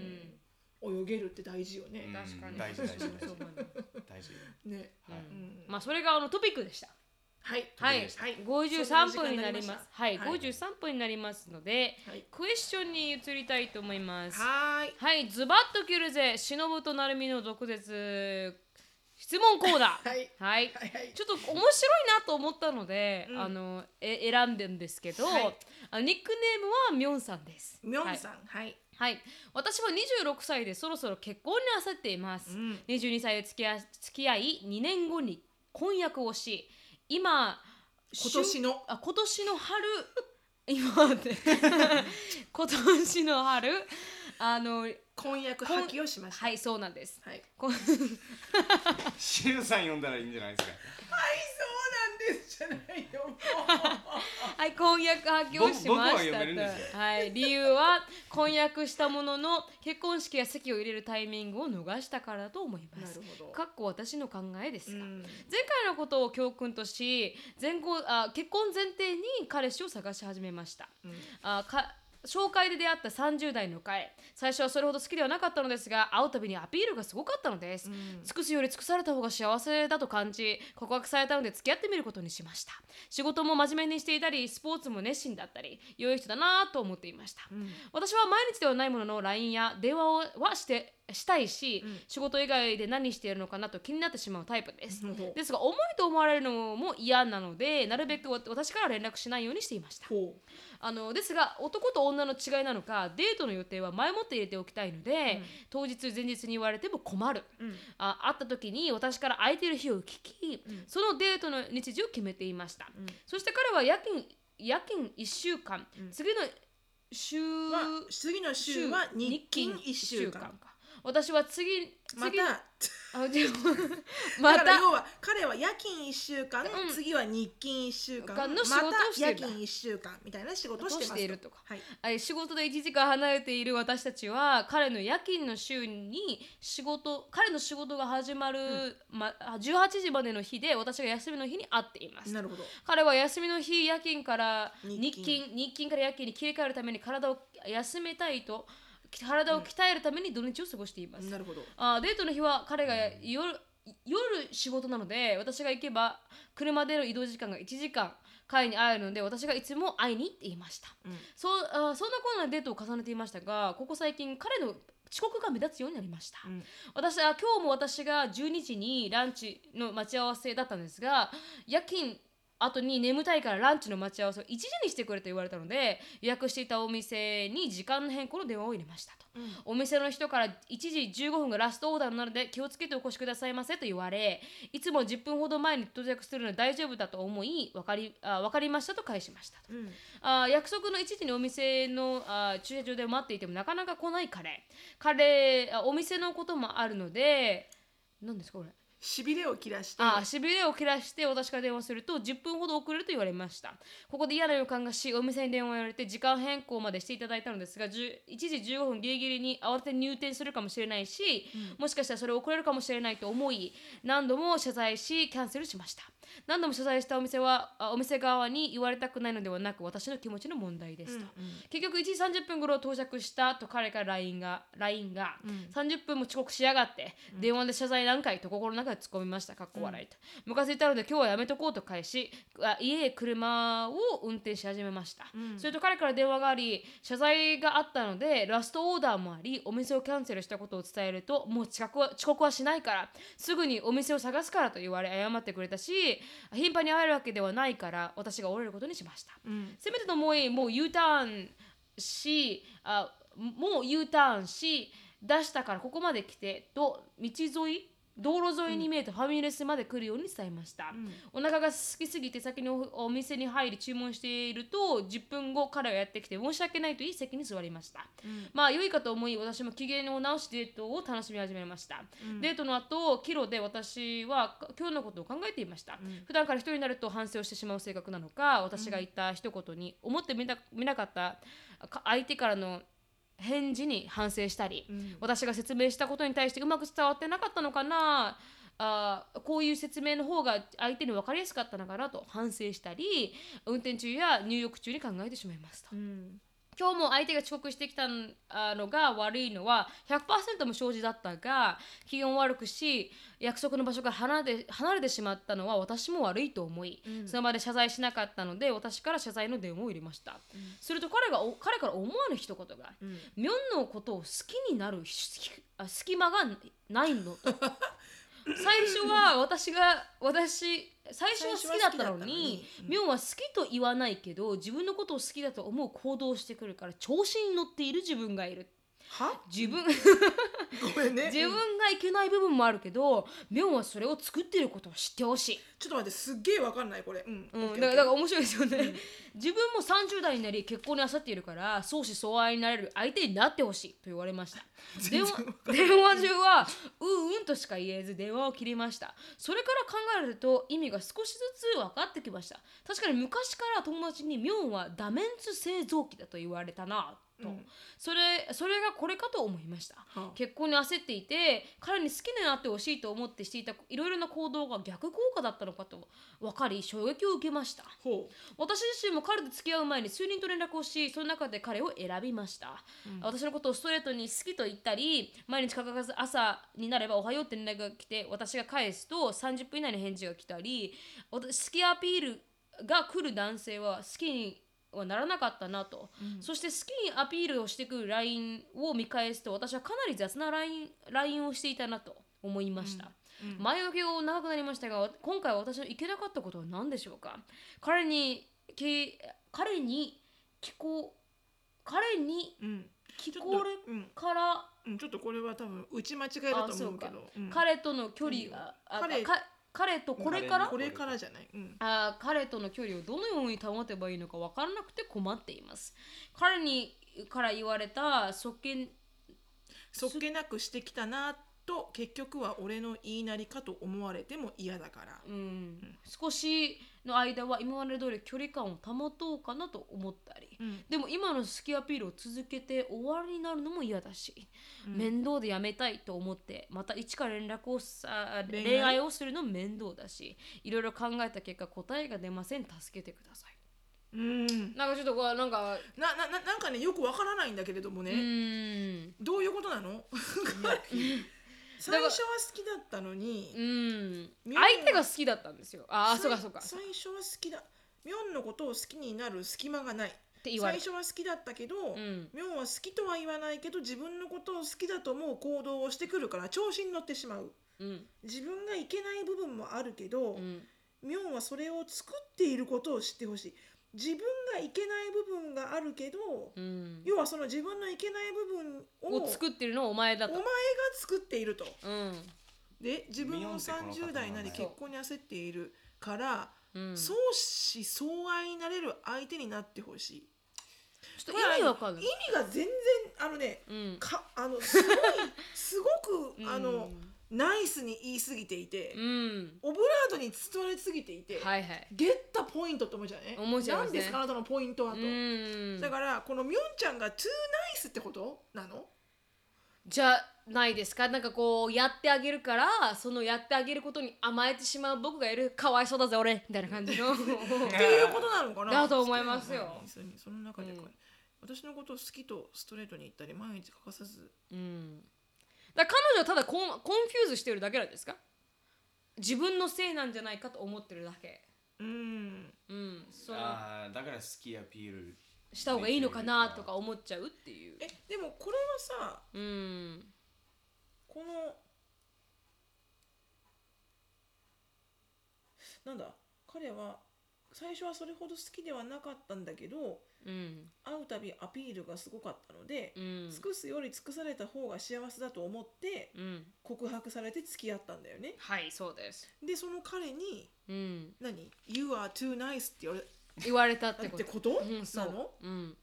Speaker 2: 泳げるって大事よね、
Speaker 1: 確か
Speaker 3: う
Speaker 1: に
Speaker 3: ん大事大事大事
Speaker 1: そう思います
Speaker 3: 大事、
Speaker 2: ね
Speaker 3: はい
Speaker 2: うん
Speaker 1: まあそれがあのトピックでした
Speaker 2: はい
Speaker 1: はい
Speaker 3: トピックでした
Speaker 2: はい
Speaker 1: 53分になり
Speaker 2: そ
Speaker 1: ま
Speaker 2: ん時間
Speaker 1: すはい
Speaker 2: はい
Speaker 1: 53分になりますので
Speaker 2: はい
Speaker 1: クエスチョンに移りたいと思います
Speaker 2: はーい
Speaker 1: はい、ズバッと切るぜ、忍と成美の毒舌質問コーナー。
Speaker 2: はい
Speaker 1: はい。
Speaker 2: はいはい
Speaker 1: ちょっと面白いなと思ったので、
Speaker 2: うん
Speaker 1: あのえ選んでんですけど、
Speaker 2: はい
Speaker 1: あのニックネームはみょんさんです。
Speaker 2: みょん
Speaker 1: ん。
Speaker 2: さんはい、
Speaker 1: はい。はい、私は26歳でそろそろ結婚に焦っています。
Speaker 2: うん
Speaker 1: 22歳で付き合い付き合い2年後に婚約をし、今
Speaker 2: 今年の
Speaker 1: あ今年の春 今待って 今年の春あの
Speaker 2: 婚約破棄をしました
Speaker 1: はいそうなんです
Speaker 2: はい、
Speaker 1: こん
Speaker 3: シルさん呼んだらいいんじゃないですか
Speaker 2: はい、そうなんですじゃないよも
Speaker 1: はい婚約破棄をしま
Speaker 3: 僕僕
Speaker 1: し
Speaker 3: は
Speaker 1: た
Speaker 3: 読めるんですよ
Speaker 1: はい理由は婚約したものの結婚式や席を入れるタイミングを逃したからだと思い
Speaker 2: う
Speaker 1: ます
Speaker 2: ほ
Speaker 1: かっこ私の考えですが、
Speaker 2: うん
Speaker 1: 前回のことを教訓とし前後あ結婚前提に彼氏を探し始めました
Speaker 2: うん
Speaker 1: あか紹介で出会った30代の会最初はそれほど好きではなかったのですが会うたびにアピールがすごかったのです、尽くすより尽くされた方が幸せだと感じ告白されたので付き合ってみることにしました仕事も真面目にしていたりスポーツも熱心だったり良い人だなぁと思っていました、私は毎日ではないものの LINE や電話をはしてしたいし、仕事以外で何しているのかなと気になってしまうタイプです、
Speaker 2: うんほう
Speaker 1: ですが重いと思われるのも嫌なのでなるべく私から連絡しないようにしていました
Speaker 2: ほう
Speaker 1: あのですが男と女の違いなのかデートの予定は前もって入れておきたいので、当日前日に言われても困る、あ会った時に私から空いてる日を聞き、そのデートの日時を決めていました、そして彼は夜勤夜勤1週間、次の週
Speaker 2: は次の週は日勤1週間
Speaker 1: か私は次
Speaker 2: ま
Speaker 1: 次
Speaker 2: た
Speaker 1: あ でもま
Speaker 2: だから
Speaker 1: た
Speaker 2: 要は彼は夜勤1週間、
Speaker 1: うん
Speaker 2: 次は日勤1週間
Speaker 1: 間
Speaker 2: ま
Speaker 1: の仕事をして
Speaker 2: た
Speaker 1: る
Speaker 2: 夜勤1週間みたいな仕事をしてます
Speaker 1: としているとか
Speaker 2: はい、
Speaker 1: あれ仕事で1時間離れている私たちは彼の夜勤の週に仕事彼の仕事が始まる、ま、あ18時までの日で私が休みの日に会っています
Speaker 2: なるほど
Speaker 1: 彼は休みの日夜勤から日
Speaker 2: 日
Speaker 1: 勤
Speaker 2: 勤
Speaker 1: 日勤から夜勤に切り替えるために体を休めたいと体を鍛えるために土日を過ごしています、
Speaker 2: なるほど
Speaker 1: あデートの日は彼が夜,、夜仕事なので私が行けば車での移動時間が1時間会に会えるので私がいつも会いに行っていました、
Speaker 2: うん
Speaker 1: そうあそんなこんなデートを重ねていましたがここ最近彼の遅刻が目立つようになりました、
Speaker 2: うん
Speaker 1: 私は今日も私が12時にランチの待ち合わせだったんですが夜勤後に眠たいからランチの待ち合わせを1時にしてくれと言われたので予約していたお店に時間の変更の電話を入れましたと、お店の人から1時15分がラストオーダーなので気をつけてお越しくださいませと言われいつも10分ほど前に到着するので大丈夫だと思い分かりあ分かりましたと返しましたと
Speaker 2: うん
Speaker 1: あ約束の1時にお店のあ駐車場で待っていてもなかなか来ない彼彼あお店のこともあるので何ですかこれ
Speaker 2: しびれを切らして
Speaker 1: あしびれを切らして私から電話すると10分ほど遅れると言われましたここで嫌な予感がしお店に電話をやられて時間変更までしていただいたのですが10 1時15分ギリギリに慌てて入店するかもしれないし、もしかしたらそれ遅れるかもしれないと思い何度も謝罪しキャンセルしました何度も謝罪したお店はあお店側に言われたくないのではなく私の気持ちの問題ですと、結局1時30分頃到着したと彼から LINE が LINE が、30分も遅刻しやがって、電話で謝罪何回と心の中で突っ込みましたかっこ笑いと、ムカついたので今日はやめとこうと返しあ家へ車を運転し始めました、それと彼から電話があり謝罪があったのでラストオーダーもありお店をキャンセルしたことを伝えるともう遅刻は遅刻はしないからすぐにお店を探すからと言われ謝ってくれたし頻繁に会えるわけではないから私が折れることにしました、
Speaker 2: うん
Speaker 1: せめてと思いもう U ターンしあもう U ターンし出したからここまで来てと道沿い道路沿いに見えたファミレスまで来るように伝えました、お腹が空きすぎて先におお店に入り注文していると10分後彼はやってきて申し訳ないといい席に座りました、まあ良いかと思い私も機嫌を直しデートを楽しみ始めました、デートの後キロで私はか今日のことを考えていました、普段から一人になると反省をしてしまう性格なのか私が言った一言に思ってみな見なかったか相手からの返事に反省したり、私が説明したことに対してうまく伝わってなかったのかなあーこういう説明の方が相手に分かりやすかったのかなと反省したり運転中や入浴中に考えてしまいますと。
Speaker 2: うん
Speaker 1: 今日も相手が遅刻してきたんあのが悪いのは100%も生じだったが気温悪くし約束の場所から離れて離れてしまったのは私も悪いと思い、その場で謝罪しなかったので私から謝罪の電話を入れました、すると彼がお彼から思わぬ一言が、
Speaker 2: ん
Speaker 1: ミョンのことを好きになる隙あ隙間がないの と最初は私が私最初は好きだったのにミョンは好きと言わないけど自分のことを好きだと思う行動をしてくるから調子に乗っている自分がいる
Speaker 2: は
Speaker 1: 自分
Speaker 2: ごめんね
Speaker 1: 自分がいけない部分もあるけどミョンはそれを作っていることを知ってほしい、
Speaker 2: ちょっと待ってすっげえわかんないこれうん
Speaker 1: うん、
Speaker 2: オッケー
Speaker 1: だからだから面白いですよね、自分も30代になり結婚にあさっているから相思相愛になれる相手になってほしいと言われました電話電話中はうんうんとしか言えず電話を切りましたそれから考えると意味が少しずつ分かってきました確かに昔から友達に「ミョンはダメンツ製造機だ」と言われたなと、それそれがこれかと思いました
Speaker 2: はあ
Speaker 1: 結婚に焦っていて彼に好きになってほしいと思ってしていたいろいろな行動が逆効果だったのかと分かり衝撃を受けました
Speaker 2: ほう
Speaker 1: 私自身も彼と付き合う前に数人と連絡をしその中で彼を選びました、私のことをストレートに好きと言ったり毎日欠かさず朝になれば「おはよう」って連絡が来て私が返すと30分以内に返事が来たり私好きアピールが来る男性は好きにはならなかったなと、そして好きにアピールをしてくる LINE を見返すと私はかなり雑な LINE, LINE をしていたなと思いました、前書きを長くなりましたが今回私のいけなかったことは何でしょうか彼にき彼に聞こ彼に
Speaker 2: うん
Speaker 1: 聞
Speaker 2: ちょっ
Speaker 1: ことえ
Speaker 2: うん
Speaker 1: から
Speaker 2: うんちょっとこれは多分打ち間違いだと思うけどうん
Speaker 1: 彼との距離が、あ
Speaker 2: 彼
Speaker 1: か彼とこれから
Speaker 3: 彼
Speaker 2: これからじゃないうん
Speaker 1: あー彼との距離をどのように保てばいいのか分からなくて困っています彼にから言われたそっけん
Speaker 2: そっけなくしてきたなと結局は俺の言いなりかと思われても嫌だから
Speaker 1: うん、少しの間は今まで通り距離感を保とうかなと思ったり、
Speaker 2: うん
Speaker 1: でも今の好きアピールを続けて終わりになるのも嫌だし、面倒でやめたいと思ってまた一から連絡をさ
Speaker 2: 恋愛
Speaker 1: 恋愛をするのも面倒だしいろいろ考えた結果答えが出ません助けてください
Speaker 2: うん
Speaker 1: なんかちょっとこうなんか
Speaker 2: ななななんかねよくわからないんだけれどもね、
Speaker 1: うん
Speaker 2: どういうことな の最初は好きだったのに
Speaker 1: うん
Speaker 2: 妙な
Speaker 1: 相手が好きだったんですよああそ
Speaker 2: さい
Speaker 1: うかそうか
Speaker 2: 最初は好きだミョンのことを好きになる隙間がない
Speaker 1: て言わ
Speaker 2: 最
Speaker 1: れた
Speaker 2: 初は好きだったけど、
Speaker 1: ん
Speaker 2: ミョンは好きとは言わないけど自分のことを好きだと思う行動をしてくるから調子に乗ってしまう
Speaker 1: うん
Speaker 2: 自分がいけない部分もあるけど、
Speaker 1: うん
Speaker 2: ミョンはそれを作っていることを知ってほしい自分がいけない部分があるけど、
Speaker 1: うん
Speaker 2: 要はその自分のいけない部分を
Speaker 1: を作ってるのはお前だ
Speaker 2: お
Speaker 1: と
Speaker 2: 前が作っていると
Speaker 1: うん
Speaker 2: で自分も
Speaker 3: 見ようってこの
Speaker 2: 30
Speaker 3: 方
Speaker 2: 代になり
Speaker 3: なん
Speaker 1: だよ
Speaker 2: 結婚に焦っているから、
Speaker 1: うん
Speaker 2: 相思相愛になれる相手になってほしい
Speaker 1: ちょっと意味わかんない
Speaker 2: 意味が全然あのね
Speaker 1: うん
Speaker 2: かあ のすごいすご
Speaker 1: うん
Speaker 2: くあの、ナイスに言い過ぎていて、
Speaker 1: うん
Speaker 2: オブラートに包まれすぎていて、
Speaker 1: はいはい
Speaker 2: ゲッタポイントって思うじゃない
Speaker 1: 思うじゃない
Speaker 2: 何ですかあなたのポイントは
Speaker 1: う
Speaker 2: と、
Speaker 1: ん
Speaker 2: だからこのミョンちゃんがトゥーナイスってことなの
Speaker 1: じゃないですかなんかこうやってあげるからそのやってあげることに甘えてしまう僕がいるかわいそうだぜ俺みたいな感じ の
Speaker 2: っていうことなのかな
Speaker 1: だと思いますよ
Speaker 2: 普通にその中で、
Speaker 1: うん
Speaker 2: 私のことを好きとストレートに言ったり毎日欠かさず
Speaker 1: うんだから彼女はただコンコンフューズしてるだけなんですか自分のせいなんじゃないかと思ってるだけ
Speaker 2: うん
Speaker 1: うんその
Speaker 3: ああだから好きアピール
Speaker 1: した方がいいのかなとか思っちゃうっていう
Speaker 2: えでもこれはさ
Speaker 1: うん
Speaker 2: このなんだ彼は最初はそれほど好きではなかったんだけど
Speaker 1: うん
Speaker 2: 会うたびアピールがすごかったので、
Speaker 1: うん
Speaker 2: 尽くすより尽くされた方が幸せだと思って
Speaker 1: うん
Speaker 2: 告白されて付き合ったんだよね
Speaker 1: はいそうです
Speaker 2: でその彼に
Speaker 1: うん
Speaker 2: 何 You are too nice って言われ
Speaker 1: 言われたって
Speaker 2: っ
Speaker 1: こ
Speaker 2: て
Speaker 1: と
Speaker 2: こと
Speaker 1: うんそ
Speaker 2: な
Speaker 1: う
Speaker 2: の
Speaker 1: うん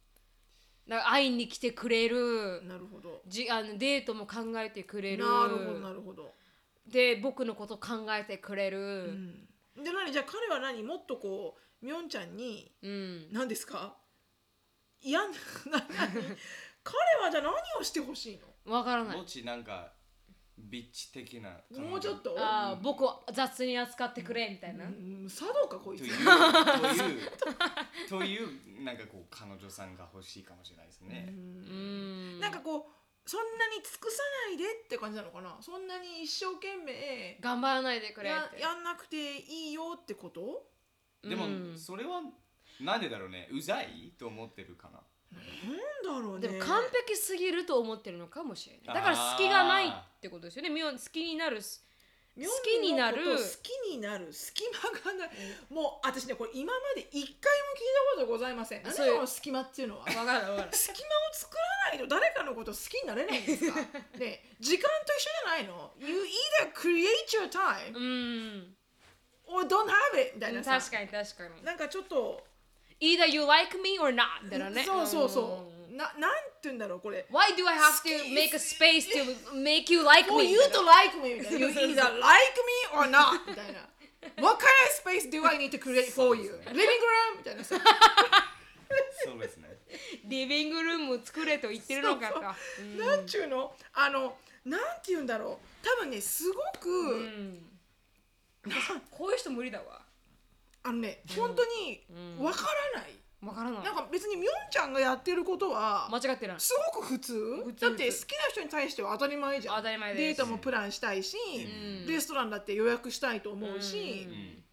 Speaker 1: だから会いに来てくれる
Speaker 2: なるほど
Speaker 1: じあのデートも考えてくれる
Speaker 2: なるほどなるほど、
Speaker 1: で僕のこと考えてくれ
Speaker 2: う
Speaker 1: る
Speaker 2: ん、で何じゃあ彼は何もっとこうみょんちゃんに
Speaker 1: うん、
Speaker 2: 何ですかいやな な彼はじゃあ何をしてほしい
Speaker 1: わからない
Speaker 3: もちなんかビッチ的な
Speaker 2: のもうちょっと
Speaker 1: あー僕を雑に扱ってくれみたいな、
Speaker 2: うん佐渡かことい
Speaker 3: い
Speaker 2: つ
Speaker 3: うというというなんかこう彼女さんが欲しいかもしれないですね、
Speaker 1: うん
Speaker 2: なんかこうそんなに尽くさないでって感じなのかなそんなに一生懸命
Speaker 1: 頑張らないでくれ
Speaker 2: や
Speaker 1: って
Speaker 2: やんなくていいよってこと
Speaker 3: でも、
Speaker 1: うん
Speaker 3: それはなんでだろうねうざいと思ってるかな
Speaker 2: なんだろうね
Speaker 1: でも完璧すぎると思ってるのかもしれないだから
Speaker 3: あー
Speaker 1: 隙がないってことですよねみお好きになるす
Speaker 2: 妙
Speaker 1: 好きになる
Speaker 2: こと好きになる隙間がない、もう私ねこれ今まで一回も聞いたことございません何
Speaker 1: そういう
Speaker 2: その隙間っていうのは隙間
Speaker 1: わかるわかる
Speaker 2: を作らないと誰かのこと好きになれないんです かねえ時間と一緒じゃないの You either create your
Speaker 1: う
Speaker 2: time
Speaker 1: ん
Speaker 2: or don't have it みたいな
Speaker 1: 確
Speaker 2: さ
Speaker 1: かに確かに
Speaker 2: なんかちょっと、
Speaker 1: Either you like me or not みたいなね
Speaker 2: そうそう
Speaker 1: う
Speaker 2: そ
Speaker 1: ん
Speaker 2: うななんて言うんだろうこれ
Speaker 1: Why do I have to make a space to make you like
Speaker 2: もう
Speaker 1: me?
Speaker 2: 言うと like me みたいな You either like me or not みたい な What kind of space do I need to create for you? Living room? みたいなさ
Speaker 3: そうですね。
Speaker 1: リビングルーム作れと言ってるのかと。うん
Speaker 2: なんちゅうのあのなんて言うんだろう多分ねすごく、
Speaker 1: うんこういう人無理だわ。
Speaker 2: あのね本当にわからない、
Speaker 1: わからない。
Speaker 2: なんか別にみょんちゃんがやってることは
Speaker 1: 間違ってない。
Speaker 2: すごく普通
Speaker 1: 普通
Speaker 2: だって好きな人に対しては当たり前じゃん
Speaker 1: 当たり前です
Speaker 2: デートもプランしたいし、
Speaker 1: ん
Speaker 2: レストランだって予約したいと思うし
Speaker 1: う
Speaker 3: う、ん。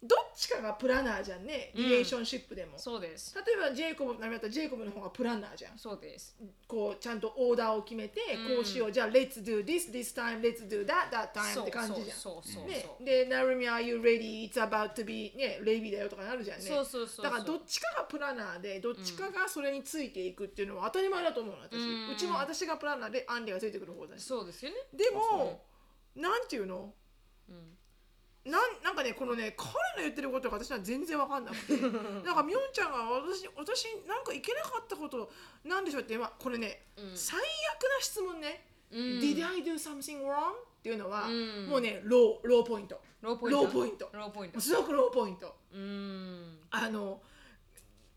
Speaker 2: どっちかがプランナーじゃんね
Speaker 1: うん
Speaker 2: リレーションシップでも、
Speaker 1: そうです。
Speaker 2: 例えばジェイコブのったらジェイコブの方がプランナーじゃん
Speaker 1: そうです。
Speaker 2: こうちゃんとオーダーを決めて、
Speaker 1: うん
Speaker 2: こうしようじゃあ Let's do this this time Let's do that that time って感じじゃん
Speaker 1: そうそうそうそう。
Speaker 2: ね、で、ナルミ are you ready? It's about to be ね、レビーだよとかなるじゃんね。
Speaker 1: そうそうそうそう
Speaker 2: だからどっちかがプランナーで、どっちかがそれについていくっていうのは当たり前だと思うの私。
Speaker 1: うん
Speaker 2: うちも私がプランナーでアンリがついてくる方だし。
Speaker 1: そうですよね。
Speaker 2: でも、なんていうの？
Speaker 1: うん
Speaker 2: なんなんかねこのね彼の言ってることが私は全然わかんなく てなんかみょんちゃんが私に私になんかいけなかったことなんでしょうって今これね、
Speaker 1: うん
Speaker 2: 最悪な質問ね、
Speaker 1: うん。
Speaker 2: Did I do something wrong? っていうのは、
Speaker 1: うん
Speaker 2: もうねローローポイント
Speaker 1: ローポイント。
Speaker 2: ローポイント
Speaker 1: ローポイント。
Speaker 2: すごくローポイント
Speaker 1: うん。
Speaker 2: あの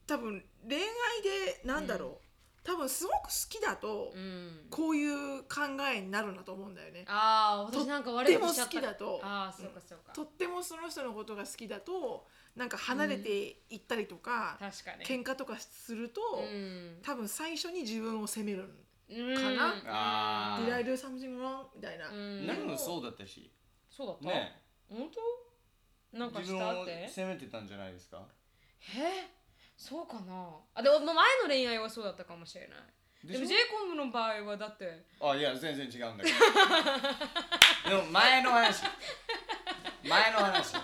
Speaker 2: 多分恋愛でなんだろう、多分すごく好きだと、
Speaker 1: うん。
Speaker 2: こういう考えになるんだと思うんだよね
Speaker 1: ああ、私なんか悪いことしちゃっ
Speaker 2: とって
Speaker 1: た。
Speaker 2: も好きだと
Speaker 1: ああ、そうかそうか。
Speaker 2: とってもその人のことが好きだとなんか離れていったりとか、
Speaker 1: 確かに。
Speaker 2: 喧嘩とかすると、
Speaker 1: うん。
Speaker 2: 多分最初に自分を責める
Speaker 1: か
Speaker 2: な「
Speaker 3: あー
Speaker 2: Did I do something wrong?」みたいな、
Speaker 1: うん
Speaker 3: なるのそうだったし。
Speaker 1: そうだった。
Speaker 3: ね。
Speaker 1: 本当なんか
Speaker 3: 自
Speaker 1: し
Speaker 3: 分
Speaker 1: た
Speaker 3: を
Speaker 1: って
Speaker 3: 責めてたんじゃないですか。
Speaker 1: えそうかなあでも前の恋愛はそうだったかもしれないで
Speaker 3: でしょ
Speaker 1: も J コムの場合はだって
Speaker 3: あいや全然違うんだけどでも前の話前の話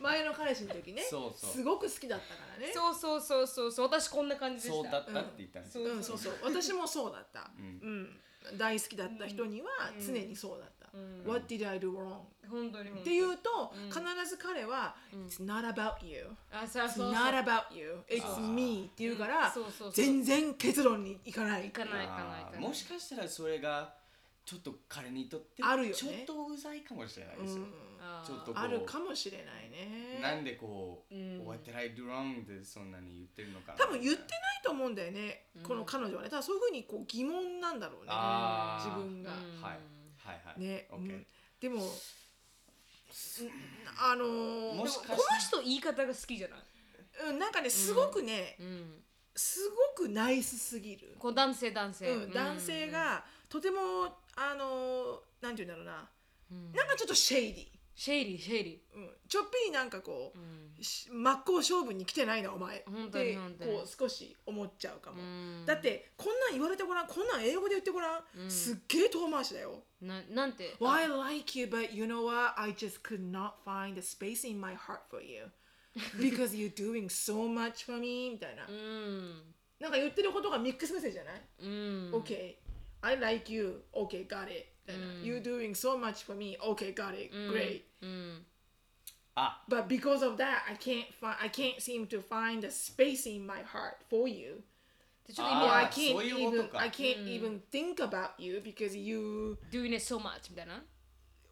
Speaker 2: 前の彼氏の時ね
Speaker 3: そうそう
Speaker 2: すごく好きだったからね
Speaker 1: そうそうそうそうそう私こんな感じで
Speaker 3: そ
Speaker 1: し
Speaker 3: う
Speaker 1: た
Speaker 3: だったって言ったんですよ、
Speaker 2: うん、そうそう私もそうだった、う
Speaker 3: うん
Speaker 2: 大好きだった人には常にそうだった「
Speaker 1: ん
Speaker 2: What did I do wrong?」
Speaker 1: 本当に本当に
Speaker 2: って言うと、必ず彼は「It's not about you」
Speaker 1: あそう
Speaker 2: 「It's
Speaker 1: そうそう
Speaker 2: not about you」「It's me」って言うから、
Speaker 1: うんそうそうそう
Speaker 2: 全然結論にいかない
Speaker 1: 行かない行かない行
Speaker 3: あ
Speaker 1: か
Speaker 3: ー
Speaker 1: ない
Speaker 3: もしかしたらそれがちょっと彼にとって
Speaker 2: あるよね
Speaker 3: ちょっとうざいかもしれないですよ、
Speaker 1: あー
Speaker 3: ちょっとこう
Speaker 2: あるかもしれないね
Speaker 3: なんでこう、
Speaker 1: うん
Speaker 3: 終わってないドランでそんなに言ってるのかな
Speaker 2: 多分言ってないと思うんだよね、この彼女はねただそういうふうにこう疑問なんだろうね
Speaker 3: あー
Speaker 2: 自分が、
Speaker 1: うん
Speaker 3: はいはいはい
Speaker 2: ね、
Speaker 3: オ
Speaker 2: う
Speaker 3: ッケー
Speaker 2: んでもすあのー
Speaker 3: もし
Speaker 1: こ
Speaker 3: か
Speaker 1: の
Speaker 3: し
Speaker 1: 人言い方が好きじゃない
Speaker 2: うん、なんかねすごくね、
Speaker 1: うん
Speaker 2: すごくナイスすぎる、
Speaker 1: こう男性男性
Speaker 2: うん、男性がとてもあのーなんて言うんだろうな、
Speaker 1: うん
Speaker 2: なんかちょっとシェイディ
Speaker 1: シェイリーシェイリ
Speaker 2: ー、うん、ちょっぴりなんかこ
Speaker 1: ーうん
Speaker 2: う、し真っ向勝負に来てないなお前
Speaker 1: 本
Speaker 2: っ
Speaker 1: 当に
Speaker 2: て
Speaker 1: 本当に
Speaker 2: こう少し思っちゃうかも、
Speaker 1: うん
Speaker 2: だってこんなん言われてごらんこんなん英語で言ってごらん、
Speaker 1: うん
Speaker 2: すっげえ遠回しだよ
Speaker 1: ななんて
Speaker 2: Well, I like you, but you know what? I just could not find the space in my heart for you because you're doing so much for me みたいな、
Speaker 1: うん
Speaker 2: なんか言ってることがミックスメッセージじゃない、
Speaker 1: うん
Speaker 2: ?Okay, I like you, okay, got it みたいな、You're doing so much for me, okay, got it,
Speaker 1: うん
Speaker 2: great
Speaker 1: うん
Speaker 3: あ
Speaker 2: But because of that, I can't find, I can't seem to find the space in my heart for you.
Speaker 1: でちょっと
Speaker 3: あ
Speaker 1: 今
Speaker 3: ー
Speaker 2: Or I
Speaker 3: そう
Speaker 2: can't
Speaker 3: いうこと
Speaker 2: even,
Speaker 3: か
Speaker 2: I can't
Speaker 1: Mm.
Speaker 2: even think about you because you
Speaker 1: doing it so much みたいな。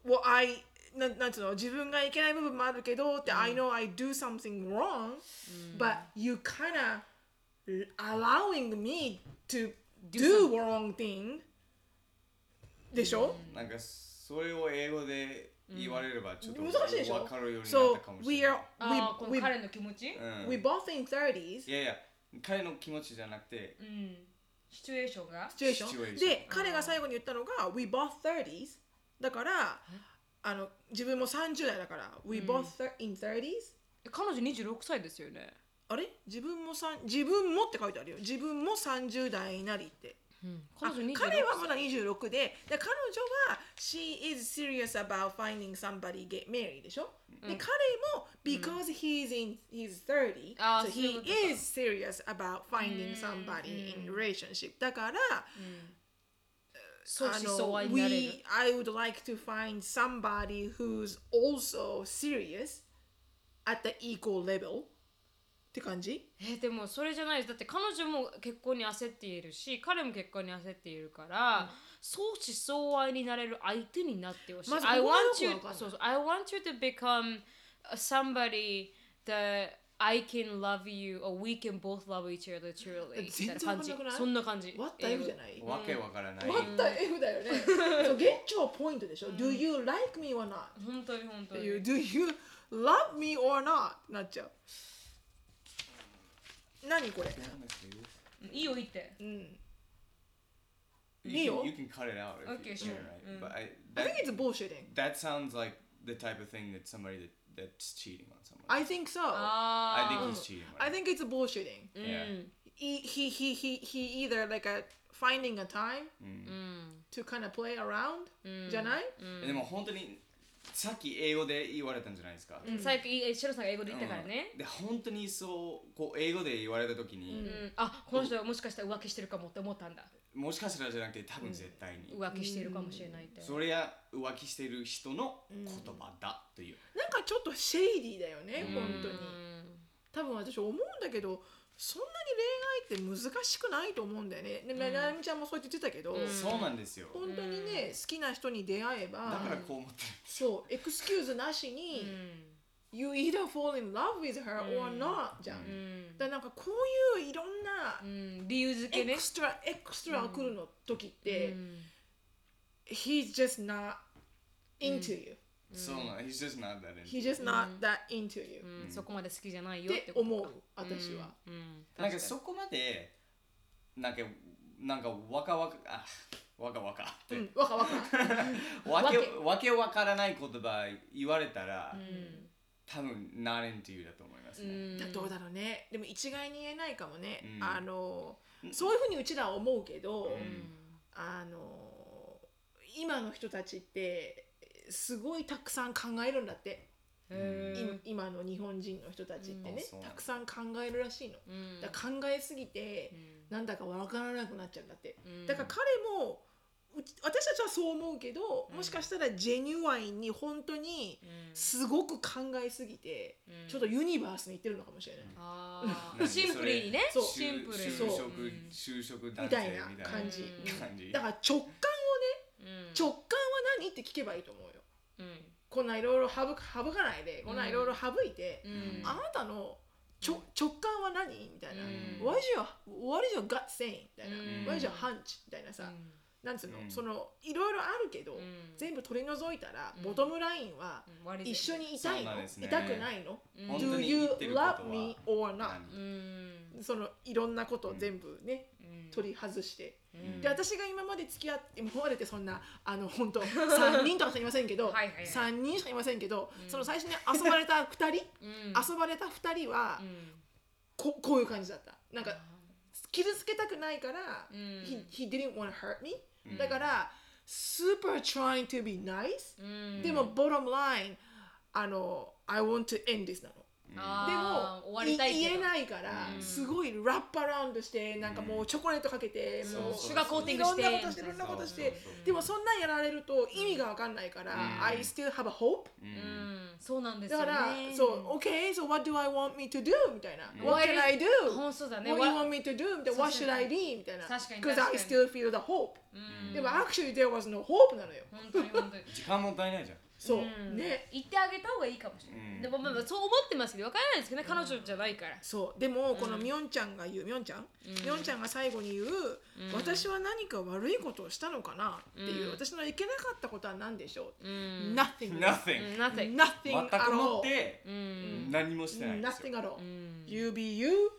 Speaker 2: well, I ななんつうの自分がいけない部分もあるけどって、I know I do something wrong、but you kinda allowing me to do, wrong thing でしょ、
Speaker 3: なんかそれを英語で言われればちょっと
Speaker 2: 難しいでしょ
Speaker 3: 分かるようになっ
Speaker 2: So
Speaker 3: たかもし
Speaker 2: we
Speaker 3: れな
Speaker 2: are
Speaker 3: い、
Speaker 1: ああ、この
Speaker 2: we, we,
Speaker 1: 彼の気持ち、
Speaker 3: うん
Speaker 2: we both in 30s
Speaker 3: いやいや彼の気持ちじゃなくて
Speaker 1: うん、シチュエーションが
Speaker 2: シチュエーション
Speaker 3: situation
Speaker 2: で彼が最後に言ったのが We both 30s だからあの自分も30代だから We both thir- in 30s
Speaker 1: 彼女26歳ですよね。
Speaker 2: あれ自分も三自分もって書いてあるよ自分も30代になりって
Speaker 1: うん、
Speaker 2: あ
Speaker 1: 彼女26歳。
Speaker 2: 彼はまだ26でで彼女は「She is serious about finding somebody get married」でしょ、で彼も「Because he's in his 30
Speaker 1: あー
Speaker 2: so
Speaker 1: そういうこ
Speaker 2: he
Speaker 1: とか
Speaker 2: is serious about finding somebody in relationship」だから
Speaker 1: そう
Speaker 2: あ
Speaker 1: し
Speaker 2: の
Speaker 1: そう愛になれる
Speaker 2: we。I would like to find somebody who's also serious at the equal level って感じ
Speaker 1: えーでもそれじゃないです。だって彼女も結婚に焦っているし、彼も結婚に焦っているから、相思相愛になれる相手になってほしい。
Speaker 2: まず
Speaker 1: I
Speaker 2: ここが
Speaker 1: want
Speaker 2: よ
Speaker 1: you,
Speaker 2: くわかんない
Speaker 1: そうそう I want you to become somebody that I can love you or we can both love each other truly
Speaker 2: 全然わかんなくない
Speaker 1: そんな感じ
Speaker 2: 「What the F」じゃないい
Speaker 3: わけわからない、
Speaker 2: What the F だ よねそう現地はポイントでしょ、Do you like me or not?
Speaker 1: 本当に本当
Speaker 2: って
Speaker 1: に
Speaker 2: いう Do you love me or not? なっちゃう何これ
Speaker 1: いいよ言って
Speaker 2: うん
Speaker 3: You can-
Speaker 2: Neil?
Speaker 3: You can cut it out. If
Speaker 1: Okay,
Speaker 3: you,
Speaker 1: sure.
Speaker 3: right.
Speaker 1: Mm.
Speaker 3: But I,
Speaker 2: I
Speaker 3: that,
Speaker 2: think it's bullshitting
Speaker 3: that sounds like the type of thing that somebody that, that's cheating on someone.
Speaker 2: I think so
Speaker 1: ああ
Speaker 3: I think he's cheating. on
Speaker 2: I
Speaker 3: her.
Speaker 2: think it's bullshitting
Speaker 3: yeah.
Speaker 2: he, he, he, he, he either like a finding a time
Speaker 1: うん、
Speaker 2: to kind of play around、じゃない、
Speaker 3: でも本当にさっき英語で言われたんじゃないですか。
Speaker 1: うん、最近シロさんが英語で言ったからね、
Speaker 3: うんで本当にそうこう英語で言われた時
Speaker 1: う
Speaker 3: に、
Speaker 1: んあこの人はもしかしたら浮気してるかもって思ったんだ
Speaker 3: もしかしたらじゃなくて多分絶対に、
Speaker 1: 浮気してるかもしれないって、
Speaker 3: それや浮気してる人の言葉だという、
Speaker 2: なんかちょっとシェイディーだよね、本当に
Speaker 1: うん
Speaker 2: 多分私思うんだけどそんなに恋愛って難しくないと思うんだよねでなななみちゃんもそうやって言ってたけど、
Speaker 3: そうなんですよ、
Speaker 2: 本当にね、好きな人に出会えば
Speaker 3: だからこう思って
Speaker 2: そうエクスキューズなしに、You either fall in love with her or not、じゃん、
Speaker 1: うん
Speaker 2: だからなんかこういういろんな
Speaker 1: うん、理由付け
Speaker 2: エ
Speaker 1: ね
Speaker 2: クストラ、エクストラを来るの時って、
Speaker 1: うん
Speaker 2: He's just not into you、
Speaker 3: る、そうなん he's just not that into
Speaker 2: He's just not that into you、
Speaker 1: う
Speaker 2: っ
Speaker 1: んそこまで好きじゃないよって
Speaker 2: て
Speaker 1: ことか
Speaker 2: 思う私は、
Speaker 1: うん、
Speaker 3: な
Speaker 1: 確
Speaker 3: んか
Speaker 1: に
Speaker 3: そこまでなんかなんか若々あ若々って、
Speaker 2: うん、わかわか
Speaker 3: わけ
Speaker 1: わ
Speaker 3: わけわからない言葉言われたら、多分 not into you だと思いますね、
Speaker 2: だどうだろうねでも一概に言えないかもね、
Speaker 3: うん
Speaker 2: あのそういうふうにうちらは思うけど、
Speaker 3: ん
Speaker 2: あの今の人たちってすごいたくさん考えるんだって、
Speaker 1: へー
Speaker 2: い今の日本人の人たちって
Speaker 3: うんあ
Speaker 2: ね、
Speaker 3: そう
Speaker 2: たくさん考えるらしいの、
Speaker 1: うん
Speaker 2: だから考えすぎて、
Speaker 1: うん
Speaker 2: なんだかわからなくなっちゃうんだって、
Speaker 1: うん
Speaker 2: だから彼もうち私たちはそう思うけど、もしかしたらジェニュアインに本当に
Speaker 1: うん
Speaker 2: すごく考えすぎて、
Speaker 1: うん
Speaker 2: ちょっとユニバースに行ってるのかもしれない、
Speaker 1: あー
Speaker 3: なんか
Speaker 1: シンプルにね
Speaker 3: それ
Speaker 1: シンプルに
Speaker 3: 就
Speaker 2: そう
Speaker 3: 就
Speaker 1: う
Speaker 3: 職
Speaker 1: ん
Speaker 3: 就職男
Speaker 2: みた
Speaker 3: 性
Speaker 2: いな
Speaker 3: みたいな
Speaker 2: 感じ、
Speaker 3: 感じ
Speaker 2: だから直感をね
Speaker 1: うん
Speaker 2: 直感は何って聞けばいいと思うよ
Speaker 1: うん
Speaker 2: こんないろいろ省か省かないでこんないろいろ省いて、
Speaker 1: うん
Speaker 2: あなたのちょ直感は何みたいな、
Speaker 1: うん
Speaker 2: What is your What is your gut saying? みたいな、
Speaker 1: うん
Speaker 2: What is your hunch? みたいなさ、なんつうの、
Speaker 3: うん
Speaker 2: そのいろいろあるけど、
Speaker 1: ん
Speaker 2: 全部取り除いたら、
Speaker 1: うん
Speaker 2: ボトムラインは、
Speaker 1: うん悪いで
Speaker 2: 一緒にいたい
Speaker 3: そうなん
Speaker 2: の、
Speaker 3: ですね
Speaker 2: 痛くないの、
Speaker 1: うん
Speaker 3: 本当
Speaker 2: Do
Speaker 3: に
Speaker 2: you
Speaker 3: 言ってることは
Speaker 2: love me or
Speaker 3: 何
Speaker 2: not?
Speaker 1: うん
Speaker 2: そのいろんなことを全部ね、
Speaker 1: うん
Speaker 2: 取り外して、
Speaker 1: うん
Speaker 2: で私が今まで付き合って今までってそんなあの本当3人とかしかいませんけど
Speaker 1: はいはいはい
Speaker 2: 3人しかいませんけど、その最初に遊ば れた2
Speaker 1: う
Speaker 2: 人、
Speaker 1: ん
Speaker 2: 遊ばれた2人は、
Speaker 1: うん
Speaker 2: ここういう感じだったなんか傷つけたくないから、
Speaker 1: うん
Speaker 2: he, he didn't want to hurt me、
Speaker 3: ん
Speaker 2: だから super trying to be nice、
Speaker 1: うん
Speaker 2: でも bottom line あの I want to end this なので
Speaker 1: あー
Speaker 2: も
Speaker 1: 終わりたいけ
Speaker 2: い
Speaker 1: ど
Speaker 2: 言えないから、
Speaker 1: うん
Speaker 2: すごいラップアラウンドしてなんかもうチョコレートかけて、
Speaker 3: そう
Speaker 2: もう
Speaker 3: シュガーコーティン
Speaker 2: い
Speaker 1: グ
Speaker 2: ろ
Speaker 1: し
Speaker 2: ん
Speaker 1: て
Speaker 2: なことしていろんなことして
Speaker 3: そうそうそう
Speaker 2: でもそんなんやられると意味が分かんないから、I still have a hope
Speaker 1: うんそうなんです
Speaker 2: だ
Speaker 1: よ
Speaker 2: か
Speaker 1: ね
Speaker 2: ら、そう OK so what do I want me to do みたいな、What can I do
Speaker 1: 本当だね
Speaker 2: What do you
Speaker 1: What-
Speaker 2: want me to do みたいな What should I be みたいな
Speaker 1: 確かに
Speaker 2: Because
Speaker 1: 確
Speaker 2: I
Speaker 1: かに
Speaker 2: still feel the hope、
Speaker 1: うん
Speaker 2: でも actually there was no hope なのよ
Speaker 1: 本当に本当に
Speaker 3: 時間もったいないじゃん
Speaker 2: そう、
Speaker 1: うん
Speaker 2: ね
Speaker 1: 言ってあげた方がいいかもしれない、
Speaker 3: うん
Speaker 1: でもまあまあそう思ってますけど分からないですけどね彼女じゃないから、
Speaker 2: そうでもこのみょんちゃんが言うみょんちゃんみょんちゃんが最後に言う、私は何か悪いことをしたのかなっていう、私のいけなかったことは何でしょう、Nothing
Speaker 3: Nothing
Speaker 1: なぜ
Speaker 2: Nothing
Speaker 3: 全
Speaker 2: at
Speaker 3: くも
Speaker 2: all
Speaker 3: って何もしてないんですよ
Speaker 2: Nothing at all、You be you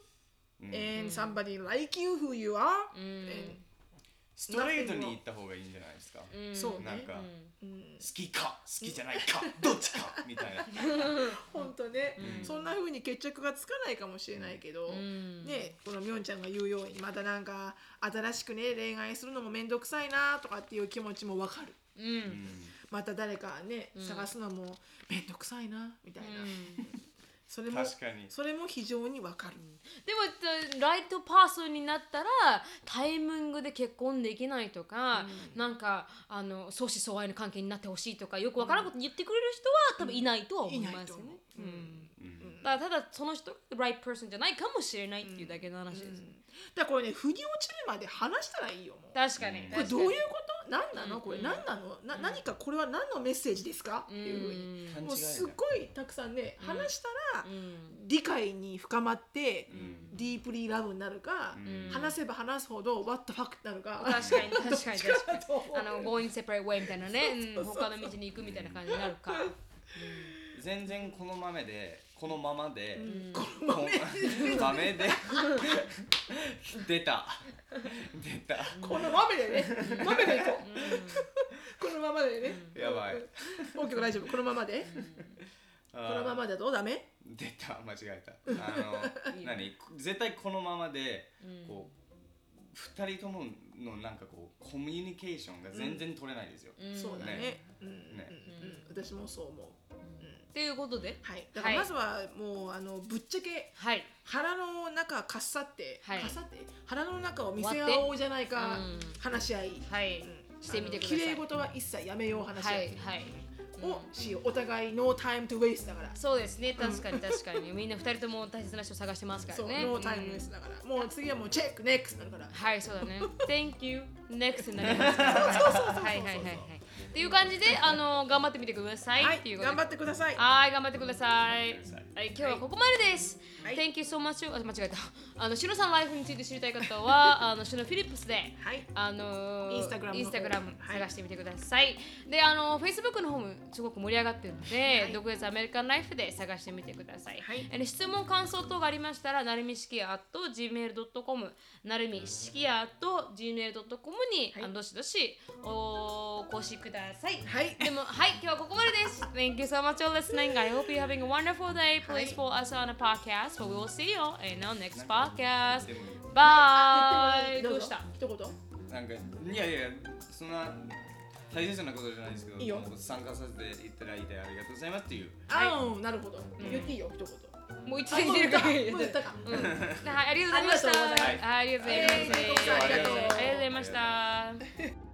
Speaker 2: and somebody like you who you are and
Speaker 3: ストレートに言った方がいいんじゃないですか
Speaker 2: そう
Speaker 3: なん
Speaker 2: ね
Speaker 3: か好きか好きじゃないかどっち かみたいな
Speaker 2: 本当ね、そんな風に決着がつかないかもしれないけど、ねこのみょんちゃんが言うようにまたなんか新しくね恋愛するのも面倒くさいなとかっていう気持ちもわかるまた誰かね探すのも面倒くさいなみたいな、それも
Speaker 3: 確かに
Speaker 2: それも非常にわかる、
Speaker 1: でもえっとライトパーソンになったらタイミングで結婚できないとか、なんかあの相思相愛の関係になってほしいとかよく分からんこと言ってくれる人は多分いないとは思い
Speaker 2: い
Speaker 1: ま
Speaker 2: ない
Speaker 1: すよ
Speaker 2: と思
Speaker 1: ね
Speaker 2: う。、うん
Speaker 1: だからただその人が right person じゃないかもしれないっていうだけの話です、
Speaker 2: だからこれね腑に落ちるまで話したらいいよもう
Speaker 1: 確かに、
Speaker 2: これ
Speaker 1: 確か
Speaker 2: ど
Speaker 1: に
Speaker 2: ういうこ何なのこれ
Speaker 1: うん
Speaker 2: 何なのな何かこれは何のメッセージですかっていうふうに
Speaker 1: ん
Speaker 3: うん
Speaker 2: もうすっごいたくさんで
Speaker 1: うん
Speaker 2: 話したら
Speaker 1: うん
Speaker 2: 理解に深まって
Speaker 3: うん
Speaker 2: ディープリーラブになるか
Speaker 3: うん
Speaker 2: 話せば話すほど What the fuck になるか
Speaker 1: 確かに 確かに確かに
Speaker 2: だと思う
Speaker 1: あの going separate way みたいなね
Speaker 2: そううんそうそう
Speaker 1: 他の道に行くみたいな感じになるか
Speaker 3: 全然この豆でこのままで、
Speaker 1: うん
Speaker 2: この
Speaker 3: こ
Speaker 2: 豆
Speaker 3: ん豆 で出た出た
Speaker 2: この 豆でね豆でいこ
Speaker 1: う
Speaker 2: うんこのままでね
Speaker 3: やばい
Speaker 2: うん OK 大丈夫このままで
Speaker 3: こ
Speaker 2: このままだとダメ
Speaker 3: 出た間違えたあ
Speaker 1: いい
Speaker 3: の
Speaker 1: よ
Speaker 3: 何絶対このままで
Speaker 1: うん
Speaker 3: こう二人とものなんかこうコミュニケーションが全然取れないですよ、
Speaker 1: うん
Speaker 2: そうだね
Speaker 3: ね
Speaker 2: うん
Speaker 3: ね
Speaker 2: うんうん、私もそう思う、うん
Speaker 1: っていうことで
Speaker 2: はい、だから
Speaker 1: はい
Speaker 2: まずはもうあのぶっちゃけ
Speaker 1: はい
Speaker 2: 腹の中かっさって、
Speaker 1: はい
Speaker 2: かっさって腹の中を見せ合おうじゃないか、
Speaker 1: うん
Speaker 2: 話し合い、
Speaker 1: はい
Speaker 2: うん
Speaker 1: してみてくださ
Speaker 2: あ
Speaker 1: い
Speaker 2: の綺麗事は一切やめよう話し合い、
Speaker 1: はいはい
Speaker 2: うんをしようお互い no time to waste だから、
Speaker 1: そうですね確かに確かにみんな二人とも大切な人探してますから
Speaker 2: そう
Speaker 1: ね
Speaker 2: no time waste だから、もう次はもうチェック next になるから、
Speaker 1: はい、そうだね。Thank you. Next になりますから。そうそうそうそう。はいはいはいはい。っていう感じで、あの頑張ってみてください。
Speaker 2: はい
Speaker 1: っていうことで
Speaker 2: 頑張ってください
Speaker 1: はい、頑張ってください
Speaker 3: 頑張ってくださ。
Speaker 1: はい、今日はここまでです。
Speaker 2: はい
Speaker 1: Thank you so much. あ、間違えた。あの、シュノさんライフについて知りたい方は、あの、シュノフィリップスで。
Speaker 2: はい
Speaker 1: あのー、
Speaker 2: インスタグラム
Speaker 1: イ
Speaker 2: の方
Speaker 1: ンスタグラム
Speaker 2: はい
Speaker 1: 探してみてください、であの Facebook の方もすごく盛り上がってるので、独立アメリカンライフで探してみてください、
Speaker 2: はい
Speaker 1: えー質問感想等がありましたらなるみしきやと gmail.com なるみしきやと gmail.com に、
Speaker 2: はい
Speaker 1: あのどしどしお越しください
Speaker 2: はい
Speaker 1: でもはい今日はここまでです Thank you so much for listening I hope you're having a wonderful day
Speaker 2: は
Speaker 1: Please
Speaker 2: い
Speaker 1: follow us on a podcast but we will see you in our next podcast
Speaker 3: でも
Speaker 1: Bye
Speaker 2: ど
Speaker 1: ど
Speaker 2: う
Speaker 1: う
Speaker 2: し
Speaker 1: したた
Speaker 2: 一言
Speaker 3: なんかいやいやそんな大切なことじゃないですけど
Speaker 2: いいよ
Speaker 3: 参加させていただいてありがとうございますっていう
Speaker 2: あーなるほど、言っていいよ一 言
Speaker 1: もう一年出るか
Speaker 2: あもう言ったもう言ったか
Speaker 1: うん はいありがとうございました。
Speaker 2: ありがとうございます
Speaker 1: はいありがとうございま
Speaker 2: はい
Speaker 1: した。
Speaker 2: あ
Speaker 1: あ
Speaker 2: りがとう
Speaker 1: りがとうございました。